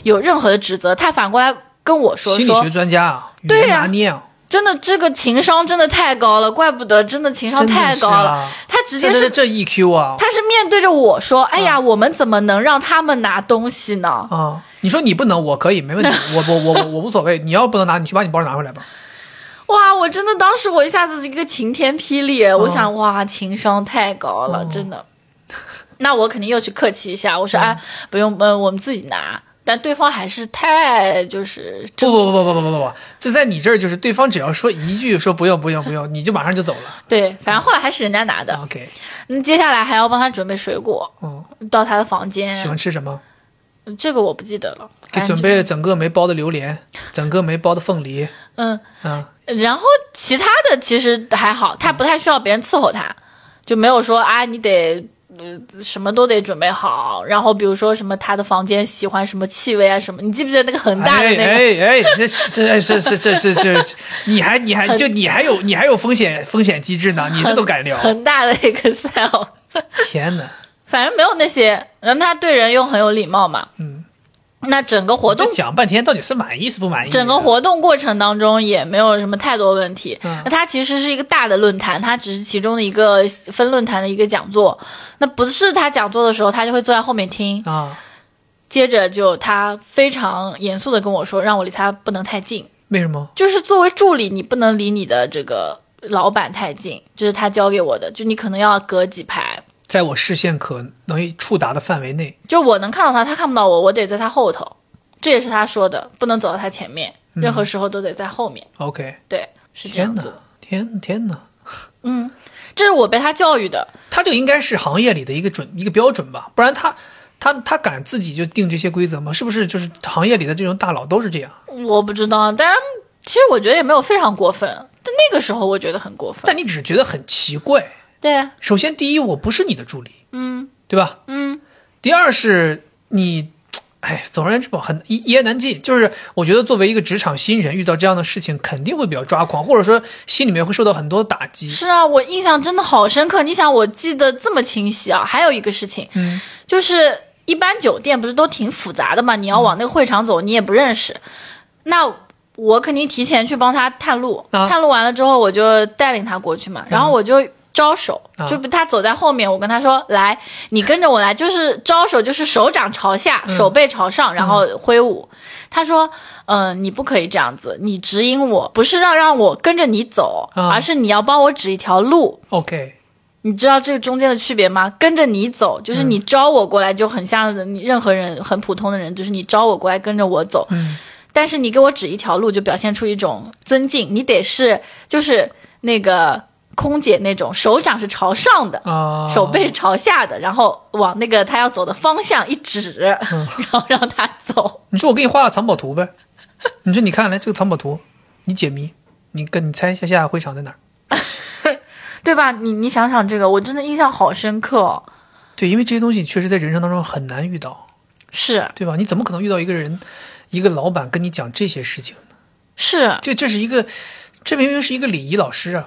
B: 有任何的指责。他反过来跟我说
A: 心理
B: 说
A: 学，专家啊，语
B: 对
A: 言
B: 呀
A: 拿捏啊，
B: 真的这个情商真的太高了，怪不得真的情商
A: 真的
B: 太
A: 是
B: 高了。
A: 啊
B: 他直接
A: 这
B: 是
A: 这这 EQ 啊
B: 他是面对着我说：“哎呀，
A: 嗯
B: 我们怎么能让他们拿东西呢？”
A: 啊！你说你不能，我可以， 没问题，我我我我我无所谓。你要不能拿，你去把你包拿回来吧。
B: 哇，我真的当时我一下子一个晴天霹雳，
A: 嗯
B: 我想哇，情商太高了，真的。那我肯定又去客气一下，我说哎，
A: 嗯
B: 不用，呃，我们自己拿。但对方还是太就是
A: 不不不不不不不不，这在你这儿就是对方只要说一句说不用不用不嗯用，你就马上就走 了。
B: 对，反正后来还是人家拿的。
A: OK，
B: 那接下来还要帮他准备水果
A: 嗯，
B: 到他的房间，
A: 喜欢吃什么？
B: 这个我不记得了。
A: 给
B: 反正
A: 准
B: 就
A: 备整个没剥的榴莲，整个没剥的凤梨，
B: 嗯，
A: 啊，
B: 然后其他的其实还好，他不太需要别人伺候他，就没有说啊，你得呃什么都得准备好。然后比如说什么他的房间喜欢什么气味啊什么，你记不记得那个很大的那个？
A: 哎哎哎，这这这这这这这，你还你还就你还有你还有风险风险机制呢，你这都敢聊？
B: 很大的 Excel，
A: 天哪，
B: 反正没有那些。然后他对人又很有礼貌嘛。嗯。那整个活动
A: 这讲半天到底是满意是不满意？啊
B: 整个活动过程当中也没有什么太多问题。
A: 嗯
B: 那它其实是一个大的论坛，它只是其中的一个分论坛的一个讲座。那不是他讲座的时候，他就会坐在后面听。
A: 啊，
B: 接着就他非常严肃的跟我说，让我离他不能太近，
A: 为什么？
B: 就是作为助理，你不能离你的这个老板太近，这、是他教给我的，就你可能要隔几排。
A: 在我视线可能触达的范围内，
B: 就我能看到他，他看不到我，我得在他后头，这也是他说的，不能走到他前面，任何时候都得在后面。
A: OK，
B: 对，是这
A: 嗯天
B: 样子的。
A: 哪，天天哪，
B: 嗯，这是我被他教育的。
A: 他就应该是行业里的一个准一个标准吧，不然他他他敢自己就定这些规则吗？是不是就是行业里的这种大佬都是这样？
B: 我不知道，但其实我觉得也没有非常过分。但那个时候我觉得很过分。
A: 但你只是觉得很奇怪。
B: 对啊，
A: 首先，第一，我不是你的助理，
B: 嗯
A: 对吧？
B: 嗯，
A: 第二是你，哎，总而言之吧，很一一言难尽。就是我觉得作为一个职场新人，遇到这样的事情肯定会比较抓狂，或者说心里面会受到很多打击。
B: 是啊，我印象真的好深刻。你想，我记得这么清晰啊。还有一个事情，
A: 嗯，
B: 就是一般酒店不是都挺复杂的嘛？你要往那个会场走，你也不认识。那我肯定提前去帮他探路，
A: 啊嗯
B: 探路完了之后，我就带领他过去嘛，然后我就。招手，
A: 啊
B: 就他走在后面，我跟他说：“来，你跟着我来。”就是招手，就是手掌朝下，
A: 嗯
B: 手背朝上，然后挥舞。他说：“嗯、你不可以这样子，你指引我，不是让让我跟着你走，
A: 啊
B: 而是你要帮我指一条路。”
A: OK，
B: 你知道这个中间的区别吗？跟着你走，就是
A: 嗯
B: 你招我过来，就很像人任何人很普通的人，就是你招我过来跟着我走。
A: 嗯
B: 但是你给我指一条路，就表现出一种尊敬。你得是就是那个空姐那种，手掌是朝上的，
A: 啊、
B: 手背是朝下的，然后往那个他要走的方向一指，
A: 嗯
B: 然后让他走。
A: 你说我给你画个藏宝图呗？你说你看来这个藏宝图，你解谜，你跟你猜一下下个会场在哪儿？
B: 对吧？你你想想这个，我真的印象好深刻、哦。
A: 对，因为这些东西确实在人生当中很难遇到，
B: 是
A: 对吧？你怎么可能遇到一个人，一个老板跟你讲这些事情呢？
B: 是，
A: 这这是一个，这明明是一个礼仪老师啊！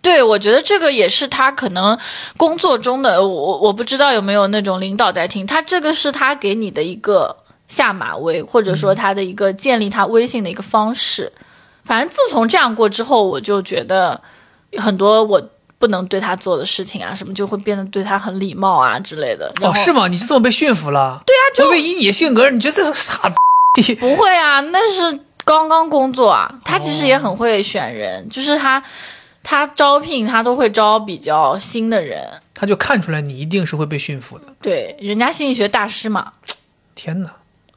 B: 对，我觉得这个也是他可能工作中的，我我不知道有没有那种领导在听，他这个是他给你的一个下马威，或者说他的一个建立他威信的一个方式。反正自从这样过之后，我就觉得很多我不能对他做的事情啊，什么就会变得对他很礼貌啊之类的。然
A: 哦，
B: 后
A: 是吗？你就这么被驯服了？对啊，就因为以你的性格，你觉得这是个傻逼地，
B: 不会啊，那是刚刚工作啊。他其实也很会选人，就是他他招聘他都会招比较新的人，
A: 他就看出来你一定是会被驯服的。
B: 对，人家心理学大师嘛。
A: 天哪，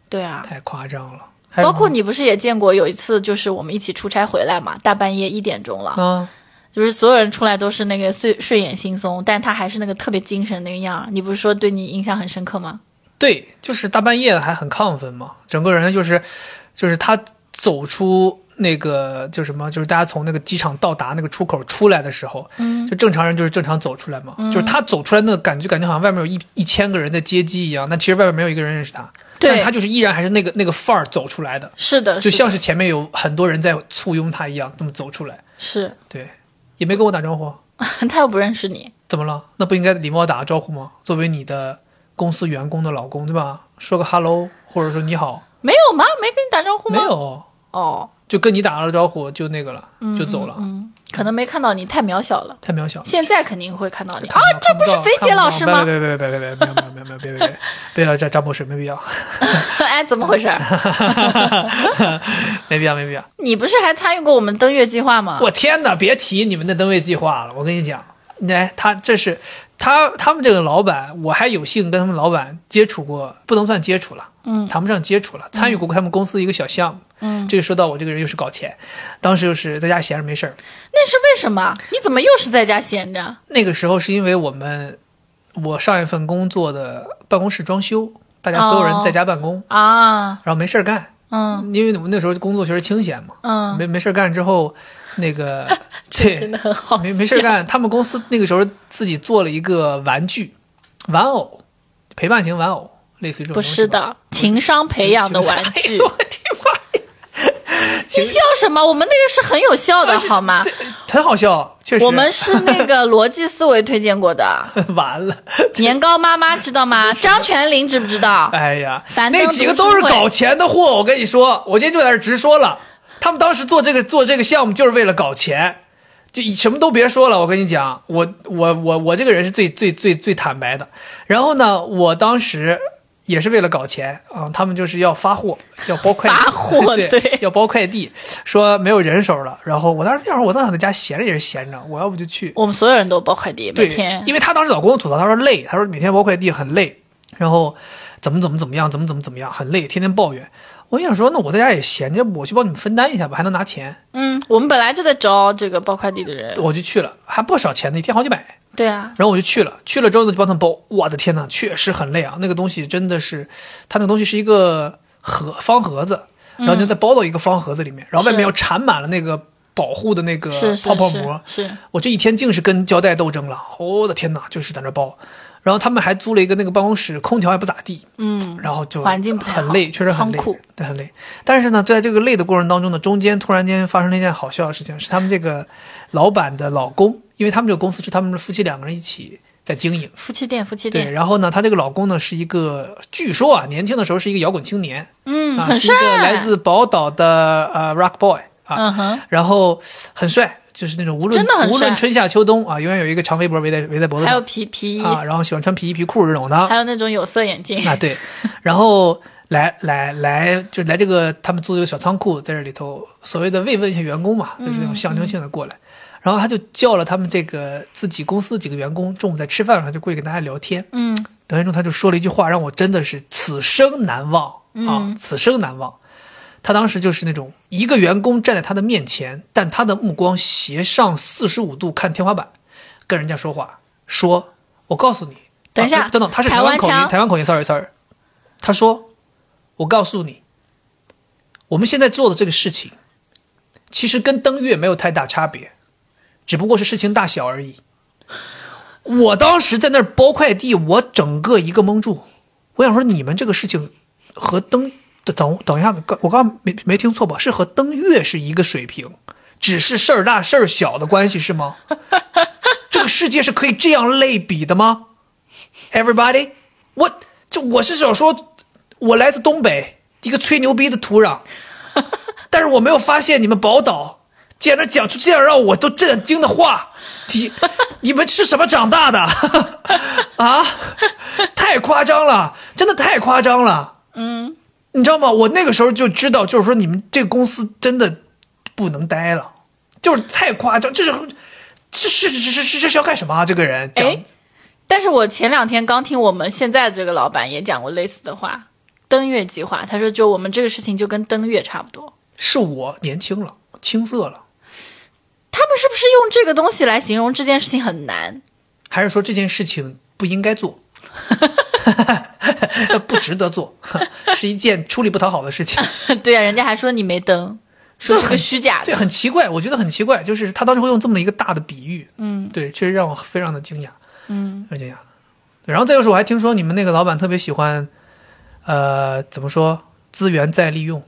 B: 对啊，
A: 太夸张了！还有
B: 包括你不是也见过有一次，就是我们一起出差回来嘛，大半夜一点钟了，
A: 啊，
B: 就是所有人出来都是那个睡睡眼惺忪，但他还是那个特别精神那个样儿。你不是说对你印象很深刻吗？
A: 对，就是大半夜的还很亢奋嘛，整个人就是，就是他走出那个就什么，就是大家从那个机场到达那个出口出来的时候，
B: 嗯，
A: 就正常人就是正常走出来嘛，就是他走出来那个感觉，感觉好像外面有一一千个人在接机一样，但其实外面没有一个人认识他，
B: 对
A: 但他就是依然还是那个那个范儿走出来的，
B: 是的，
A: 就是像
B: 的
A: 是前面有很多人在簇拥他一样，这么走出来，
B: 是
A: 对，也没跟我打招呼，
B: 他又不认识你，
A: 怎么了？那不应该礼貌打个招呼吗？作为你的公司员工的老公，对吧？说个 hello，或者说你好，
B: 没有吗？没跟你打招呼
A: 没
B: 吗？
A: 有，
B: 哦，
A: 就跟你打了招呼就那个了，就走了，
B: 嗯，可能没看到你，太渺小了。
A: 太渺小了。
B: 现在肯定会看到你啊
A: 看！到
B: 这不是
A: 看到
B: 肥姐
A: 看到
B: 老师吗？
A: 别别别别别别别别别别别别别别要张张博士，没必要，
B: 哎，怎么回事儿？
A: 没必要，没必要。
B: 你不是还参与过我们登月计划吗？
A: 我天哪，别提你们的登位计划了，我跟你讲，来，他这是他他们这个老板，我还有幸跟他们老板接触过，不能算接触了，
B: 嗯，
A: 谈不上接触了，参与过他们公司一个小项目。
B: 嗯，
A: 这个说到我这个人又是搞钱，当时又是在家闲着没事儿。
B: 那是为什么？你怎么又是在家闲着？
A: 那个时候是因为我们我上一份工作的办公室装修，大家所有人在家办公，
B: 啊，
A: 然后没事儿干，
B: 哦嗯
A: 因为我们那时候工作确实清闲嘛，
B: 嗯，
A: 没没事儿干之后，那 个对
B: 真的很好笑，
A: 没没事儿干，他们公司那个时候自己做了一个玩具，玩偶，陪伴型玩偶，类似于这种东
B: 不
A: 西
B: 是
A: 吧，
B: 的，情商培养的玩具。
A: 哎 呦我的妈呀！
B: 你笑什么？我们那个是很有效的，好吗？
A: 很好笑，确实。
B: 我们是那个逻辑思维推荐过的，
A: 完了，
B: 年糕妈妈知道吗？张泉灵知不知道？
A: 哎呀，
B: 樊登
A: 那几个都是
B: 读书会
A: 搞钱的货，我跟你说，我今天就在这儿直说了，他们当时做这个做这个项目就是为了搞钱，就以什么都别说了，我跟你讲，我我我我这个人是最最最最坦白的。然后呢，我当时也是为了搞钱啊、他们就是要发货，要包快递，
B: 发货对
A: 要包快递，说没有人手了。然后我当时想说，我当时在家闲着也是闲着，我要不就去
B: 我们所有人都包快递，每
A: 对，
B: 天
A: 因为他当时老跟我吐槽，他说累，他说每天包快递很累，然后怎么怎么怎么样，怎么怎么怎么样，很累，天天抱怨。我就想说，那我在家也闲着，我去帮你们分担一下吧，还能拿钱，
B: 嗯，我们本来就在招这个包快递的人。
A: 我就去了，还不少钱呢，一天好几百。
B: 对啊，
A: 然后我就去了，去了之后呢，就帮他们包。我的天呐，确实很累啊！那个东西真的是，它那个东西是一个盒方盒子，然后就再包到一个方盒子里面，然后外面
B: 嗯是
A: 要缠满了那个保护的那个
B: 是是
A: 呃泡泡膜。
B: 是是，
A: 我这一天竟是跟胶带斗争了，哦我的天哪，就是在那包。然后他们还租了一个那个办公室，空调也不咋地，
B: 嗯，
A: 然后就
B: 环境不太好
A: 很累，确实很累
B: 仓库，
A: 对，很累。但是呢，在这个累的过程当中呢，中间突然间发生了一件好笑的事情，是他们这个老板的老公，因为他们这个公司是他们夫妻两个人一起在经营，
B: 夫妻店，夫妻
A: 对。
B: 店，
A: 然后呢，她这个老公呢是一个，据说啊，年轻的时候是一个摇滚青年，
B: 嗯，
A: 啊，
B: 很
A: 是一
B: 帅，
A: 个来自宝岛的呃 rock boy 啊，
B: 嗯哼，
A: 然后很帅，就是那种无论
B: 真的很帅
A: 无论春夏秋冬啊，永远有一个长围脖围在围在脖子
B: 还有
A: 上
B: 皮皮衣，
A: 啊，然后喜欢穿皮衣皮裤这种的
B: 还有那种有色眼镜，
A: 啊，对，然后来来来就来这个他们租这个小仓库，在这里头所谓的慰问一下员工嘛，就是这种
B: 嗯
A: 象征性的过来。然后他就叫了他们这个自己公司的几个员工，中午在吃饭的时候就过去跟大家聊天。
B: 嗯，
A: 聊天中他就说了一句话，让我真的是此生难忘啊，此生难忘。他当时就是那种一个员工站在他的面前，但他的目光斜上四十五度看天花板，跟人家说话，说：“我告诉你，
B: 等一下
A: 啊等等，他是
B: 台
A: 台
B: 湾
A: 湾口音
B: 腔，
A: 台湾口音，sorry sorry。”他说：“我告诉你，我们现在做的这个事情，其实跟登月没有太大差别，只不过是事情大小而已。”我当时在那儿包快递，我整个一个蒙住。我想说，你们这个事情和登等等等一下，刚我刚刚没没听错吧？是和登月是一个水平，只是事儿大事儿小的关系是吗？这个世界是可以这样类比的吗？Everybody，我就我是想说，我来自东北一个吹牛逼的土壤，但是我没有发现你们宝岛竟然讲出这样让我都震惊的话。你你们是什么长大的 啊？太夸张了，真的太夸张了。嗯，你知道吗？我那个时候就知道，就是说你们这个公司真的不能待了，就是太夸张，这是这是这是这这是要干什么啊？这个人，这样
B: 哎，但是我前两天刚听我们现在这个老板也讲过类似的话，登月计划，他说就我们这个事情就跟登月差不多。
A: 是我年轻了，青涩了，
B: 他们是不是用这个东西来形容这件事情很难？
A: 还是说这件事情不应该做， 不值得做， 是一件出力不讨好的事情。
B: 对啊，人家还说你没登，说是个虚假
A: 对，
B: 的。
A: 很奇怪，我觉得很奇怪，就是他当时会用这么一个大的比喻，
B: 嗯，
A: 对，确实让我非常的惊讶，
B: 嗯，
A: 非常惊讶。对然后再就是，我还听说你们那个老板特别喜欢，呃，怎么说，资源再利 用，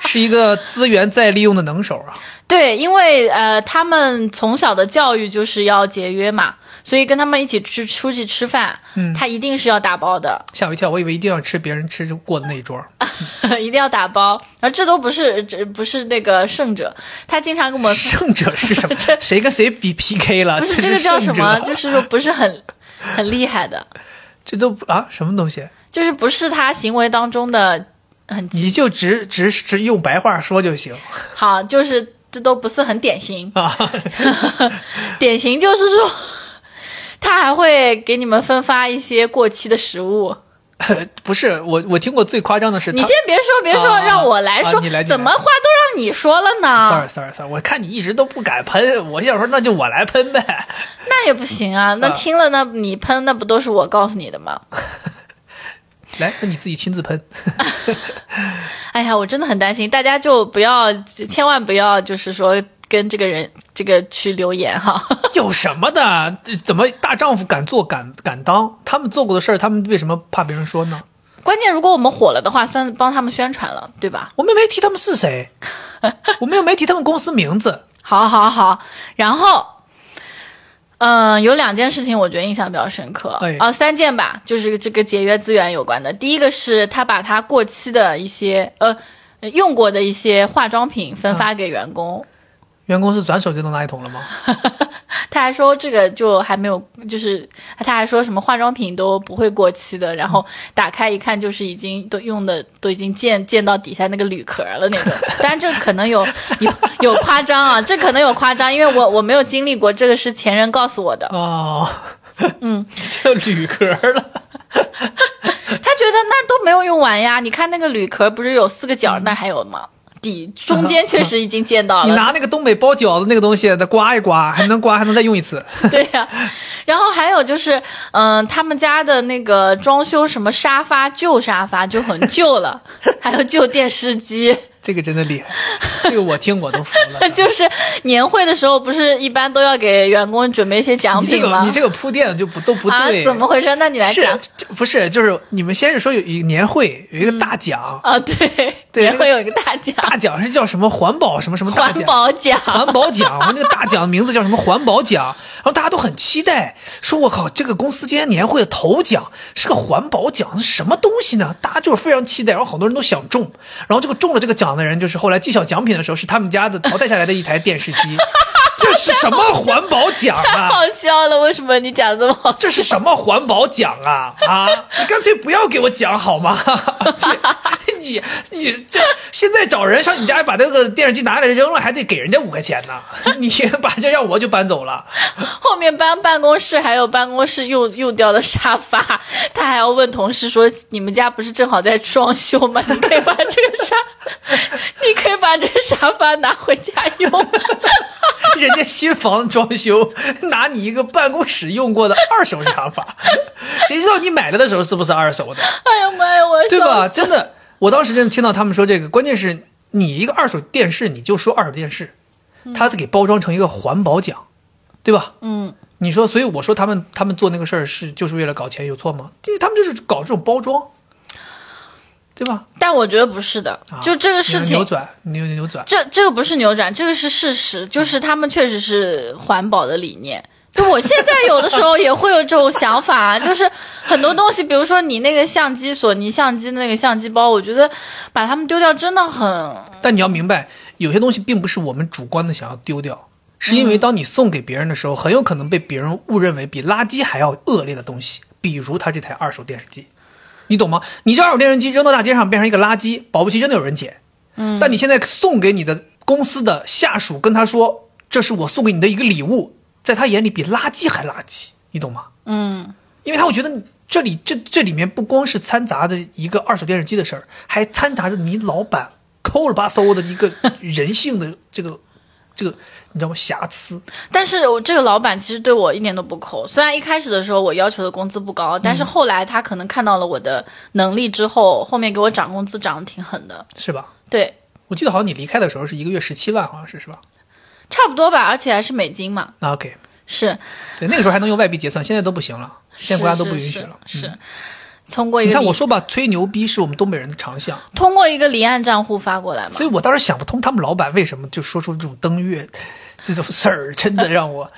A: 是一个资源再利用的能手啊。
B: 对，因为呃，他们从小的教育就是要节约嘛，所以跟他们一起吃出去吃饭，
A: 嗯
B: 他一定是要打包的，
A: 吓我一跳，我以为一定要吃别人吃过的那一桌，
B: 一定要打包。而这都不是这不是那个胜者，他经常跟我们
A: 胜者是 什么？谁跟谁比 PK 了？
B: 不是
A: 啊这
B: 这个叫什
A: 胜
B: 么，
A: 者，
B: 就是说不是很很厉害的，
A: 这都啊什么东西？
B: 就是不是他行为当中的很
A: 你就直直直用白话说就行
B: 好，就是这都不是很典型。
A: 啊。
B: 典型就是说，他还会给你们分发一些过期的食物。
A: 不是我，我听过最夸张的是他，
B: 你先别说，别说，
A: 啊啊
B: 让我来说。
A: 啊你来你来
B: 怎么话都让你说了呢
A: Sorry, sorry, sorry，我看你一直都不敢喷，我想说那就我来喷呗。
B: 那也不行啊！那听了那你喷，那不都是我告诉你的吗？
A: 来，那你自己亲自喷。
B: 哎呀，我真的很担心，大家就不要，千万不要，就是说跟这个人这个去留言哈。
A: 有什么的？这怎么大丈夫敢做敢敢当？他们做过的事儿，他们为什么怕别人说呢？
B: 关键如果我们火了的话，算是帮他们宣传了，对吧？
A: 我们没提他们是谁， 我们又没提他们公司名字。
B: 好好好，然后，嗯、有两件事情我觉得印象比较深刻，
A: 哎
B: 啊，三件吧，就是这个节约资源有关的。第一个是他把他过期的一些呃用过的一些化妆品分发给员工，
A: 员工是转手就能垃圾桶了吗？
B: 他还说这个就还没有，就是他还说什么化妆品都不会过期的，然后打开一看就是已经都用的都已经见见到底下那个铝壳了那种，当然这可能有有有夸张啊，这可能有夸张，因为我我没有经历过，这个是前人告诉我的，
A: 哦， 嗯，就铝壳了。
B: 他觉得那都没有用完呀，你看那个铝壳不是有四个角，那还有吗？底中间确实已经见到
A: 你
B: 了，
A: 拿那个东北包饺子那个东西，再刮一刮，还能刮，还能再用一 次。
B: 对呀、然后还有就是，嗯、他们家的那个装修，什么沙发旧沙发就很旧了， 还有旧电视机，
A: 这个真的厉害，这个我听我都服 了。
B: 就是年会的时候不是一般都要给员工准备一些奖
A: 你这
B: 品
A: 个
B: 吗
A: 你？这个铺垫就不都不
B: 啊
A: 对，，
B: 怎么回事？那你来
A: 是
B: 讲
A: 就不是就是你们先是说有一个年会有一个大奖，
B: 啊，对，
A: 对
B: 年会有一个大奖，
A: 大奖是叫什么环保什么什么 大
B: 环
A: 奖。
B: 保奖，
A: 环保奖，我们那个大奖的名字叫什么？环保奖。然后大家都很期待，说我靠，这个公司今年年会的头奖是个环保奖，是什么东西呢？大家就是非常期待，然后好多人都想中。然后这个中了这个奖的人，就是后来揭晓奖品的时候，是他们家的淘汰下来的一台电视机。这是什么环保奖啊？
B: 好笑了，为什么你讲得这么好？
A: 这是什么环保奖啊啊！你干脆不要给我讲好吗？ 你你这现在找人上你家把那个电视机拿来扔了，还得给人家五块钱呢。 你把这让我就搬走了，
B: 后面搬办公室还有办公室用用掉的沙发， 他还要问同事说：“你们家不是正好在装修吗？你可以把这个沙， 你可以把这个沙发拿回家用。
A: 人家新房装修，拿你一个办公室用过的二手想法，谁知道你买了的时候是不是二手的，”
B: 哎呦妈呀，我
A: 对吧？
B: 笑死！
A: 真的，我当时真的听到他们说这个，关键是你一个二手电视，你就说二手电视，他给包装成一个环保奖，对吧？
B: 嗯，
A: 你说，所以我说他们他们做那个事儿是就是为了搞钱，有错吗？这他们就是搞这种包装，对吧？
B: 但我觉得不是的，
A: 啊
B: 就这个事
A: 扭扭
B: 情。
A: 转，扭扭转，
B: 这这个不是扭转，这个是事实，就是他们确实是环保的理念。就我现在有的时候也会有这种想法啊，就是很多东西，比如说你那个相机，索尼相机那个相机包，我觉得把它们丢掉真的很
A: 但你要明白，有些东西并不是我们主观的想要丢掉，是因为当你送给别人的时候，很有可能被别人误认为比垃圾还要恶劣的东西，比如他这台二手电视机。你懂吗？你这二手电视机扔到大街上变成一个垃圾，保不齐真的有人捡。嗯，但你现在送给你的公司的下属跟他说，这是我送给你的一个礼物，在他眼里比垃圾还垃圾，你懂吗？
B: 嗯，
A: 因为他会觉得这里这这里面不光是掺杂着一个二手电视机的事儿，还掺杂着你老板抠了吧搜的一个人性的这个 这个，你知道吗？瑕疵。
B: 但是我这个老板其实对我一点都不抠，虽然一开始的时候我要求的工资不高，
A: 嗯
B: 但是后来他可能看到了我的能力之后，后面给我涨工资涨得挺狠的，
A: 是吧？
B: 对，
A: 我记得好像你离开的时候是一个月十七万，好像是是吧？
B: 差不多吧，而且还是美金嘛，
A: 那 OK，
B: 是
A: 对，那个时候还能用外币结算，现在都不行了，现在国家都不允许了。嗯
B: 是是是是通过一
A: 你
B: 个
A: 看
B: 离
A: 我说吧，吹牛逼是我们东北人的长项，
B: 通过一个离岸账户发过来嘛，
A: 所以我当时想不通他们老板为什么就说出这种登月这种事儿，真的让我，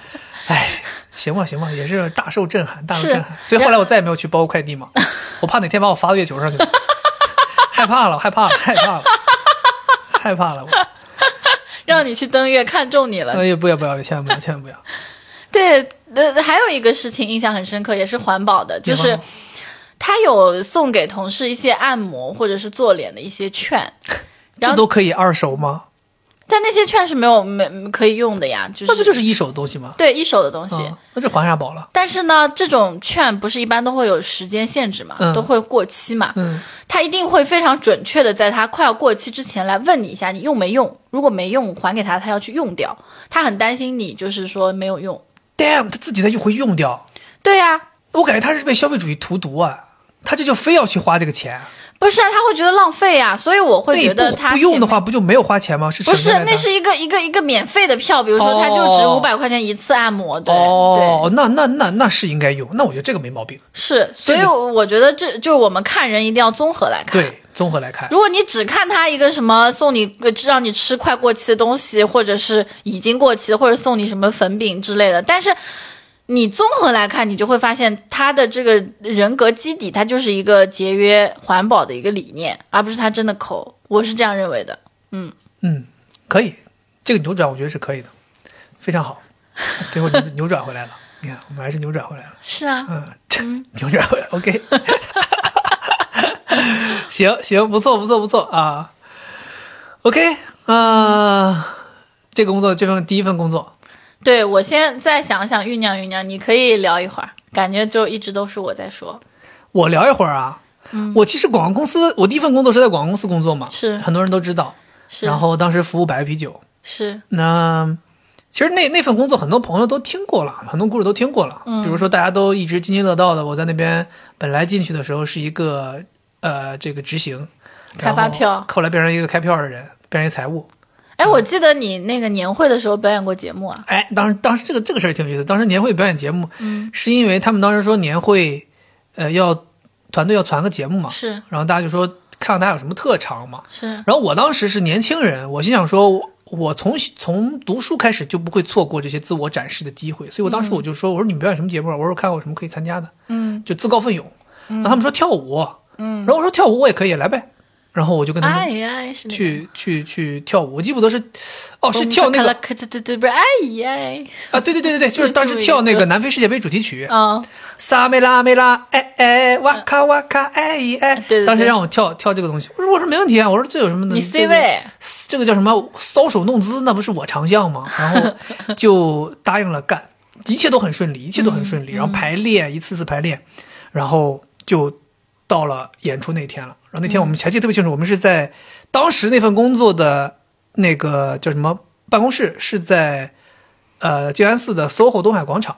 A: 哎，行吧行吧，也是大受震撼，大受震撼。所以后来我再也没有去包快递 嘛，我怕哪天把我发到月球上去， 害怕了，害怕了，害怕了，害怕 了。我
B: 让你去登月，看中你了。
A: 哎呀，不要不要，千万不要，千万不要。
B: 对，呃，还有一个事情印象很深刻，也是环保的，就
A: 你
B: 是
A: 环保
B: 他有送给同事一些按摩或者是做脸的一些券， 然
A: 这
B: 后
A: 都可以二手吗？
B: 但那些券是没有没可以用的呀，就是
A: 那不就是一手的东西吗？
B: 对一手的东西。
A: 啊，那这还啥宝了？
B: 但是呢，这种券不是一般都会有时间限制嘛，
A: 嗯
B: 都会过期嘛。
A: 嗯，
B: 他一定会非常准确的在他快要过期之前来问你一下你用没用，如果没用还给他，他要去用掉。他很担心你就是说没有用。
A: damn，他自己再又会用掉，
B: 对啊呀、
A: 我感觉他是被消费主义荼毒啊，他这就非要去花这个钱，
B: 不是啊，他会觉得浪费呀、所以我会
A: 那你
B: 觉
A: 不
B: 得他
A: 不用的话，不就没有花钱吗？是
B: 前面。不
A: 省下
B: 是，
A: 来的
B: 那是一个一个一个免费的票，比如说
A: 哦
B: 他就值五百块钱一次按摩，对、
A: 哦，那那那那是应该用，那我觉得这个没毛病。
B: 对，是，所以
A: 这个
B: 我觉得这就是我们看人一定要综合来看。，
A: 对，综合来看，
B: 如果你只看他一个什么送你呃让你吃快过期的东西，或者是已经过期，或者送你什么粉饼之类的，但是你综合来看，你就会发现他的这个人格基底，他就是一个节约环保的一个理念，而不是他真的抠。我是这样认为的。
A: 嗯，可以，这个扭转我觉得是可以的，非常好。最后扭扭转回来了，你看，我们还是扭转回来了，
B: 是啊，
A: 嗯， 这扭转回来，OK。行行，不错不错不错啊，OK 啊、这个工作这份第一份工作，
B: 对，我先再想想，酝酿酝酿，你可以聊一会儿，感觉就一直都是我在说。
A: 我聊一会儿啊。我其实广告公司，我第一份工作是在广告公司工作嘛，
B: 嗯是
A: 很多人都知道。
B: 是
A: 然后当时服务白啤酒，
B: 是，
A: 那其实那那份工作很多朋友都听过了，很多故事都听过了。
B: 嗯
A: 比如说大家都一直津津乐道的，我在那边本来进去的时候是一个呃这个执行，
B: 开发票
A: 然后后来变成一个开票的人，变成一个财务。
B: 哎，我记得你那个年会的时候表演过节目啊。
A: 哎，当时当时这个这个事儿挺有意思。当时年会表演节目，
B: 嗯
A: 是因为他们当时说年会，呃，要团队要传个节目嘛，
B: 是
A: 然后大家就说看看大家有什么特长嘛。
B: 是，
A: 然后我当时是年轻人，我心想说，我我从从读书开始就不会错过这些自我展示的机会，所以我当时我就说，我说你们表演什么节目啊？我说看我有什么可以参加的，
B: 嗯，
A: 就自告奋勇。然后他们说跳舞，嗯，然后我说跳舞我也可以来呗，然后我就跟他们
B: 哎呀，是那个。
A: 去、去去跳舞，我记不得是，哦是跳那
B: 我们
A: 个
B: 可乐可对对不是，哎呀，
A: 啊，对对对对对，就是当时
B: 就
A: 跳那
B: 一
A: 个
B: 个
A: 南非世界杯主题曲，
B: 嗯，
A: 撒梅拉梅拉，哎哎，哇咔哇咔，哎一哎，
B: 对对
A: 当时
B: 对
A: 让我跳跳这个东西，我说我说没问题啊，我说这有什么的？
B: 你
A: 这
B: C
A: 个
B: 位，
A: 这个叫什么搔首弄姿，那不是我长项吗？然后就答应了干，一切都很顺利，一切都很顺利。然后排练一次次排练，然后就到了演出那天了。然后那天我们还记得特别清楚，我们是在当时那份工作的那个叫什么办公室是在呃静安寺的 SOHO 东海广场。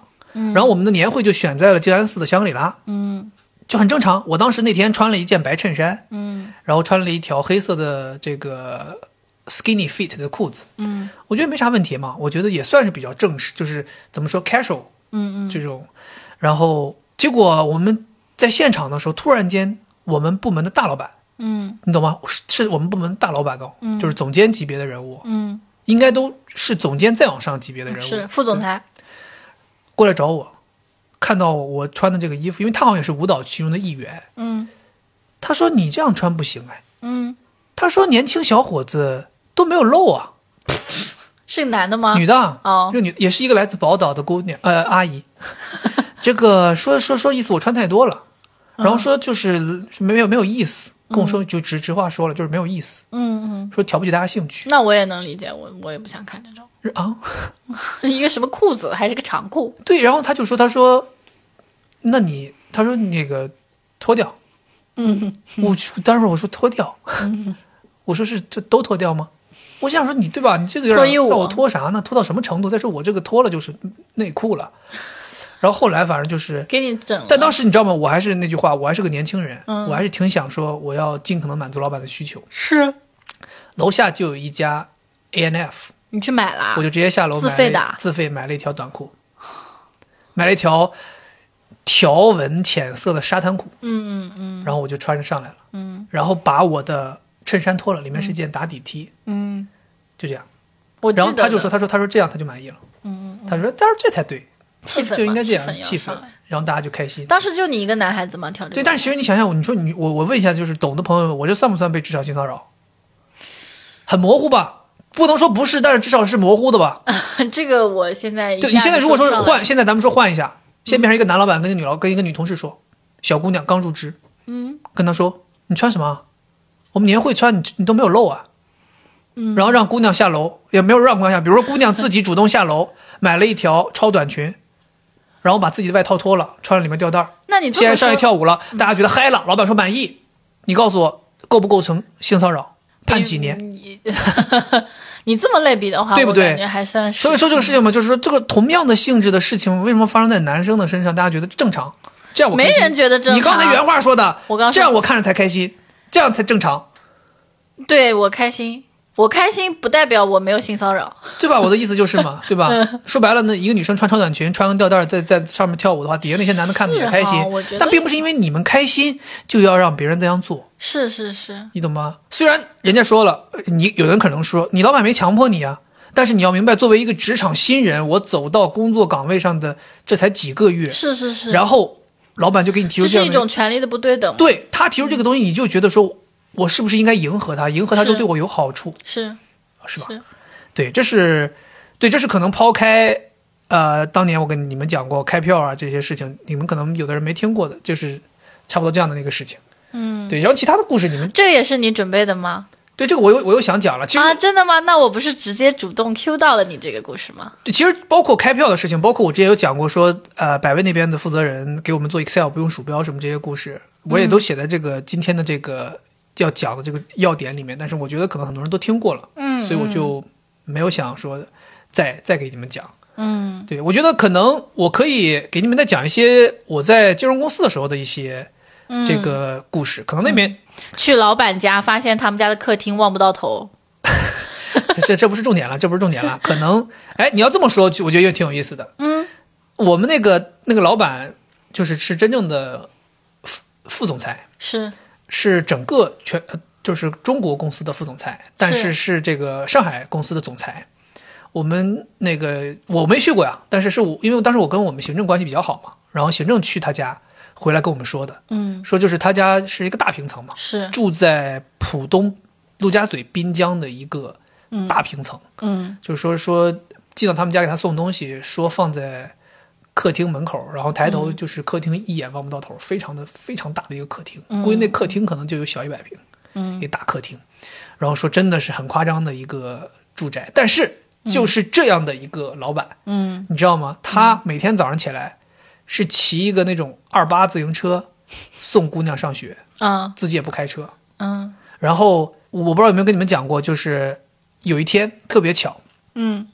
A: 然后我们的年会就选在了静安寺的香格里拉，
B: 嗯
A: 就很正常。我当时那天穿了一件白衬衫，
B: 嗯
A: 然后穿了一条黑色的这个 skinny fit 的裤子，
B: 嗯
A: 我觉得没啥问题嘛，我觉得也算是比较正式，就是怎么说 casual
B: 嗯嗯，
A: 这种。然后结果我们在现场的时候，突然间我们部门的大老板，
B: 嗯
A: 你懂吗？是是我们部门大老板哦，就是总监级别的人物，
B: 嗯，
A: 应该都是总监再往上级别的人物，
B: 哦是副总裁，
A: 过来找我，看到我穿的这个衣服，因为他好像也是舞蹈其中的一员，
B: 嗯
A: 他说你这样穿不行哎，
B: 嗯，
A: 他说年轻小伙子都没有露啊。
B: 是个男的吗？
A: 女的啊
B: 哦
A: 这个女也是一个 来自宝岛的姑娘，呃，阿姨。这个说说说意思，我穿太多了。
B: 嗯
A: 然后说就是没有没有意思，跟我说就直直话说了，就是没有意思，
B: 嗯嗯，
A: 说挑不起大家兴趣
B: 那我也能理解，我我也不想看这种，
A: 啊。
B: 一个什么裤子还是个长裤，
A: 对，然后他就说，他说，那你，他说那个脱掉，嗯，我去当时我说脱掉，
B: 嗯
A: 我说是这都脱掉吗？我想说你对吧？你这个让
B: 脱衣舞啊
A: 让我脱啥呢？脱到什么程度？再说我这个脱了就是内裤了。然后后来反正就是，
B: 给你整了。
A: 但当时你知道吗？我还是那句话，我还是个年轻人，
B: 嗯
A: 我还是挺想说我要尽可能满足老板的需求。
B: 是
A: 楼下就有一家 A N F，
B: 你去买啦
A: 我，就直接下楼买了
B: 自费的啊
A: 自费买了一条短裤，买了一条条纹浅色的沙滩裤，
B: 嗯嗯嗯
A: 然后我就穿着上来了，
B: 嗯
A: 然后把我的衬衫脱了，里面是一件打底 T，
B: 嗯，
A: 就这样。
B: 我记得
A: 然后他就
B: 的
A: 说，他说他说这样他就满意了，嗯，他说他说这才对，
B: 气氛嘛
A: 就应该这样
B: 气氛要
A: 气氛
B: 上来，
A: 然后大家就开心。
B: 当时就你一个男孩子嘛，跳这个
A: 对，但是其实你想想，你说你我我问一下，就是懂的朋友们，我这算不算被职场性骚扰？很模糊吧，不能说不是，但是至少是模糊的吧。
B: 这个我现在啊一
A: 对
B: 下
A: 你现在
B: 子
A: 如果
B: 说
A: 说
B: 不上来嗯
A: 换，现在咱们说换一下，先变成一个男老板跟一个女老跟一个女同事说，小姑娘刚入职，
B: 嗯，
A: 跟她说你穿什么啊？我们年会穿你你都没有露啊，嗯，然后让姑娘下楼，也没有让姑娘下，比如说姑娘自己主动下楼 买了一条超短裙，然后把自己的外套脱了，穿了里面吊带儿，
B: 那 你这
A: 现在
B: 么
A: 上去
B: 说
A: 跳舞了，大家觉得嗨了，老板说满意，你告诉我构不构成性骚扰，判几年？
B: 嗯你 你这么类比的话，
A: 对不对
B: 我感觉还算是。
A: 所以说这个事情嘛，就是说这个同样的性质的事情，为什么发生在男生的身上，大家觉得正常？这样我
B: 没
A: 开心
B: 人觉得正常。啊
A: 你刚才原话说的，
B: 我刚说
A: 这样我看着才开心，这样才正常，
B: 对我开心，我开心不代表我没有性骚扰。
A: 对吧？我的意思就是嘛，对吧？
B: 嗯
A: 说白了，那一个女生穿超短裙，穿个吊带儿在在上面跳舞的话，底下那些男的看着
B: 是
A: 也开心
B: 哈我觉得，
A: 但并不是因为你们开心就要让别人这样做，
B: 是是是，
A: 你懂吗？虽然人家说了，呃你有人可能说你老板没强迫你啊。但是你要明白，作为一个职场新人，我走到工作岗位上的这才几个月，
B: 是是是。
A: 然后老板就给你提
B: 这
A: 出这
B: 是
A: 样
B: 一
A: 的
B: 种权利的不对等。
A: 对他提出这个东西，你就觉得说，我是不是应该迎合他？迎合他就是对我有好处，
B: 是
A: 是吧？
B: 是
A: 对，这是对，这是可能抛开呃，当年我跟你们讲过开票啊这些事情，你们可能有的人没听过的，就是差不多这样的那个事情。
B: 嗯，
A: 对，然后其他的故事你们
B: 这也是你准备的吗？
A: 对这个我又我又想讲了，其实、
B: 啊，真的吗？那我不是直接主动 Q 到了你这个故事吗？
A: 其实包括开票的事情，包括我之前有讲过说，呃，百威那边的负责人给我们做 Excel 不用鼠标什么这些故事，我也都写在这个、今天的这个要讲的这个要点里面。但是我觉得可能很多人都听过了，
B: 嗯
A: 所以我就没有想说再再给你们讲。
B: 嗯，
A: 对我觉得可能我可以给你们再讲一些我在金融公司的时候的一些这个故事，可能那边、
B: 去老板家发现他们家的客厅望不到头。
A: 这这这不是重点了，这不是重点了。可能，哎，你要这么说，就我觉得也挺有意思的。
B: 嗯，
A: 我们那个那个老板就是是真正的副副总裁，
B: 是
A: 是整个全呃就是中国公司的副总裁，但是是这个上海公司的总裁。我们那个我没去过呀，但是是我因为当时我跟我们行政关系比较好嘛，然后行政去他家回来跟我们说的，
B: 嗯
A: 说就是他家是一个大平层嘛，
B: 是
A: 住在浦东陆家嘴滨江的一个大平层，
B: 嗯
A: 就是说说进到他们家给他送东西，说放在客厅门口，然后抬头
B: 嗯
A: 就是客厅一眼望不到头，非常的非常大的一个客厅，估计那客厅可能就有小一百平，
B: 嗯，
A: 一大客厅，然后说真的是很夸张的一个住宅，但是就是这样的一个老板，
B: 嗯
A: 你知道吗？他每天早上起来是骑一个那种二八自行车送姑娘上学，
B: 啊
A: 自己也不开车，
B: 嗯
A: 然后我不知道有没有跟你们讲过，就是有一天特别巧，
B: 嗯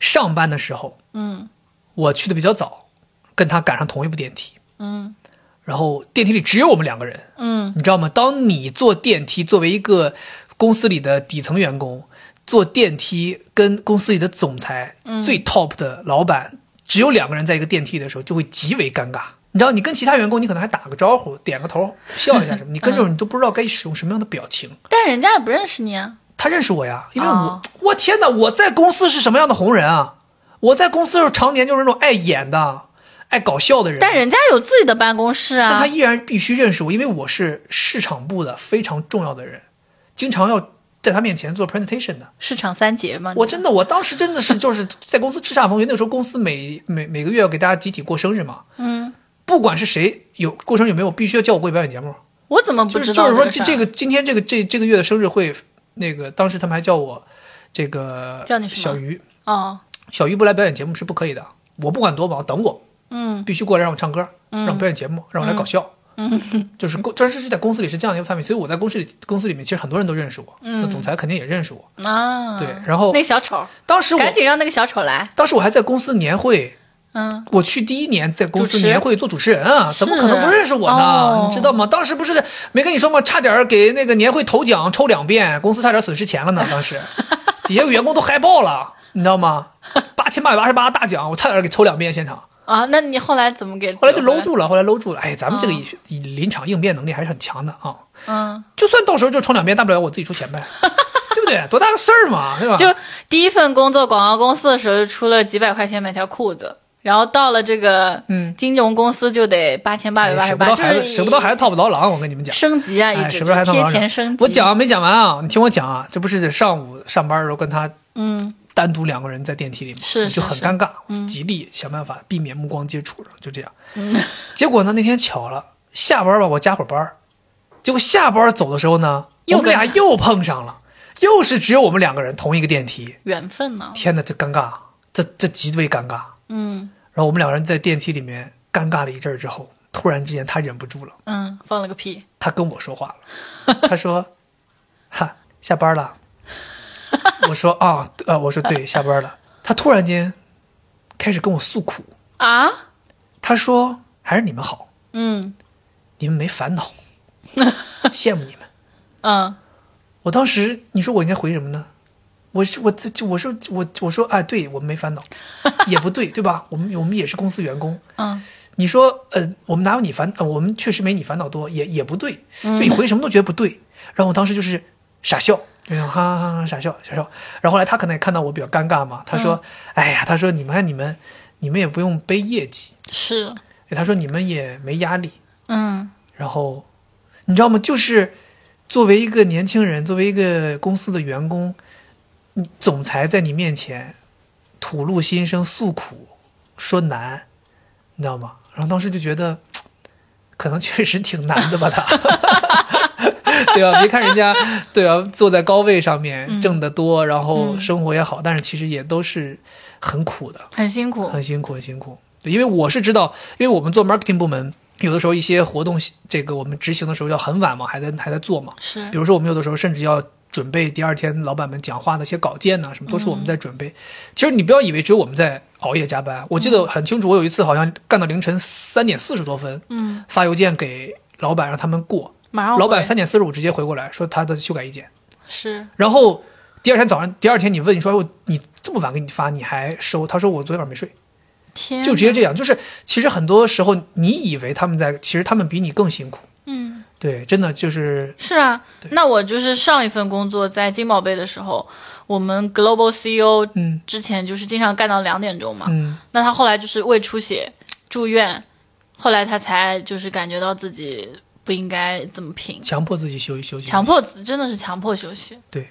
A: 上班的时候
B: 嗯
A: 我去的比较早，跟他赶上同一部电梯，
B: 嗯
A: 然后电梯里只有我们两个人，
B: 嗯，
A: 你知道吗？当你坐电梯，作为一个公司里的底层员工，坐电梯跟公司里的总裁、最 top 的老板，只有两个人在一个电梯的时候，就会极为尴尬。你知道，你跟其他员工，你可能还打个招呼、点个头、笑一下什么，你跟这种你都不知道该使用什么样的表情。
B: 但人家也不认识你啊。
A: 他认识我呀，因为我、
B: 哦
A: 我天哪，我在公司是什么样的红人啊？我在公司时候常年就是那种爱演的、爱搞笑的人，
B: 但人啊家有自己的办公室
A: 啊但
B: 啊
A: 他。依然必须认识我，因为我是市场部的非常重要的人，经常要在他面前做 presentation 的。
B: 市场三杰嘛，
A: 我真的，我当时真的 是就是在公司叱咤风云，那个时候公司每每每个月要给大家集体过生日嘛，
B: 嗯，
A: 不管是谁有过生日有没有，必须要叫我过去表演节目。
B: 我怎么不
A: 就
B: 知
A: 是
B: 道
A: 就
B: 这
A: 是
B: 个
A: 说
B: 事
A: 这
B: 儿？啊
A: 这个今天这个这这个月的生日会，那个当时他们还叫我这个
B: 叫你什么
A: 小鱼，
B: 哦，
A: 小鱼不来表演节目是不可以的。我不管多忙，等我
B: 嗯
A: 必须过来让我唱歌，让我表演节目，让我来搞笑。嗯，就是公， 当时是在公司里是这样的一个范围，所以我在公司里公司里面其实很多人都认识我，
B: 嗯
A: 那总裁肯定也认识我。
B: 啊，
A: 对，然后
B: 那个小丑，
A: 当时我
B: 赶紧让那个小丑来，
A: 当时我还在公司年会，
B: 嗯，
A: 我去第一年在公司
B: 主持
A: 年会做主持人啊，怎么可能不认识我呢？
B: 哦
A: 你知道吗？当时不是没跟你说吗？差点给那个年会头奖抽两遍，公司差点损失钱了呢。当时 底下员工都嗨爆了，你知道吗？八千八百八十八大奖，我差点给抽两遍现场，
B: 啊，那你后来怎么给？
A: 后来就搂，住了，后来搂住了。哎，咱们这个以以临场应变能力还是很强的啊，
B: 嗯，
A: 就算到时候就抽两遍，大不了我自己出钱 呗，对不对？多大个事儿嘛，对吧？
B: 就第一份工作广告公司的时候，就出了几百块钱买条裤子。然后到了这个
A: 嗯
B: 金融公司就得八千八百八
A: 哎
B: 十
A: 舍不
B: 八，
A: 得
B: 就
A: 孩
B: 是
A: 子，舍不得孩
B: 以
A: 子套不着狼，我跟你们讲。
B: 升级啊，一
A: 哎，
B: 直
A: 是不是还
B: 就
A: 能
B: 贴
A: 忙着
B: 钱升级。
A: 我讲，没讲完啊，你听我讲啊，这不是上午上班的时候跟他
B: 嗯
A: 单独两个人在电梯里嘛，
B: 是
A: 我就是很
B: 是嗯
A: 尴尬，我就极力想办法避免目光接触，就这样。 结果呢，那天巧了，下班吧，我加会儿班儿，结果下班走的时候呢，
B: 又
A: 我们
B: 跟
A: 俩又碰上了，又是只有我们两个人同一个电梯，
B: 缘分呢、
A: 天哪，这尴尬，这这极为尴尬。
B: 嗯
A: 然后我们两个人在电梯里面尴尬了一阵儿之后，突然之间他忍不住了。
B: 嗯，放了个屁，
A: 他跟我说话了， 他说：“哈，下班了。” 我说：“啊，呃，我说对，下班了。”他突然间开始跟我诉苦，
B: 啊，
A: 他说：“还是你们好，
B: 嗯
A: 你们没烦恼，羡慕你们。
B: 嗯”
A: 我当时你说我应该回什么呢？我是我这我说我我说哎，对我们没烦恼，也不对，对吧？我们我们也是公司员工，
B: 嗯，
A: 你说，呃，我们哪有你烦、呃我们确实没你烦恼多，也也不对，就你回什么都觉得不对。然后我当时就是傻笑，就想哈哈哈哈傻笑傻笑。然后后来他可能也看到我比较尴尬嘛，他说，哎呀，他说你们看你们，你们也不用背业绩，
B: 是，
A: 他说你们也没压力。
B: 嗯
A: 然后你知道吗？就是作为一个年轻人，作为一个公司的员工，你总裁在你面前吐露心声、诉苦、说难，你知道吗？然后当时就觉得，可能确实挺难的吧，他。对吧？别看人家，对吧？坐在高位上面挣得多，然后生活也好，但是其实也都是很苦的。
B: 很辛苦，
A: 很辛苦，很辛苦。对，因为我是知道，因为我们做 marketing 部门，有的时候一些活动，这个我们执行的时候要很晚嘛，还在还在做嘛。
B: 是
A: 比，如说，我们有的时候甚至要准备第二天老板们讲话的一些稿件呐、什么都是我们在准备。其实你不要以为只有我们在熬夜加班，我记得很清楚，我有一次好像干到凌晨三点四十多分，
B: 嗯，
A: 发邮件给老板让他们过，
B: 马上
A: 老板
B: 回
A: 三点四十五直接回过来说他的修改意见，
B: 是，
A: 然后第二天早上，第二天你问你说我你这么晚给你发你还收，他说我昨天晚上没睡。
B: 天，
A: 就直接这，样，就是其实很多时候你以为他们在，其实他们比你更辛苦。
B: 嗯。
A: 对，真的就是
B: 是啊，那我就是上一份工作在金宝贝的时候，我们 Global CEO
A: 嗯
B: 之前就是经常干到两点钟嘛。
A: 嗯，
B: 那他后来就是胃出血住院，后来他才就是感觉到自己不应该这么拼，
A: 强迫自己休息休息。
B: 强迫自真的是强迫 休息。
A: 对。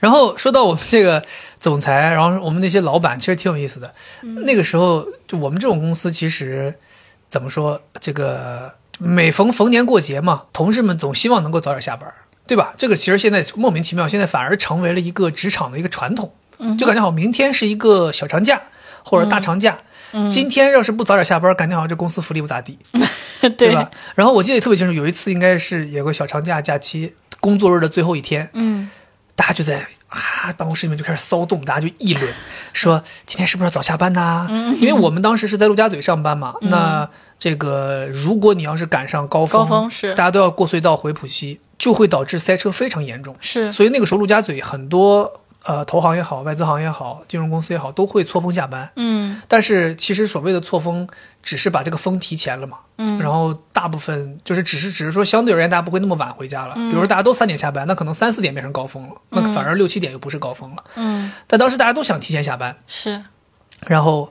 A: 然后说到我们这个总裁，然后我们那些老板其实挺有意思的。那个时候，就我们这种公司，其实怎么说，这个每逢逢年过节嘛，同事们总希望能够早点下班，对吧？这个其实现在莫名其妙，现在反而成为了一个职场的一个传统，就感觉好像明天是一个小长假或者大长假。今天要是不早点下班，感觉好像这公司福利不咋地。
B: 对
A: 对吧？然后我记得特别清楚，有一次应该是有个小长假假期，工作日的最后一天，
B: 嗯，
A: 大家就在啊办公室里面就开始骚动，大家就议 论说今天是不是要早下班呐、
B: 嗯
A: 因为我们当时是在陆家嘴上班嘛，那这个如果你要是赶上高峰，
B: 高峰是
A: 大家都要过隧道回浦西，就会导致塞车非常严重。
B: 是
A: 所以那个时候陆家嘴很多呃投行也好，外资行也好，金融公司也好，都会错峰下班。
B: 嗯
A: 但是其实所谓的错峰，只是把这个峰提前了嘛。嗯，然后大部分就是只是只是说相对而言，大家不会那么晚回家了。比如说大家都三点下班，那可能三四点变成高峰了，那反而六七点又不是高峰了。
B: 嗯
A: 但当时大家都想提前下班，
B: 是
A: 然后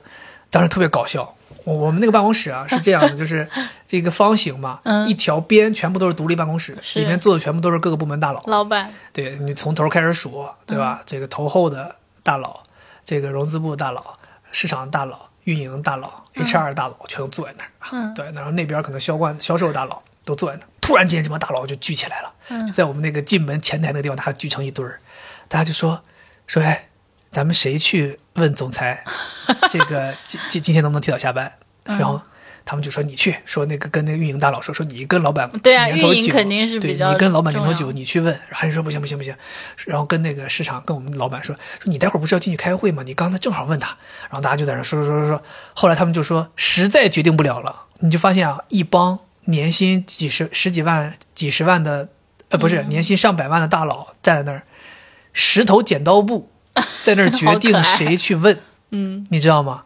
A: 当时特别搞笑。我我们那个办公室啊是这样的，就是这个方形嘛，一条边全部都是独立办公室，
B: 是
A: 里面坐的全部都是各个部门大佬。
B: 老板
A: 对你从头开始数，对吧？这个投后的大佬，这个融资部的大佬，市场的大佬，运营大佬、HR 大佬全都坐在那儿啊，对，然后那边可能销冠、销售大佬都坐在那儿。突然之间，这帮大佬就聚起来了，就在我们那个进门前台那个地方，大家聚成一堆儿，大家就说说，哎，咱们谁去问总 裁这个今今今天能不能提早下班？
B: 嗯
A: 然后。他们就说你去，说那个跟那个运营大佬说，说你跟老板
B: 对啊
A: 年头
B: 运营
A: 久
B: 肯定是
A: 对
B: 比较
A: 你跟老板年头
B: 重
A: 久，
B: 要
A: 你去问，然后还说不行不行不行，然后跟那个市场跟我们老板说，说你待会儿不是要进去开会吗？你刚才正好问他，然后大家就在那说说说说说，后来他们就说实在决定不了了，你就发现啊，一帮年薪几十十几万、几十万的，呃，不是
B: 嗯
A: 年薪上百万的大佬站在那儿，石头剪刀 布，在那儿决
B: 好可
A: 定
B: 爱
A: 谁去问，
B: 嗯，
A: 你知道吗？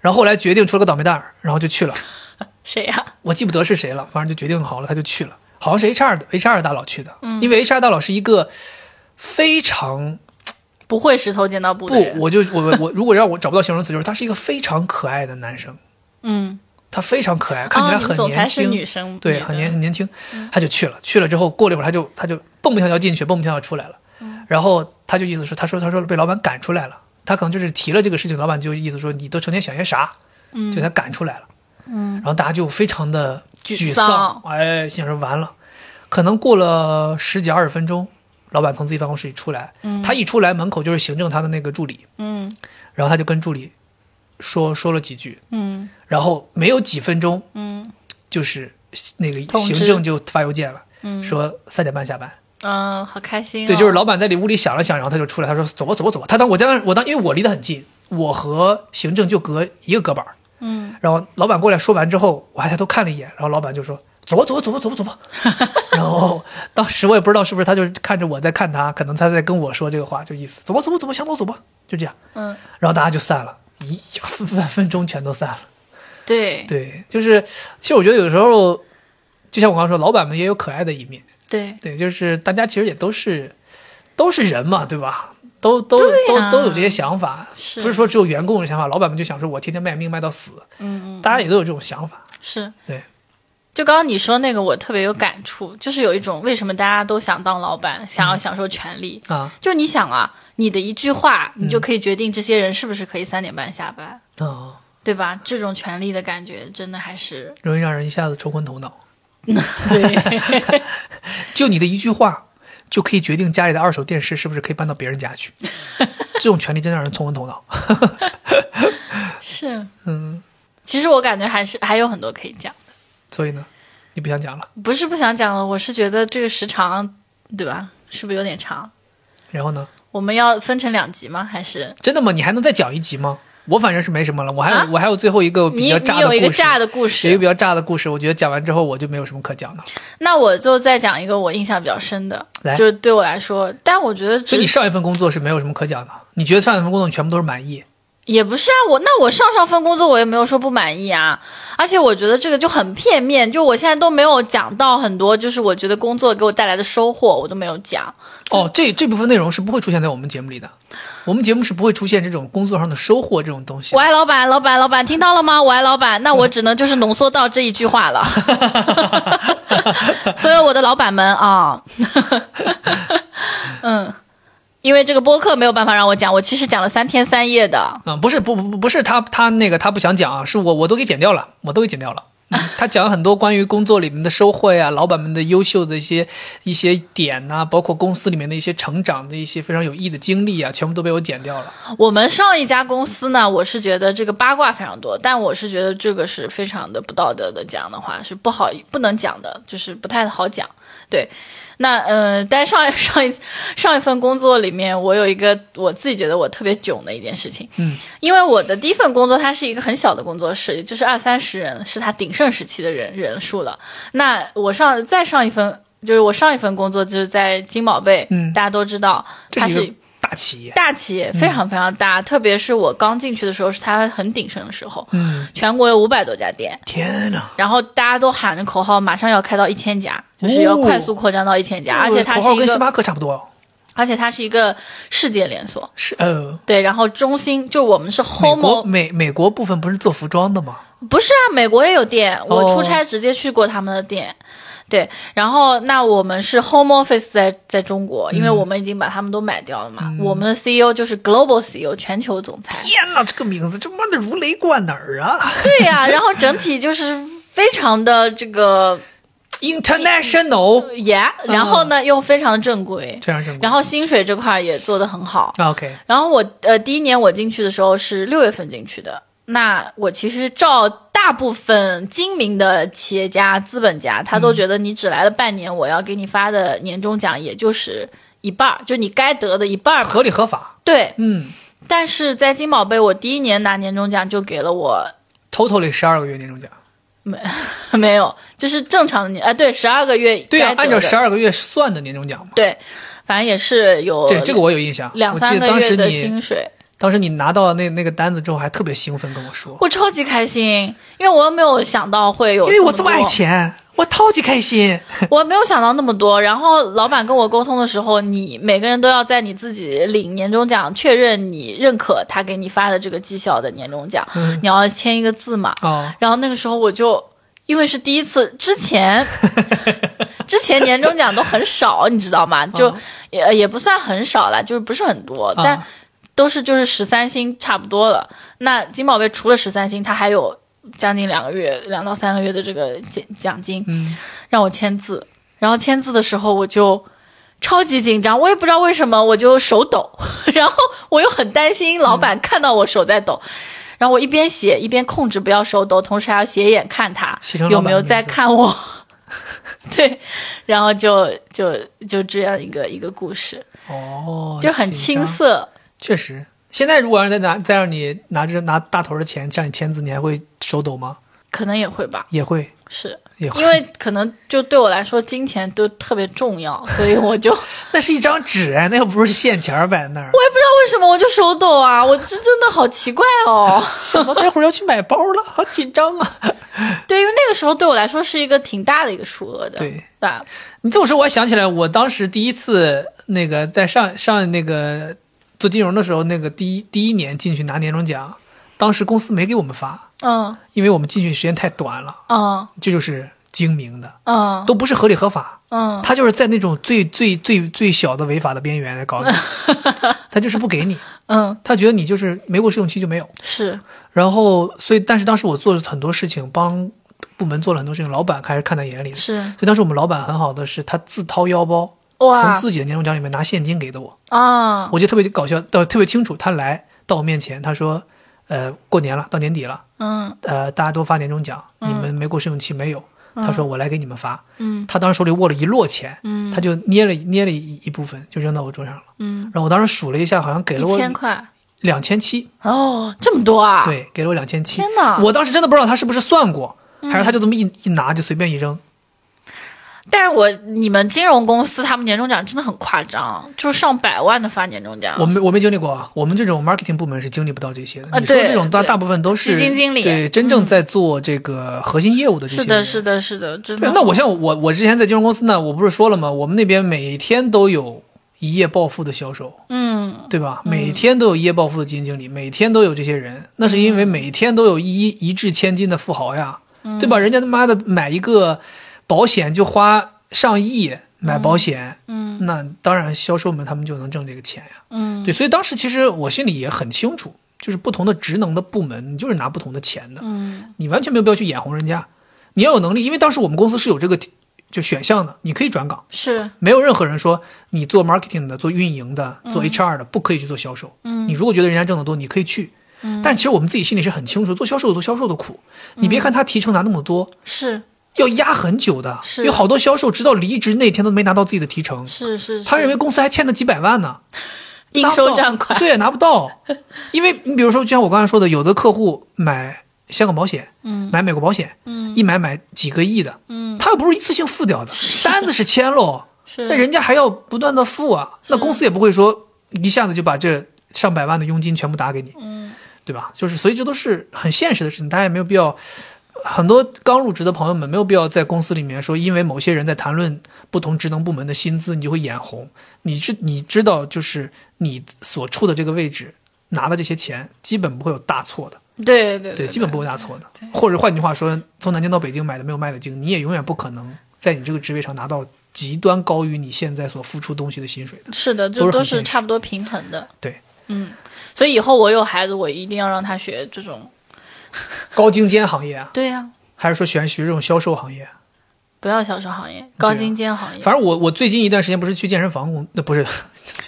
A: 然后后来决定出了个倒霉蛋儿，然后就去了。
B: 谁啊呀、
A: 我记不得是谁了，反正就决定好了，他就去了，好像是 HR 的 HR 大佬去的，
B: 嗯
A: 因为 HR 大佬是一个非常
B: 不会石头剪刀布的
A: 不，
B: 人。
A: 我就我我我如果让我找不到形容词，就是他是一个非常可爱的男生，
B: 嗯，
A: 他非常可爱，看起来
B: 哦你们
A: 很
B: 总裁
A: 年
B: 是
A: 轻，
B: 女生，
A: 对，
B: 女的嗯
A: 很年很年轻，他就去了，去了之后过了一会儿他就他就蹦蹦跳跳进去，蹦蹦跳跳出来了，
B: 嗯
A: 然后他就意思说，他说他说被老板赶出来了，他可能就是提了这个事情，老板就意思说你都成天想些啥，就给他赶出来了，嗯，然后大家就非常的
B: 沮
A: 沮
B: 丧
A: 哎，心想说完了，可能过了十几二十分钟，老板从自己办公室里出来，他一出来门口就是行政他的那个助理，
B: 嗯
A: 然后他就跟助理说说了几句，
B: 嗯
A: 然后没有几分钟，
B: 嗯
A: 就是那个
B: 通知
A: 行政就发邮件了，
B: 嗯
A: 说三点半下班。
B: 嗯，好开心、哦。
A: 对，就是老板在里屋里想了想，然后他就出来，他说走吧走吧走吧。他当我当我当因为我离得很近，我和行政就隔一个隔板儿
B: 嗯，
A: 然后老板过来说完之后，我还抬头看了一眼，然后老板就说走吧走吧走吧走吧走 吧。然后当时我也不知道是不是他就是看着我在看他，可能他在跟我说这个话，就意思走吧走吧走吧想走走吧，就这样。
B: 嗯，
A: 然后大家就散了，一分分分钟全都散了。
B: 对
A: 对，就是其实我觉得有的时候，就像我刚刚说，老板们也有可爱的一面。
B: 对
A: 对，就是大家其实也都是都是人嘛，对吧？都都、
B: 对呀
A: 都都有这些想法，
B: 是
A: 不是说只有员工有想法，老板们就想说我天天卖命卖到死，
B: 嗯嗯
A: 大家也都有这种想法。
B: 是。
A: 对，
B: 就刚刚你说那个，我特别有感触，就是有一种为什么大家都想当老板，想
A: 嗯
B: 要享受权利。
A: 啊
B: 就你想啊，你的一句话，你
A: 嗯
B: 就可以决定这些人是不是可以三点半下班，
A: 啊，
B: 对吧？这种权利的感觉，真的还是
A: 容易让人一下子冲昏头脑。
B: 对
A: 就你的一句话，就可以决定家里的二手电视是不是可以搬到别人家 去，这种权利真让人冲昏头脑。
B: 是。
A: 嗯，
B: 其实我感觉还是还有很多可以讲，
A: 所以呢，你不想讲了，
B: 不是不想讲了，我是觉得这个时长，对吧？是不是有点长？
A: 然后呢？
B: 我们要分成两集吗？还是
A: 真的吗？你还能再讲一集吗？我反正是没什么了，我还有、
B: 啊
A: 我还有最后一个哦比
B: 你
A: 较
B: 你
A: 炸的故
B: 有
A: 事，
B: 一个炸的
A: 有一个
B: 故事
A: 比？较炸的故事，我觉得讲完之后我就没有什么可讲的。
B: 那我就再讲一个我印象比较深的
A: 来，
B: 就是对我来说，但我觉得
A: 所以
B: 只
A: 你上一份工作是没有什么可讲的，你觉得上一份工作你全部都是满意？
B: 也不是啊，我那我上上份工作我也没有说不满意啊，而且我觉得这个就很片面，就我现在都没有讲到很多，就是我觉得工作给我带来的收获，我都没有讲。
A: 哦，这这部分内容是不会出现在我们节目里的，我们节目是不会出现这种工作上的收获这种东西
B: 我。爱老板，老板，老板，听到了吗？我爱老板，那我只能就是浓缩到这一句 话了。所有我的老板们 啊，嗯，因为这个播客没有办法让我讲，我其实讲了三天三夜的。
A: 啊、不是，不不不不是他他那个他不想讲啊，是我我都给剪掉了，我都给剪掉了。嗯他讲了很多关于工作里面的收获呀、老板们的优秀的一些一些点呐、包括公司里面的一些成长的一些非常有益的经历啊，全部都被我剪掉了。
B: 我们上一家公司呢，我是觉得这个八卦非常多，但我是觉得这个是非常的不道德的，讲的话是不好不能讲的，就是不太好讲。对，那呃，但是上一 上一上一份工作里面，我有一个我自己觉得我特别囧的一件事情，
A: 嗯，
B: 因为我的第一份工作它是一个很小的工作室，也就是二三十人，是它鼎盛时期的人人数了。那我上再上一份。就是我上一份工作就是在金宝贝，
A: 嗯
B: 大家都知道，
A: 这
B: 它
A: 是
B: 是
A: 一个大企业，
B: 大企业非常非常大，特别是我刚进去的时候，是它很鼎盛的时候，
A: 嗯，
B: 全国有五百多家店，
A: 天哪！
B: 然后大家都喊着口号，马上要开到一千家，就是要
A: 哦
B: 快速扩张到一千家，而且它
A: 口
B: 是
A: 号
B: 一
A: 跟星
B: 个，
A: 巴克差不多哦，
B: 而且它是一个世界连锁，
A: 是呃，
B: 对，然后中心就我们是
A: 美国
B: Homo，
A: 美美国部分不是做服装的吗？
B: 不是啊，美国也有店，我
A: 哦
B: 出差直接去过他们的店。对，然后那我们是 home office 在在中国，因为
A: 嗯
B: 我们已经把他们都买掉了嘛。我们的 CEO 就是 global CEO 全球总裁。
A: 天哪，这个名字这妈的如雷贯耳啊
B: 对呀、然后整体就是非常的这个
A: ！International，
B: 严，然后呢又非常的正规，
A: 这样嗯正规
B: 然后薪水这块也做得很好。
A: 啊 OK，
B: 然后我呃第一年我进去的时候是六月份进去的，那我其实照大部分精明的企业家、资本家，他
A: 嗯
B: 都觉得你只来了半年，我要给你发的年终奖也就是一半儿，就你该得的一半儿吧。
A: 合理合法，
B: 对，
A: 嗯
B: 但是在金宝贝，我第一年拿年终奖就给了我
A: ，totally 十二个月年终奖。
B: 没有，就是正常的年，哎、对，十二个月
A: 对呀、啊
B: 该得
A: 按照
B: 的
A: 十二个月算的年终奖嘛。
B: 对，反正也是有
A: 对，这个我有印象。
B: 呃两
A: 我记
B: 三
A: 得
B: 个
A: 当
B: 月
A: 时
B: 的
A: 你
B: 薪水。
A: 当时你拿到那那个单子之后，还特别兴奋跟我说，
B: 我超级开心，因为我没有想到会有，
A: 因为我这么爱，钱，我超级开心。
B: 我没有想到那么多。然后老板跟我沟通的时候，你每个人都要在你自己领年终奖，确认你认可他给你发的这个绩效的年终奖，
A: 嗯
B: 你要签一个字嘛。
A: 哦，
B: 然后那个时候我就。因为是第一次，之前之前年终奖都很少，你知道吗？就、
A: 哦
B: 也也不算很少啦，就是不是很多，
A: 啊
B: 但都是就是十三星差不多了。那金宝贝除了十三星，它还有将近两个月、两到三个月的这个奖奖金，
A: 嗯，
B: 让我签字。然后签字的时候我就超级紧张，我也不知道为什么我就手抖，然后我又很担心老
A: 嗯
B: 板看到我手在抖。然后我一边写一边控制不要手抖，同时还要斜眼看他
A: 写成老
B: 有
A: 板的
B: 没有
A: 名
B: 在
A: 字
B: 看我。 对，然后就就就这样一个一个故事。
A: 哦，
B: 就很
A: 紧
B: 青
A: 张，
B: 涩。
A: 确实。现在如果让再拿再让你拿着拿大头的钱向你签字，你还会手抖吗？
B: 可能也会吧，
A: 也会，
B: 是
A: 也会。
B: 因为可能就对我来说，金钱都特别重要，所以我就我也
A: 那是一张纸，哎，那又不是现钱儿摆在那 儿。
B: 不知道为什么我就手抖啊，我这真的好奇怪哦。
A: 想到待会儿要去买包了，好紧张啊！
B: 对，因为那个时候对我来说是一个挺大的一个数额的，
A: 对
B: 吧？
A: 你这么说，我还想起来，我当时第一次那个在上上那个做金融的时候，那个第一第一年进去拿年终奖，当时公司没给我们发，
B: 嗯
A: 因为我们进去时间太短了，
B: 嗯
A: 这就是精明的，
B: 嗯
A: 都不是合理合法，
B: 嗯，
A: 他就是在那种最最最最小的违法的边缘来搞你，他就是不给你，
B: 嗯，
A: 他觉得你就是没过试用期就没有，
B: 是
A: 然后所以但是当时我做了很多事情，帮部门做了很多事情，老板还是看在眼里的，所
B: 是，
A: 以当时我们老板很好的是他自掏腰包。从
B: 哇
A: 自己的年终奖里面拿现金给的我，
B: 啊
A: 我就特别搞笑，到特别清楚。他来到我面前，他说：“呃，过年了，到年底了，
B: 嗯
A: 呃，大家都发年终奖，你们没过试用期没有？”他说：“我来给你们发。”
B: 嗯
A: 他当时手里握了一摞钱，
B: 嗯
A: 他就捏了捏了一一部分，就扔到我桌上了。
B: 嗯，
A: 然后我当时数了一下，好像给了
B: 一
A: 我
B: 千块
A: 两千七，
B: 哦，这么多啊？
A: 对，给了我两千七。
B: 天哪嗯
A: 我当时真的不知道他是不是算过，还是他就这么一一拿就随便一扔。
B: 但是我你们金融公司他们年终奖真的很夸张，就是上百万的发年终奖。
A: 我没我没经历过啊，我们这种 marketing 部门是经历不到这些的。
B: 啊
A: 你说
B: 对
A: 这种大
B: 对
A: 大部分都是
B: 基金经理嗯
A: 对真正在做这个核心业务的这些
B: 是的，
A: 人
B: 是的，是的，真
A: 对
B: 的。
A: 那我像我我之前在金融公司呢，我不是说了吗？我们那边每天都有一夜暴富的销售，
B: 嗯，
A: 对吧？每天都有一夜暴富的基金经理，每天都有这些人，那是
B: 嗯
A: 因为每天都有一一掷千金的富豪呀，对吧？人家他妈的买一个保险就花上亿买保险，
B: 嗯
A: 那当然销售们他们就能挣这个钱呀。
B: 嗯
A: 对，所以当时其实我心里也很清楚，就是不同的职能的部门，你就是拿不同的钱的，
B: 嗯
A: 你完全没有必要去眼红人家。你要有能力，因为当时我们公司是有这个就选项的，你可以转岗，
B: 是
A: 没有任何人说你做 marketing 的、做运营的、做 HR 的不可以去做销售。
B: 嗯
A: 你如果觉得人家挣得多，你可以去。但其实我们自己心里是很清楚，做销售有做销售的苦。你
B: 嗯
A: 别看他提成拿那么多，
B: 是
A: 要压很久的。
B: 是
A: 有好多销售直到离职那天都没拿到自己的提成，
B: 是是，
A: 他
B: 是
A: 认为公司还欠他几百万呢。
B: 应收账款，
A: 对，拿不到，因为你比如说，就像我刚才说的，有的客户买香港保险，
B: 嗯
A: 买美国保险，
B: 嗯
A: 一买买几个亿的，
B: 嗯
A: 他又不是一次性付掉的，单子是签 喽，
B: 是
A: 那人家还要不断的付啊，那公司也不会说一下子就把这上百万的佣金全部打给你，
B: 嗯
A: 对吧？就是所以这都是很现实的事情，大家也没有必要。很多刚入职的朋友们没有必要在公司里面说，因为某些人在谈论不同职能部门的薪资，你就会眼红。你知你知道，就是你所处的这个位置拿的这些钱，基本不会有大错的，
B: 对对
A: 对，基
B: 本
A: 本不会大错的。或者换句话说，从南京到北京买的没有卖的精，你也永远不可能在你这个职位上拿到极端高于你现在所付出东西的薪水的。
B: 是的，
A: 都
B: 就是
A: 很
B: 都是
A: 现实
B: 差不多平衡的。
A: 对，
B: 嗯，所以以后我有孩子，我一定要让他学这种。
A: 高精尖行业啊，
B: 对呀、
A: 还是说选学这种销售行业啊？
B: 不要销售行业，高精尖行业，
A: 反正我我最近一段时间不是去健身房工，那呃不是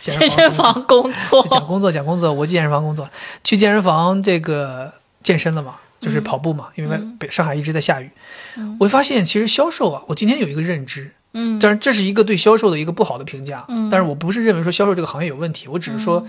A: 健
B: 健身
A: 工
B: 房工
A: 作讲
B: 作。
A: 工作讲工作，我去健身房工作，去健身房这个健身了嘛，
B: 嗯
A: 就是跑步嘛，因为北上海一直在下雨，我会发现其实销售啊，我今天有一个认知，
B: 嗯，
A: 但是这是一个对销售的一个不好的评价，
B: 嗯
A: 但是我不是认为说销售这个行业有问题，我只是说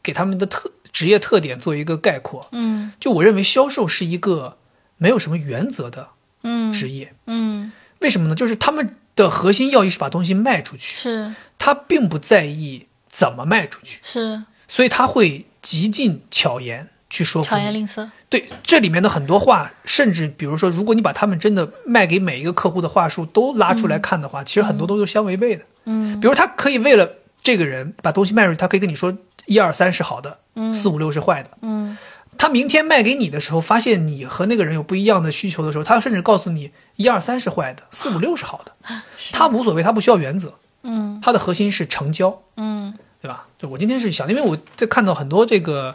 A: 给他们的特职业特点做一个概括，
B: 嗯
A: 就我认为销售是一个没有什么原则的
B: 嗯
A: 职业，
B: 嗯，
A: 为什么呢？就是他们的核心要义是把东西卖出去。
B: 是
A: 他并不在意怎么卖出去，
B: 是，
A: 所以他会极尽巧言去说服
B: 巧言
A: 你。
B: 令色。
A: 对这里面的很多话，甚至比如说，如果你把他们真的卖给每一个客户的话术都拉出来看的话，其实很多都是相违背的。
B: 嗯
A: 比如他可以为了这个人把东西卖出去，他可以跟你说一二三是好的，四五六是坏的。
B: 嗯
A: 他明天卖给你的时候，发现你和那个人有不一样的需求的时候，他甚至告诉你一二三是坏的，四五六是好的。他无所谓，他不需要原则，
B: 啊嗯
A: 他的核心是成交。
B: 嗯
A: 对吧？就我今天是想，因为我在看到很多这个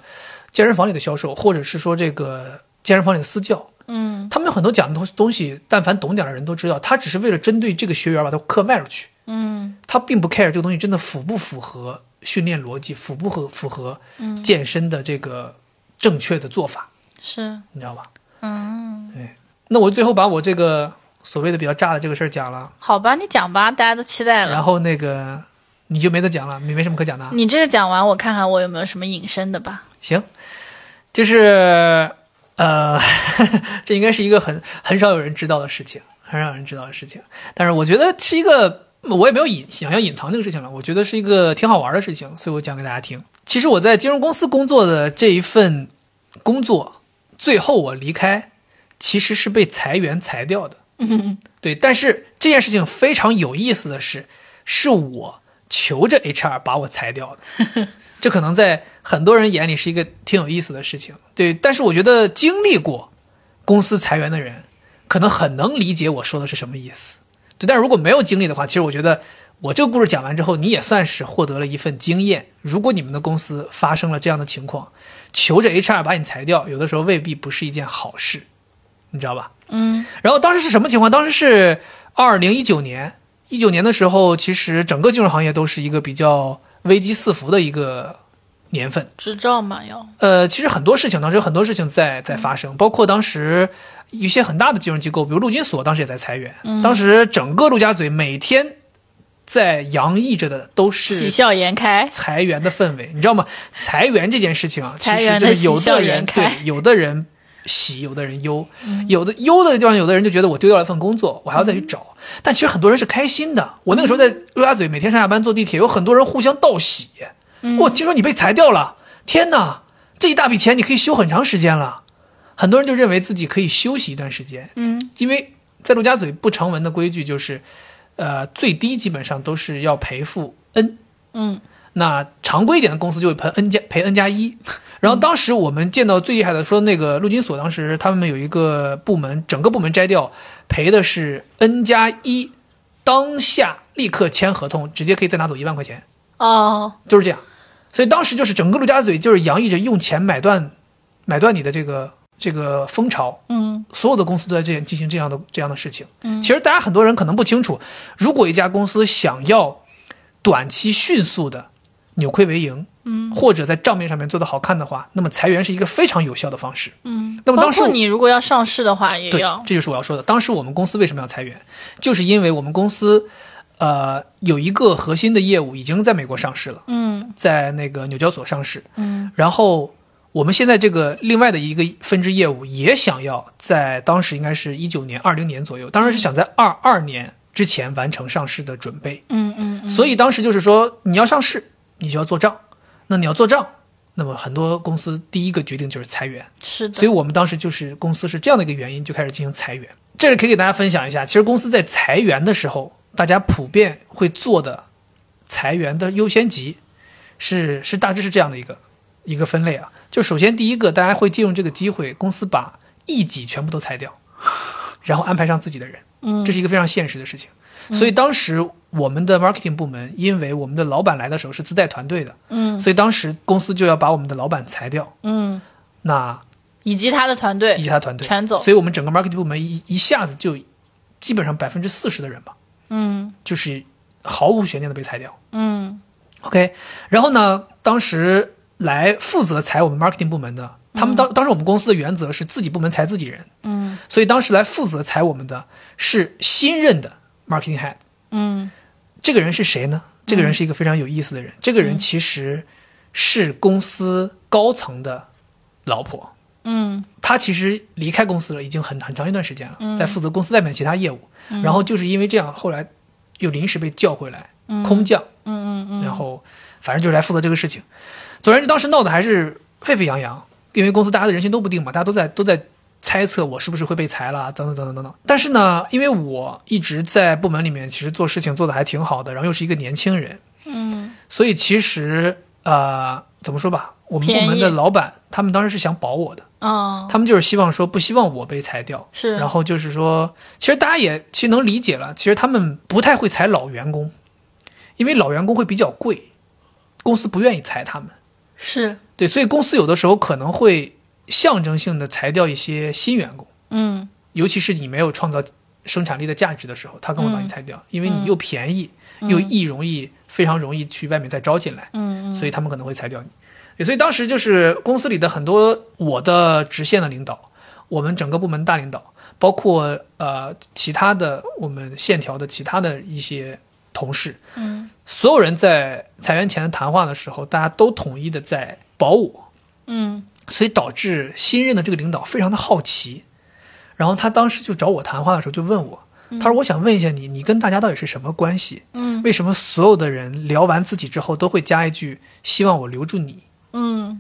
A: 健身房里的销售，或者是说这个健身房里的私教，
B: 嗯
A: 他们有很多讲的东东西，但凡懂点儿的人都知道，他只是为了针对这个学员把他课卖出去，
B: 嗯
A: 他并不 care 这个东西真的符不符合训练逻辑，符不合符合
B: 嗯
A: 健身的这个正确的做法，
B: 是
A: 你知道吧？
B: 嗯，
A: 对，那我最后把我这个所谓的比较炸的这个事儿讲了，
B: 好吧，你讲吧，大家都期待
A: 然
B: 了。
A: 后那个你就没得讲了，你没什么可讲的啊。
B: 你这个讲完，我看看我有没有什么引申的吧。
A: 行，就是呃， 这应该是一个很很少有人知道的事情，很少有人知道的事情。但是我觉得是一个，我也没有隐想要隐藏这个事情了，我觉得是一个挺好玩的事情，所以我讲给大家听。其实我在金融公司工作的这一份工作，最后我离开，其实是被裁员裁掉的。
B: 嗯
A: 对，但是这件事情非常有意思的是，是我求着 HR 把我裁掉的。这可能在很多人眼里是一个挺有意思的事情，对。但是我觉得经历过公司裁员的人，可能很能理解我说的是什么意思。对，但是如果没有经历的话，其实我觉得我这个故事讲完之后，你也算是获得了一份经验。如果你们的公司发生了这样的情况，求着 HR 把你裁掉，有的时候未必不是一件好事，你知道吧？
B: 嗯
A: 然后当时是什么情况？当时是二零一九年，一九年的时候，其实整个金融行业都是一个比较危机四伏的一个年份。
B: 执照嘛要。
A: 呃，其实很多事情，当时有很多事情在在发生，包括当时一些很大的金融机构，比如陆金所，当时也在裁员。当时整个陆家嘴每天在洋溢着的都
B: 喜
A: 是
B: 笑颜开，
A: 裁员的氛围，你知道吗？裁员这件事情啊，其
B: 裁
A: 实
B: 员
A: 就
B: 的
A: 是有
B: 喜笑
A: 的
B: 颜
A: 人
B: 开嗯
A: 对，有的人喜，有的人忧，有的忧的地方，有的人就觉得我丢掉了一份工作，我还要再去找。
B: 嗯
A: 但其实很多人是开心的。我那个时候在陆家嘴每天上下班坐地铁，有很多人互相道喜。
B: 嗯
A: 我听说你被裁掉了，天哪！这一大笔钱你可以休很长时间了。很多人就认为自己可以休息一段时间，
B: 嗯
A: 因为在陆家嘴不成文的规矩就是，呃，最低基本上都是要赔付 N
B: 嗯
A: 那常规一点的公司就会赔 n 加赔 n 加一。然后当时我们见到最厉害的，说那个陆金所当时他们有一个部门，整个部门摘掉赔的是 n 加一，当下立刻签合同，直接可以再拿走一万块钱，
B: 哦，
A: 就是这样。所以当时就是整个陆家嘴就是洋溢着用钱买断买断你的这个这个风潮，
B: 嗯
A: 所有的公司都在这进行这样的这样的事情。其实大家很多人可能不清楚，如果一家公司想要短期迅速的扭亏为盈，嗯，或者在账面上面做得好看的话，那么裁员是一个非常有效的方式。
B: 嗯。
A: 那么当时
B: 包
A: 我
B: 括你如果要上市的话，也
A: 对
B: 要，
A: 这就是我要说的。当时我们公司为什么要裁员，就是因为我们公司，呃，有一个核心的业务已经在美国上市了，
B: 嗯
A: 在那个纽交所上市，
B: 嗯
A: 然后我们现在这个另外的一个分支业务也想要在当时应该是一九年、二零年左右，当然是想在二二年之前完成上市的准备。
B: 嗯嗯
A: 所以当时就是说，你要上市，你就要做账。那你要做账，那么很多公司第一个决定就是裁员。
B: 是的
A: 所以，我们当时就是公司是这样的一个原因就开始进行裁员。这里可以给大家分享一下，其实公司在裁员的时候，大家普遍会做的裁员的优先级是是大致是这样的一个一个分类啊。就首先第一个，大家会借用这个机会，公司把异己全部都裁掉，然后安排上自己的人，
B: 嗯
A: 这是一个非常现实的事情。所以当时我们的 marketing 部门，因为我们的老板来的时候是自带团队的，
B: 嗯
A: 所以当时公司就要把我们的老板裁掉，
B: 嗯，
A: 那
B: 以及他的团队
A: 以及他团队
B: 全走
A: 所以我们整个 marketing 部门一一下子就基本上百分之四十的人吧，
B: 嗯
A: 就是毫无悬念的被裁掉。
B: 嗯
A: OK，然后呢，当时来负责裁我们 marketing 部门的，他们当当时我们公司的原则是自己部门裁自己人，
B: 嗯
A: 所以当时来负责裁我们的是新任的 marketing head，
B: 嗯
A: 这个人是谁呢？这个人是一个非常有意思的人，这个
B: 嗯
A: 人其实是公司高层的老婆，
B: 嗯
A: 他其实离开公司了，已经很很长一段时间了，在负责公司外面其他业务，
B: 嗯
A: 然后就是因为这样，后来又临时被叫回来，空降。
B: 嗯嗯
A: 然后反正就是来负责这个事情。总而言之，当时闹得还是沸沸扬扬，因为公司大家的人心都不定嘛，大家都在都在猜测我是不是会被裁啦，等等等等等等。但是呢，因为我一直在部门里面，其实做事情做得还挺好的，然后又是一个年轻人，
B: 嗯
A: 所以其实呃，怎么说吧，我们部门的
B: 便宜
A: 老板他们当时是想保我的，
B: 哦，
A: 他们就是希望说不希望我被裁掉。
B: 是，
A: 然后就是说，其实大家也其实能理解了，其实他们不太会裁老员工，因为老员工会比较贵，公司不愿意裁他们。
B: 是
A: 对，所以公司有的时候可能会象征性的裁掉一些新员工，
B: 嗯
A: 尤其是你没有创造生产力的价值的时候，他更会把你裁掉，因为你又便宜、又易容易非常容易去外面再招进来，
B: 嗯
A: 所以他们可能会裁掉你。对所以当时就是公司里的很多我的直线的领导，我们整个部门大领导，包括呃其他的我们线条的其他的一些同事，
B: 嗯
A: 所有人在裁员前的谈话的时候，大家都统一的在保我，
B: 嗯
A: 所以导致新任的这个领导非常的好奇，然后他当时就找我谈话的时候就问我，他说我想问一下你，你跟大家到底是什么关系？
B: 嗯
A: 为什么所有的人聊完自己之后都会加一句希望我留住你？
B: 嗯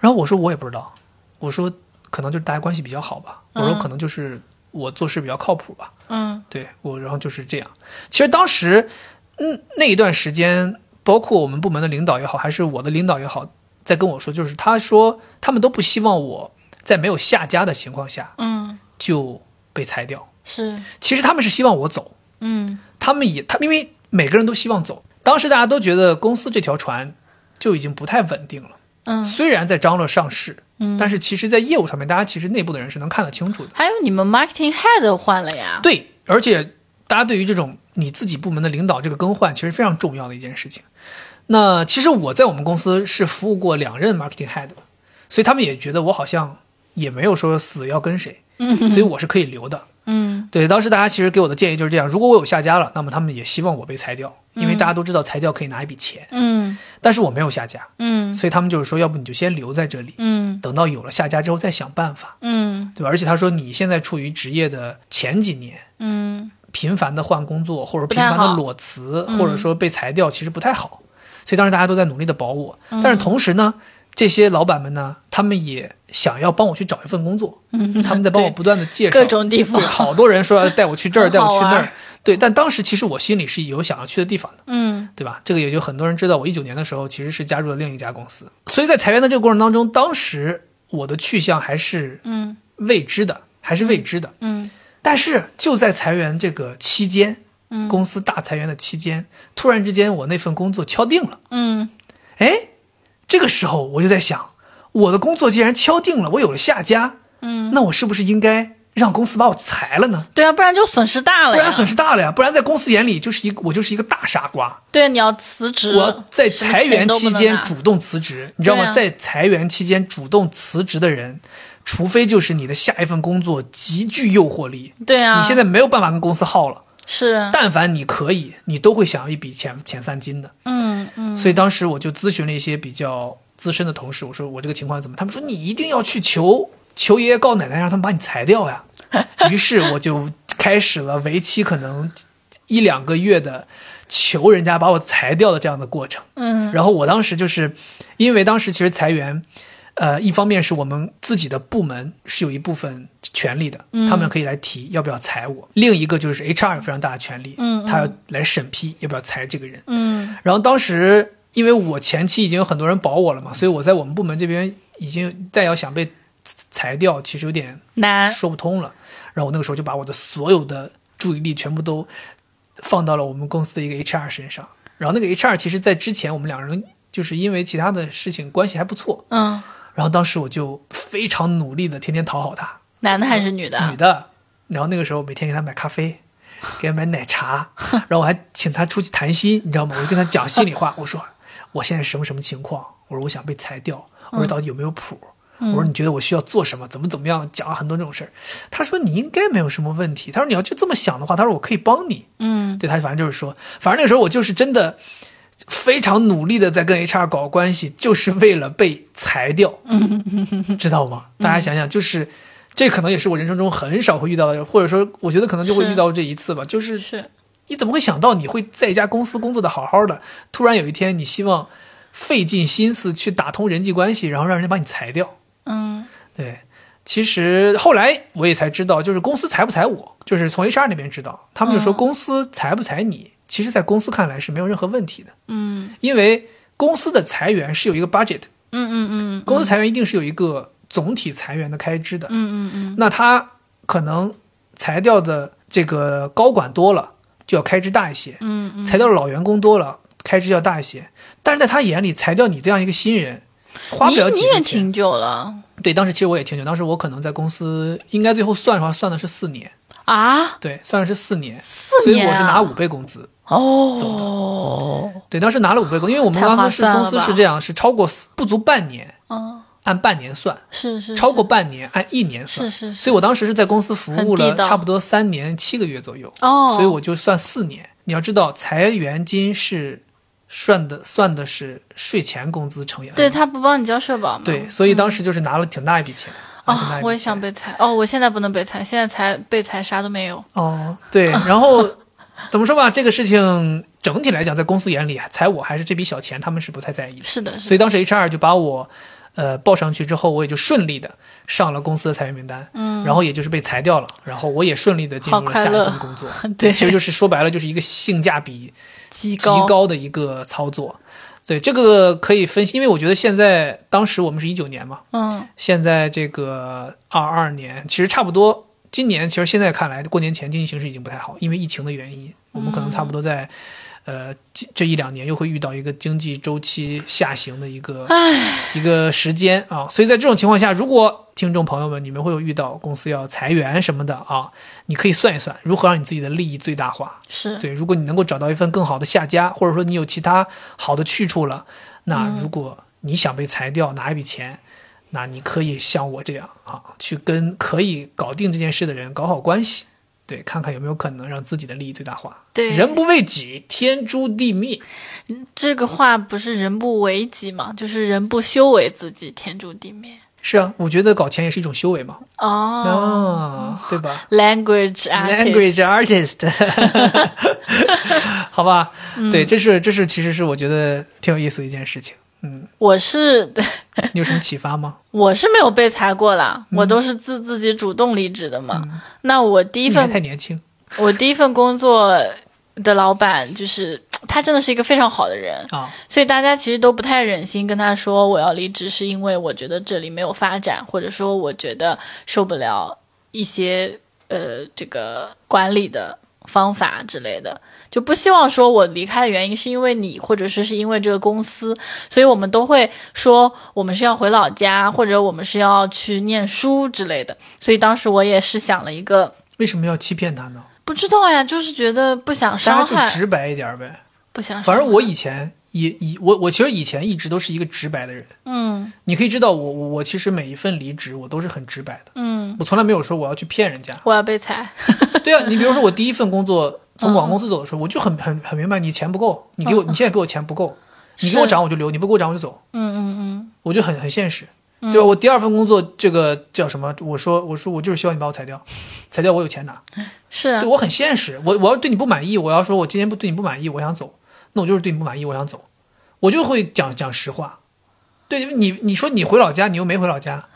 A: 然后我说我也不知道，我说可能就是大家关系比较好吧，我说
B: 嗯
A: 可能就是我做事比较靠谱吧，
B: 嗯
A: 对我，然后就是这样。其实当时，嗯，那一段时间，包括我们部门的领导也好，还是我的领导也好，在跟我说，就是他说他们都不希望我在没有下家的情况下
B: 嗯
A: 就被裁掉。
B: 是
A: 其实他们是希望我走，
B: 嗯
A: 他们也他因为每个人都希望走，当时大家都觉得公司这条船就已经不太稳定了。
B: 嗯。
A: 虽然在张罗上市，但是其实，在业务上面，大家其实内部的人是能看得清楚的。
B: 还有你们 marketing head 换了呀？
A: 对，而且大家对于这种你自己部门的领导这个更换，其实非常重要的一件事情。那其实我在我们公司是服务过两任 marketing head 的，所以他们也觉得我好像也没有说死要跟谁，所以我是可以留的。
B: 嗯
A: 对，当时大家其实给我的建议就是这样：如果我有下家了，那么他们也希望我被裁掉，因为大家都知道裁掉可以拿一笔钱，
B: 嗯
A: 但是我没有下家，
B: 嗯
A: 所以他们就是说，要不你就先留在这里，
B: 嗯
A: 等到有了下家之后再想办法，
B: 嗯
A: 对吧？而且他说你现在处于职业的前几年，
B: 嗯
A: 频繁的换工作，或者
B: 不
A: 频
B: 太
A: 繁的
B: 好嗯
A: 裸辞，或者说被裁掉，其实不太好。所以当时大家都在努力的保我，
B: 嗯
A: 但是同时呢，这些老板们呢，他们也想要帮我去找一份工作，
B: 嗯
A: 他们在帮我
B: 对
A: 不断的介绍
B: 各种地方
A: 对，好多人说要带我去这儿，带
B: 很好
A: 我去那儿
B: 玩，
A: 对。但当时其实我心里是有想要去的地方的，
B: 嗯
A: 对吧？这个也就很多人知道，我一九年的时候其实是加入了另一家公司，所以在裁员的这个过程当中，当时我的去向还是
B: 嗯
A: 未知的，还是未知的。
B: 嗯
A: 但是就在裁员这个期间，
B: 嗯
A: 公司大裁员的期间，突然之间我那份工作敲定了。
B: 嗯
A: 哎，这个时候我就在想，我的工作既然敲定了，我有了下家，
B: 嗯，
A: 那我是不是应该让公司把我裁了呢？
B: 对啊，不然就损失大
A: 不
B: 了呀。
A: 然损失大了呀！不然在公司眼里就是一个我就是一个大傻瓜。
B: 对，你要辞职。
A: 我在
B: 嗯什么
A: 裁
B: 钱
A: 员
B: 都不
A: 期
B: 能
A: 间
B: 拿
A: 主动辞职，你知道
B: 对
A: 吗？
B: 啊
A: 在裁员期间主动辞职的人，除非就是你的下一份工作极具诱惑力，
B: 对啊，
A: 你现在没有办法跟公司耗了。
B: 是
A: 但凡你可以，你都会想要一笔前前三金的。
B: 嗯嗯
A: 所以当时我就咨询了一些比较资深的同事，我说我这个情况怎么？他们说你一定要去求求爷爷告奶奶，让他们把你裁掉呀。于是我就开始了为期可能一两个月的求人家把我裁掉的这样的过程。
B: 嗯
A: 然后我当时就是因为当时其实裁员，呃，一方面是我们自己的部门是有一部分权利的，
B: 嗯
A: 他们可以来提要不要裁我；另一个就是 HR 有非常大的权利，
B: 嗯嗯
A: 他要来审批要不要裁这个人。
B: 嗯
A: 然后当时因为我前期已经有很多人保我了嘛，所以我在我们部门这边已经再要想被裁掉，其实有点
B: 难
A: 说不通了。然后我那个时候就把我的所有的注意力全部都放到了我们公司的一个 HR 身上。然后那个 HR 其实，在之前我们两人就是因为其他的事情关系还不错。
B: 嗯，
A: 然后当时我就非常努力的天天讨好他，
B: 男的还是女的？
A: 女的。然后那个时候每天给他买咖 啡，给他买奶茶，然后我还请他出去谈心，你知道吗？我就跟他讲心里 话，我说我现在什么什么情况，我说我想被裁掉，我
B: 嗯
A: 说到底有没有谱？我说你觉得我需要做什么？怎么怎么样？讲了很多这种事儿。他说你应该没有什么问题。他说你要就这么想的话，他说我可以帮你。
B: 嗯
A: 对他反正就是说，反正那个时候我就是真的非常努力的在跟 HR 搞关系，就是为了被裁掉， 知道吗？大家想想，就是这可能也是我人生中很少会遇到的，或者说我觉得可能就会
B: 是
A: 遇到这一次吧。就是
B: 是，
A: 你怎么会想到你会在一家公司工作的好好的，突然有一天你希望费尽心思去打通人际关系，然后让人家把你裁掉？
B: 嗯
A: 对，其实后来我也才知道，就是公司裁不裁我，就是从 HR 那边知道，他们就说
B: 嗯
A: 公司裁不裁你，其实在公司看来是没有任何问题的，
B: 嗯
A: 因为公司的裁员是有一个 budget，
B: 嗯嗯嗯
A: 公司裁员一定是有一个总体裁员的开支的，
B: 嗯嗯
A: 那他可能裁掉的这个高管多了，就要开支大一些，
B: 嗯嗯，
A: 裁掉的老员工多了，开支要大一些，但是在他眼里，裁掉你这样一个新人，花不了
B: 你
A: 几
B: 你也
A: 分钱。
B: 挺久了
A: 对，当时其实我也挺久，当时我可能在公司应该最后算的话，算的是四年，
B: 啊？
A: 对，算的是四年，四
B: 四
A: 所以
B: 年
A: 我是
B: 啊
A: 拿五倍工资，
B: 哦，
A: 对，当时拿了五倍工，因为我们
B: 太划
A: 当时
B: 算
A: 公
B: 了
A: 司是
B: 吧
A: 这样，是超过四不足半年，
B: 嗯，
A: 按半年算，
B: 是是
A: 超过半年按一年算，
B: 是是是
A: 所以我当时是在公司服
B: 很
A: 务
B: 地
A: 了
B: 道
A: 差不多三年七个月左右，
B: 哦，
A: 所以我就算四年。你要知道，裁员金是算的算的是税前工资乘以二，
B: 对他不帮你交社保吗？
A: 对，所以当时就是拿了挺大一笔钱。拿挺大
B: 啊、
A: 一笔
B: 我也
A: 钱
B: 想被裁哦，我现在不能被裁，现在裁被裁啥都没有。
A: 哦，对，然后怎么说吧，这个事情整体来讲，在公司眼里，裁我还是这笔小钱，他们是不太在意的。
B: 是的，是
A: 所以
B: 的，
A: 当时 HR 就把我，呃，报上去之后，我也就顺利的上了公司的裁员名单，
B: 嗯，
A: 然后也就是被裁掉了，然后我也顺利的进入
B: 好
A: 了
B: 快
A: 下一
B: 乐。
A: 份工作
B: 对
A: 其实就是说白了，就是一个性价比
B: 极
A: 极高的一个操作。对，这个可以分析，因为我觉得现在当时我们是一九年嘛，
B: 嗯
A: 现在这个二二年，其实差不多，今年其实现在看来，过年前经济形势已经不太好，因为疫情的原因，我们可能差不多在，呃，这这一两年又会遇到一个经济周期下行的一个一个时间啊，所以在这种情况下，如果听众朋友们你们会有遇到公司要裁员什么的啊，你可以算一算如何让你自己的利益最大化。
B: 是
A: 对，如果你能够找到一份更好的下家，或者说你有其他好的去处了，那
B: 嗯
A: 如果你想被裁掉拿一笔钱，那你可以像我这样啊，去跟可以搞定这件事的人搞好关系，对，看看有没有可能让自己的利益最大化。
B: 对
A: 人不为己，天诛地灭。
B: 这个话不是人不为己嘛，就是人不修为自己，天诛地灭
A: 是啊，我觉得搞钱也是一种修为嘛，
B: 哦。
A: 啊，对吧？
B: Language artist，嗯
A: language artist，好 吧，对，这是这是其实是我觉得挺有意思的一件事情。嗯，
B: 我是
A: 你有什么启发吗？
B: 我是没有被裁过啦，
A: 嗯
B: 我都是自自己主动离职的嘛。那我第一
A: 你还
B: 份
A: 太年轻，
B: 我第一份工作的老板就是他，真的是一个非常好的人，
A: 啊，
B: 所以大家其实都不太忍心跟他说我要离职，是因为我觉得这里没有发展，或者说我觉得受不了一些呃这个管理的方法之类的，就不希望说我离开的原因是因为你，或者说是因为这个公司，所以我们都会说我们是要回老家，或者我们是要去念书之类的。所以当时我也是想了一个。
A: 为什么要欺骗他呢？
B: 不知道呀，就是觉得不想
A: 大
B: 伤
A: 家
B: 害，
A: 就直白一点呗。
B: 不想伤
A: 反
B: 害。
A: 正我以前也以我我其实以前一直都是一个直白的人，
B: 嗯
A: 你可以知道我我我其实每一份离职我都是很直白的，
B: 嗯，
A: 我从来没有说我要去骗人 家。
B: 我要被裁。
A: 对啊，你比如说我第一份工作从广告公司走的时
B: 嗯
A: 候，我就很很很明白，你钱不够，你给我你现在给我钱不够，你给我
B: 是
A: 涨我就留，你不给我涨我就走。
B: 嗯嗯嗯，
A: 我就很很现实，对吧？我第二份工作这个叫什么？我说我说我就是希望你把我裁掉，裁掉我有钱拿，
B: 是啊
A: 对，我很现实。我我要对你不满意，我要说我今天不对你不满意，我想走，那我就是对你不满意，我想走，我就会讲讲实话。对你，你说你回老家，你又没回老家，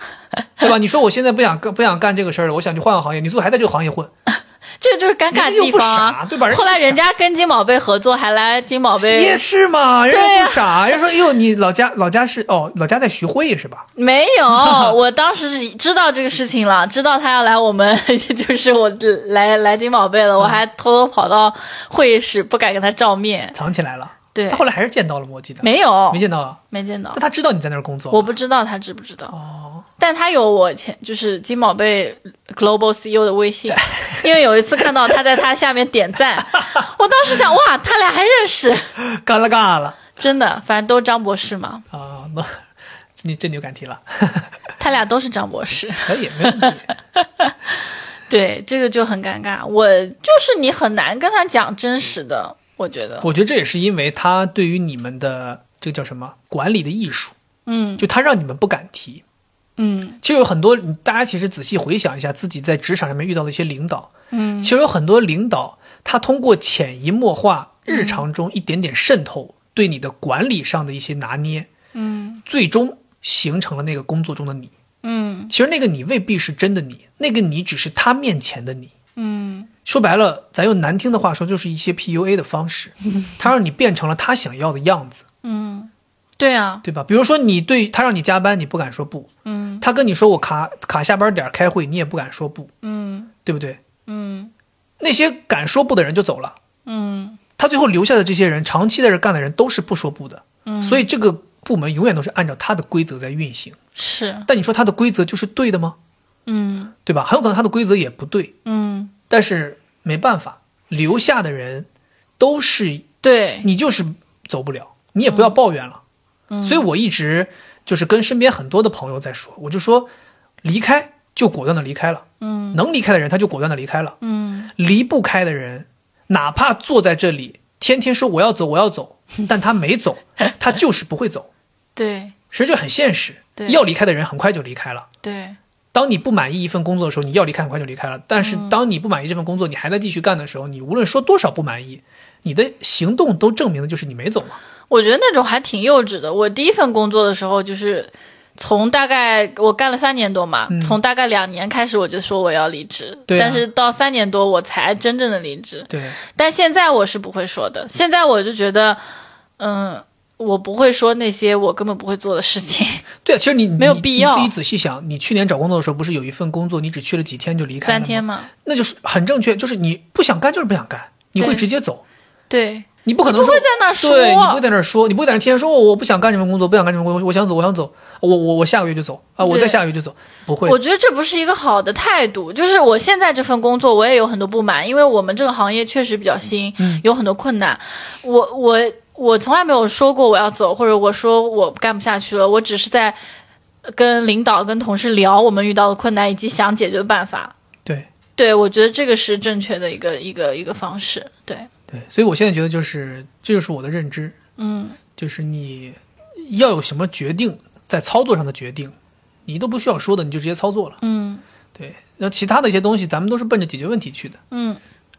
A: 对吧？你说我现在不想干不想干这个事儿了，我想去换个行业，你最后还在这个行业混，
B: 这就是尴尬
A: 人家
B: 的
A: 又
B: 地
A: 不
B: 方啊
A: 傻，。对吧？
B: 后来人
A: 家
B: 家跟金宝贝合作，还来金宝
A: 不傻也
B: 贝
A: 是嘛，人
B: 对
A: 家
B: 呀
A: 不傻，人家说哎呦你老家老家是哦老家在徐汇是吧？
B: 没 有。我当时是知道这个事情了，知道他要来我们， 就是我来来金宝贝了，
A: 嗯
B: 我还偷偷跑到会议室，不敢跟他照面。
A: 藏起来了。
B: 对
A: 他后来还是见到了吗？我记得
B: 没有，
A: 没见到啊，
B: 没见到
A: 但。他知道你在那儿工作。
B: 我不知道他知不知道，
A: 哦
B: 但他有我前就是金宝贝 Global CEO 的 微信，因为有一次看到他在他下面点赞，我当时想哇，他俩还认识，
A: 干了尬了
B: 真的，反正都张博士嘛，
A: 啊！那 你这你就敢提了，
B: 他俩都是张博士，
A: 可以没问题。
B: 对，这个就很尴尬，我就是你很难跟他讲真实的，我觉得，
A: 我觉得这也是因为他对于你们的这个叫什么管理的艺术，
B: 嗯
A: 就他让你们不敢提。
B: 嗯
A: 其实有很多大家其实仔细回想一下自己在职场上面遇到的一些领导，
B: 嗯，
A: 其实有很多领导他通过潜移默化、
B: 嗯
A: 日常中一点点渗透，对你的管理上的一些拿捏，
B: 嗯
A: 最终形成了那个工作中的你。
B: 嗯
A: 其实那个你未必是真的你，那个你只是他面前的你。
B: 嗯
A: 说白了，咱用难听的话说，就是一些 PUA 的方式，他让你变成了他想要的样子，
B: 嗯，对啊，
A: 对吧？比如说，你对他让你加班，你不敢说不；
B: 嗯
A: 他跟你说我卡卡下班点儿开会，你也不敢说不，
B: 嗯
A: 对不对？
B: 嗯
A: 那些敢说不的人就走了，
B: 嗯
A: 他最后留下的这些人，长期在这干的人都是不说不的，所以这个部门永远都是按照他的规则在运行。
B: 是，
A: 但你说他的规则就是对的吗？
B: 嗯
A: 对吧？很有可能他的规则也不对，
B: 嗯
A: 但是没办法，留下的人都是
B: 对，
A: 你就是走不了，你也不要
B: 嗯
A: 抱怨了。所以我一直就是跟身边很多的朋友在说，我就说离开就果断的离开了，
B: 嗯
A: 能离开的人他就果断的离开了，
B: 嗯。
A: 离不开的人，哪怕坐在这里天天说我要走我要走，但他没走，他就是不会走，
B: 对
A: 其实就很现实。
B: 对
A: 要离开的人很快就离开了。
B: 对，
A: 当你不满意一份工作的时候，你要离开很快就离开了。但是
B: 嗯
A: 当你不满意这份工作，你还在继续干的时候，你无论说多少不满意，你的行动都证明的就是你没走嘛。
B: 我觉得那种还挺幼稚的。我第一份工作的时候，就是从大概我干了三年多嘛，从大概两年开始我就说我要离职，
A: 对啊
B: 但是到三年多我才真正的离职。
A: 对，
B: 但现在我是不会说的，现在我就觉得，嗯。我不会说那些我根本不会做的事情，
A: 对啊，其实你
B: 没有必要
A: 你。你自己仔细想，你去年找工作的时候，不是有一份工作你只去了几天就离开了
B: 三
A: 吗
B: 天，嘛，
A: 那就是很正确，就是你不想干就是不想干，你会
B: 对
A: 直接走，
B: 对，
A: 你不可能
B: 不
A: 说
B: 会在那说，
A: 对，你不会在那儿说，你不会在那儿天天说，哦我不想干这份工作，不想干这份工作，我想走，我想走，哦我我我下个月就走啊，我
B: 对
A: 再下个月就走，不会
B: 我，觉得这不是一个好的态度。就是我现在这份工作，我也有很多不满，因为我们这个行业确实比较新，
A: 嗯
B: 有很多困难。我我我从来没有说过我要走，或者我说我干不下去了，我只是在跟领导、跟同事聊我们遇到的困难以及想解决办法。
A: 对。
B: 对，我觉得这个是正确的一个一个一个方式。对，
A: 对，所以我现在觉得就是这就是我的认知，
B: 嗯，
A: 就是你要有什么决定，在操作上的决定，你都不需要说的，你就直接操作了。
B: 嗯
A: 对，然后其他的一些东西，咱们都是奔着解决问题去的，
B: 嗯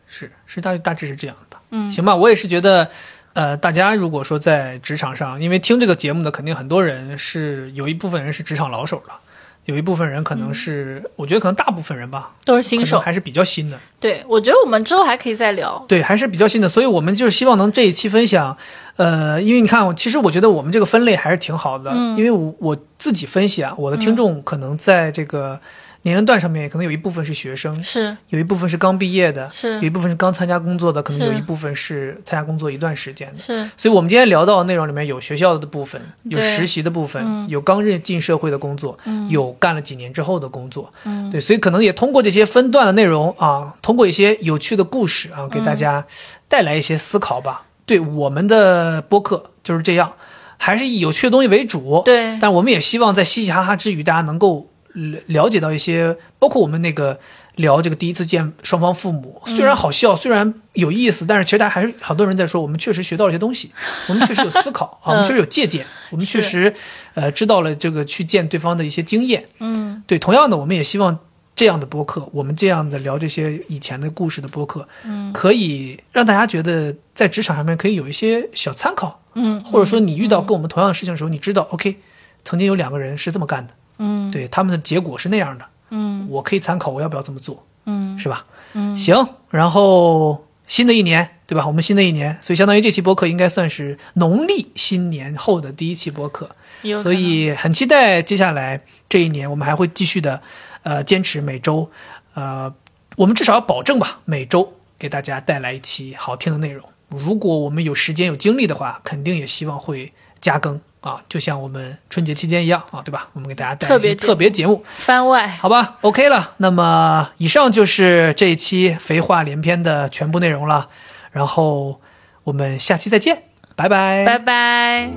A: 是是大大致是这样的吧？嗯，行吧，我也是觉得。呃，大家如果说在职场上，因为听这个节目的肯定很多人是有一部分人是职场老手了，有一部分人可能是，我觉得可能大部分人吧，
B: 都是
A: 可
B: 嗯新
A: 能
B: 手。
A: 还是比较新的，
B: 对，我觉得我们之后还可以再聊。
A: 对，还是比较新的，所以我们就是希望能这一期分享，呃，因为你看我，其实我觉得我们这个分类还是挺好的，
B: 嗯
A: 因为我我自己分析啊，我的听众可能在这个年龄段上面，可能有一部分是学生，
B: 是
A: 有一部分是刚毕业的，
B: 是
A: 有一部分是刚参加工作的，可能有
B: 是
A: 一部分是参加工作一段时间的。
B: 是，
A: 所以，我们今天聊到的内容里面有学校的部分，有
B: 嗯对
A: 实习的部分，有刚认进社会的工作，有干了几年之后的工作。对，所以可能也通过这些分段的内容啊，通过一些有趣的故事啊，给大家带来一些思考吧。对，我们的播客就是这样，还是以有趣的东西为主。
B: 对
A: 但我们也希望在嘻嘻哈哈之余，大家能够了了解到一些，包括我们那个聊这个第一次见双方父母，虽然好笑，虽然有意思，但是其实大家还是好多人在说，我们确实学到了一些东西，我们确实有思考啊，我们确实有借鉴，我们确
B: 是
A: 实呃知道了这个去见对方的一些经验。
B: 嗯。
A: 对，同样的，我们也希望这样的播客，我们这样的聊这些以前的故事的播客，嗯，可以让大家觉得在职场上面可以有一些小参考，
B: 嗯，
A: 或者说你遇到跟我们同样的事情的时候，你知道，OK，曾经有两个人是这么干的，
B: 嗯，
A: 对，他们的结果是那样的，
B: 嗯，
A: 我可以参考，我要不要这么做，
B: 嗯，
A: 是吧？嗯，行，然后新的一年，对吧？我们新的一年，所以相当于这期播客应该算是农历新年后的第一期播客，
B: 有可
A: 所
B: 能
A: 以很期待接下来这一年，我们还会继续的，呃，坚持每周，呃，我们至少要保证吧，每周给大家带来一期好听的内容。如果我们有时间有精力的话，肯定也希望会加更啊，就像我们春节期间一样啊，对吧？我们给大家带来一些特
B: 特
A: 别节目，
B: 番外，
A: 好吧，OK 了。那么以上就是这一期肥话连篇的全部内容了，然后我们下期再见，拜拜，
B: 拜拜。